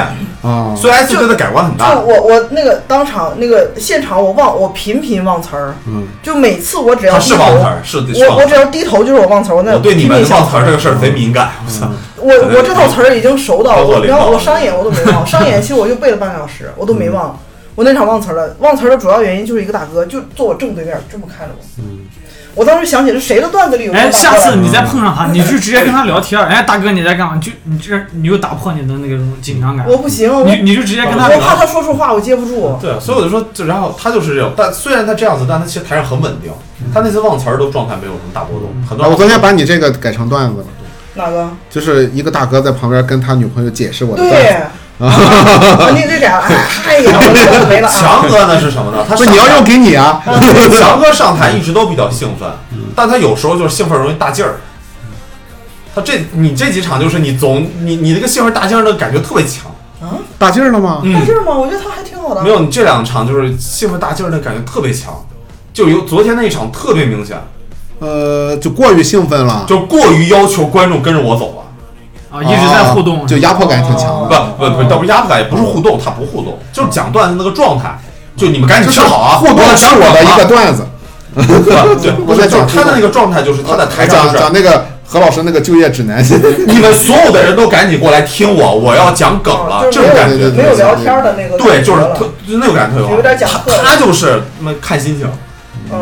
S4: 啊，
S2: 所以 S 对他改观很
S1: 就
S2: 大。
S1: 我我那个当场那个现场我忘我频频忘词儿，
S4: 嗯，
S1: 就每次我只要
S2: 他是
S1: 低头
S2: 忘词儿，是是
S1: 我
S2: 忘
S1: 我
S2: 词
S1: 只
S2: 儿。
S1: 要低头就是我忘词儿，我那
S2: 我对你们
S1: 拼命想
S2: 忘词儿这个事
S4: 嗯
S2: 儿贼敏感，我操！
S1: 我我这套词儿已经熟到，
S2: 包括
S1: 我
S2: 领
S1: 然
S2: 导嗯
S1: 后我商演我都没忘，商演其实我就背了半个小时，我都没忘。我那场忘词儿了，忘词儿的主要原因就是一个大哥就坐我正对面这么看着我，
S2: 嗯
S1: 我当时想起是谁的段子里有这
S3: 哎，
S1: 个大
S3: 下
S1: 哥
S3: 次你再碰上他，你就直接跟他聊天儿。哎，大哥，你在干嘛？就你这，你又打破你的那个紧张感。
S1: 我不行，我
S3: 你你就直接跟他
S1: 我怕
S3: 聊。
S1: 他说出话我接不住。
S2: [laughs] 对，啊所以我就说，就然后他就是这种，但虽然他这样子，但他其实台上很稳定。他那次忘词儿都状态没有什么大波动，很多
S4: 啊，我昨天把你这个改成段子了，
S1: 哪个？
S4: 就是一个大哥在旁边跟他女朋友解释我的段
S1: 对
S4: 子。，
S1: 啊，你这俩，哎呀，我就没了啊！
S2: [laughs] 强哥呢是什么呢？他
S4: 不
S2: 上
S4: 是你要
S2: 台
S4: 用给你啊，
S2: [laughs]
S4: [laughs]
S2: 强哥上台一直都比较兴奋，但他有时候就是兴奋容易大劲儿。他这你这几场就是你总你你那个兴奋大劲儿的感觉特别强，
S4: 打劲儿了吗？
S1: 没哦事吗？我觉得他还挺好的。
S2: 嗯没有你这两场就是兴奋大劲儿的感觉特别强，就有昨天那一场特别明显，
S4: 呃，就过于兴奋了，
S2: 就过于要求观众跟着我走了。
S3: 啊，一直在互动
S4: 啊。就压迫感挺强的。
S2: 不不不，倒不是压迫感，也不是互动，他不互动，就是讲段子那个状态，就你们
S4: 哎
S2: 赶紧吃好啊，
S4: 互动是我的一个段子，
S2: 个，对， [laughs] 不是就是他的那个状态，就是他在台上
S1: 啊
S4: 讲
S2: 就是
S4: 讲那个何老师那个就业
S2: [laughs]
S4: 指南，
S2: 你们所有的人都赶紧过来听我，我要讲梗了，
S1: 哦就
S2: 这
S1: 是
S2: 种
S1: 没
S2: 感
S1: 有
S2: 觉。
S1: 没有聊天的那个感觉了，
S2: 对，就是特就那种感觉特别好，
S1: 有点讲
S2: 他
S1: 课了
S2: 他就是那看心情。
S1: 嗯，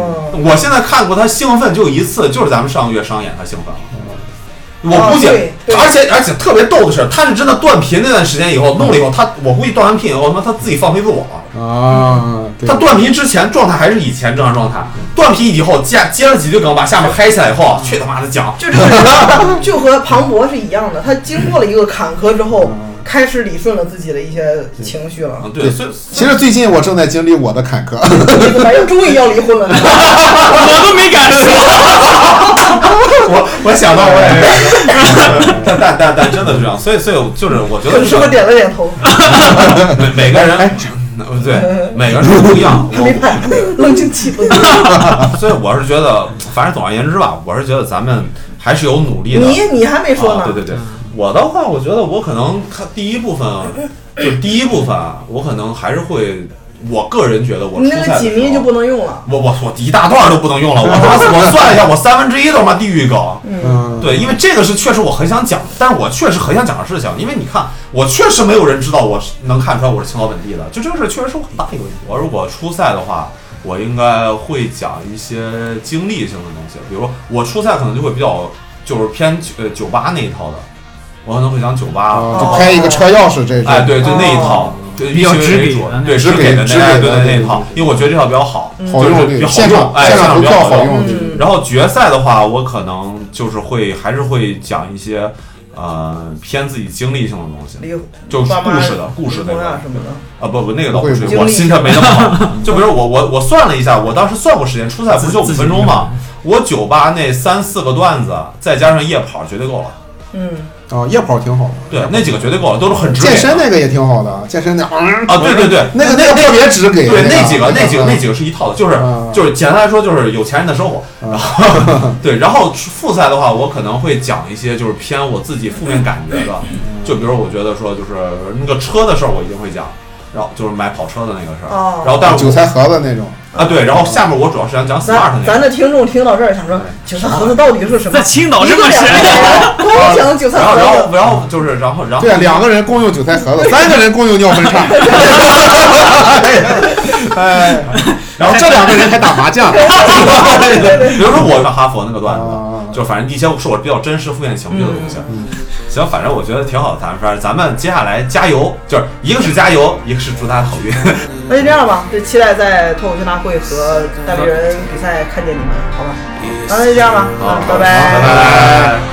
S2: 我现在看过他兴奋就一次，就是咱们上个月商演他兴奋了。
S1: 啊
S2: 我估计
S1: 对，对
S2: 而且而且特别逗的是，他是真的断频那段时间以后弄了以后，他我估计断完频以后，他妈他自己放飞自我了。
S4: 啊，对
S2: 他断频之前状态还是以前正常状态，断频以后接接了几句梗，把下面嗨起来以
S1: 嗯
S2: 后，去他妈的讲，
S1: [laughs] 就这个人就和庞博是一样的，他经过了一个坎坷之后，开始理顺了自己的一些情绪了
S2: 嗯。对，所以
S4: 其实最近我正在经历我的坎坷，
S1: 这 [laughs]
S2: 嗯
S1: 个白人终于要离
S2: [laughs]
S1: 婚了，
S3: 我都没敢
S4: [laughs]
S3: 说。
S2: 我我想到我也是，但 [laughs] 但但但真的是这样，所以所以我就是我觉得
S1: 很
S2: 这
S1: 师傅
S2: 个
S1: 点了点头，
S2: 每每个人，
S4: [laughs]
S2: 呃对每个人是不一样，
S1: 哎 [laughs] 没拍，
S2: 嗯
S1: 冷静气氛。
S2: 我所以我是觉得，反正总而言之吧，我是觉得咱们还是有努力的。
S1: 你你还没说
S2: 啊
S1: 呢，
S2: 对对对，我的话，我觉得我可能看第一部分，啊就第一部分啊，我可能还是会，我个人觉得我
S1: 你
S2: 初
S1: 那
S2: 赛
S1: 个
S2: 的
S1: 几
S2: 时
S1: 迷
S2: 候
S1: 就不能用了。
S2: 我我我一大段都不能用了，我他妈我算一下，我三分之一都他妈地狱梗，
S4: 嗯，
S10: 对，因为这个是确实我很想讲的，但是我确实很想讲的事情，因为你看，我确实没有人知道我是能看出来我是青岛本地的，就这个事儿确实是我很大一个问题。
S2: 我如果初赛的话，我应该会讲一些经历性的东西，比如我初赛可能就会比较就是偏呃酒吧那一套的，我可能会讲酒吧，
S4: 啊就开一个车钥匙这是。
S2: 哎，对，就那一
S1: 哦，
S2: 套对
S3: 比较
S2: 一些
S3: 直
S2: 为
S3: 给
S2: 主
S3: 的那
S2: 对
S3: 种嗯
S2: 直给的
S4: 直给
S2: 那对
S4: 的
S2: 对
S4: 那
S2: 那一
S4: 种
S2: 套，因为我觉得这套比较好，
S4: 好
S2: 就是
S4: 用
S2: 比
S4: 力，
S2: 较
S4: 现场
S2: 哎，
S4: 现场
S2: 场
S4: 投
S2: 比较
S4: 票好
S2: 用。
S4: 用力。
S1: 嗯
S2: 然后决赛的话，我可能就是会还是会讲一些呃偏自己经历性的东西，
S3: 哎
S1: 离
S2: 就是
S1: 爸妈
S2: 故事的故事那
S1: 离婚
S2: 块
S1: 啊什么的，
S2: 啊不不那个倒不
S4: 不
S2: 是
S4: 会，
S1: 吧
S2: 我心态没那么
S3: [laughs]
S2: 好。就比如我我我算了一下，我当时算过时间，初赛不就五
S3: 自己
S2: 分钟吗？我酒吧那三四个段子，再加上夜跑，绝对够了。
S1: 嗯，
S4: 啊，夜跑挺好的。
S2: 对，那几个绝对够了，都是很直给的
S4: 健身那个也挺好的，健身那啊
S2: 啊，对对对，
S4: 那个那个特别直给。
S2: 对，那几个、那几个、那
S4: 个
S2: 几个是一套的，就是
S4: 嗯
S2: 就是简单来说，就是有钱人的生活。然后对，然后复赛的话，我可能会讲一些就是偏我自己负面感觉的，就比如我觉得说就是那个车的事儿，我一定会讲。然后就是买跑车的那个事儿
S1: 哦，
S2: 然后但是
S4: 韭
S2: 我
S4: 菜盒子那种，
S2: 啊对，然后下面我主要是想讲 smart
S1: 咱
S2: 那
S1: 咱
S2: 个，
S1: 的
S2: 哎
S1: 听众听到这儿想说，韭菜盒子到底是什么
S3: 在？青岛这么
S1: 一个
S3: 神，
S1: 两个人哎光想韭菜
S2: 然后
S1: 盒
S2: 然
S1: 子
S2: 后，然后就是然后然后
S4: 对，啊两个人共用韭菜盒子，三个人共用尿
S2: [laughs]
S4: 分叉。哎，然后这两个人还打麻
S2: [laughs]
S4: 将。
S2: 比如说我上哈佛那个段子
S4: 啊，嗯
S2: 就反正一些是我比较真实负面情绪的东西。行，反正我觉得挺好的，咱们反正咱们接下来加油，就是一个是加油，一个是祝大家好运。
S1: 那就这样吧，就期待在脱口秀大会和代理人比赛看见你们，好吧？那就这样吧，
S2: 好
S1: 嗯，
S2: 拜拜。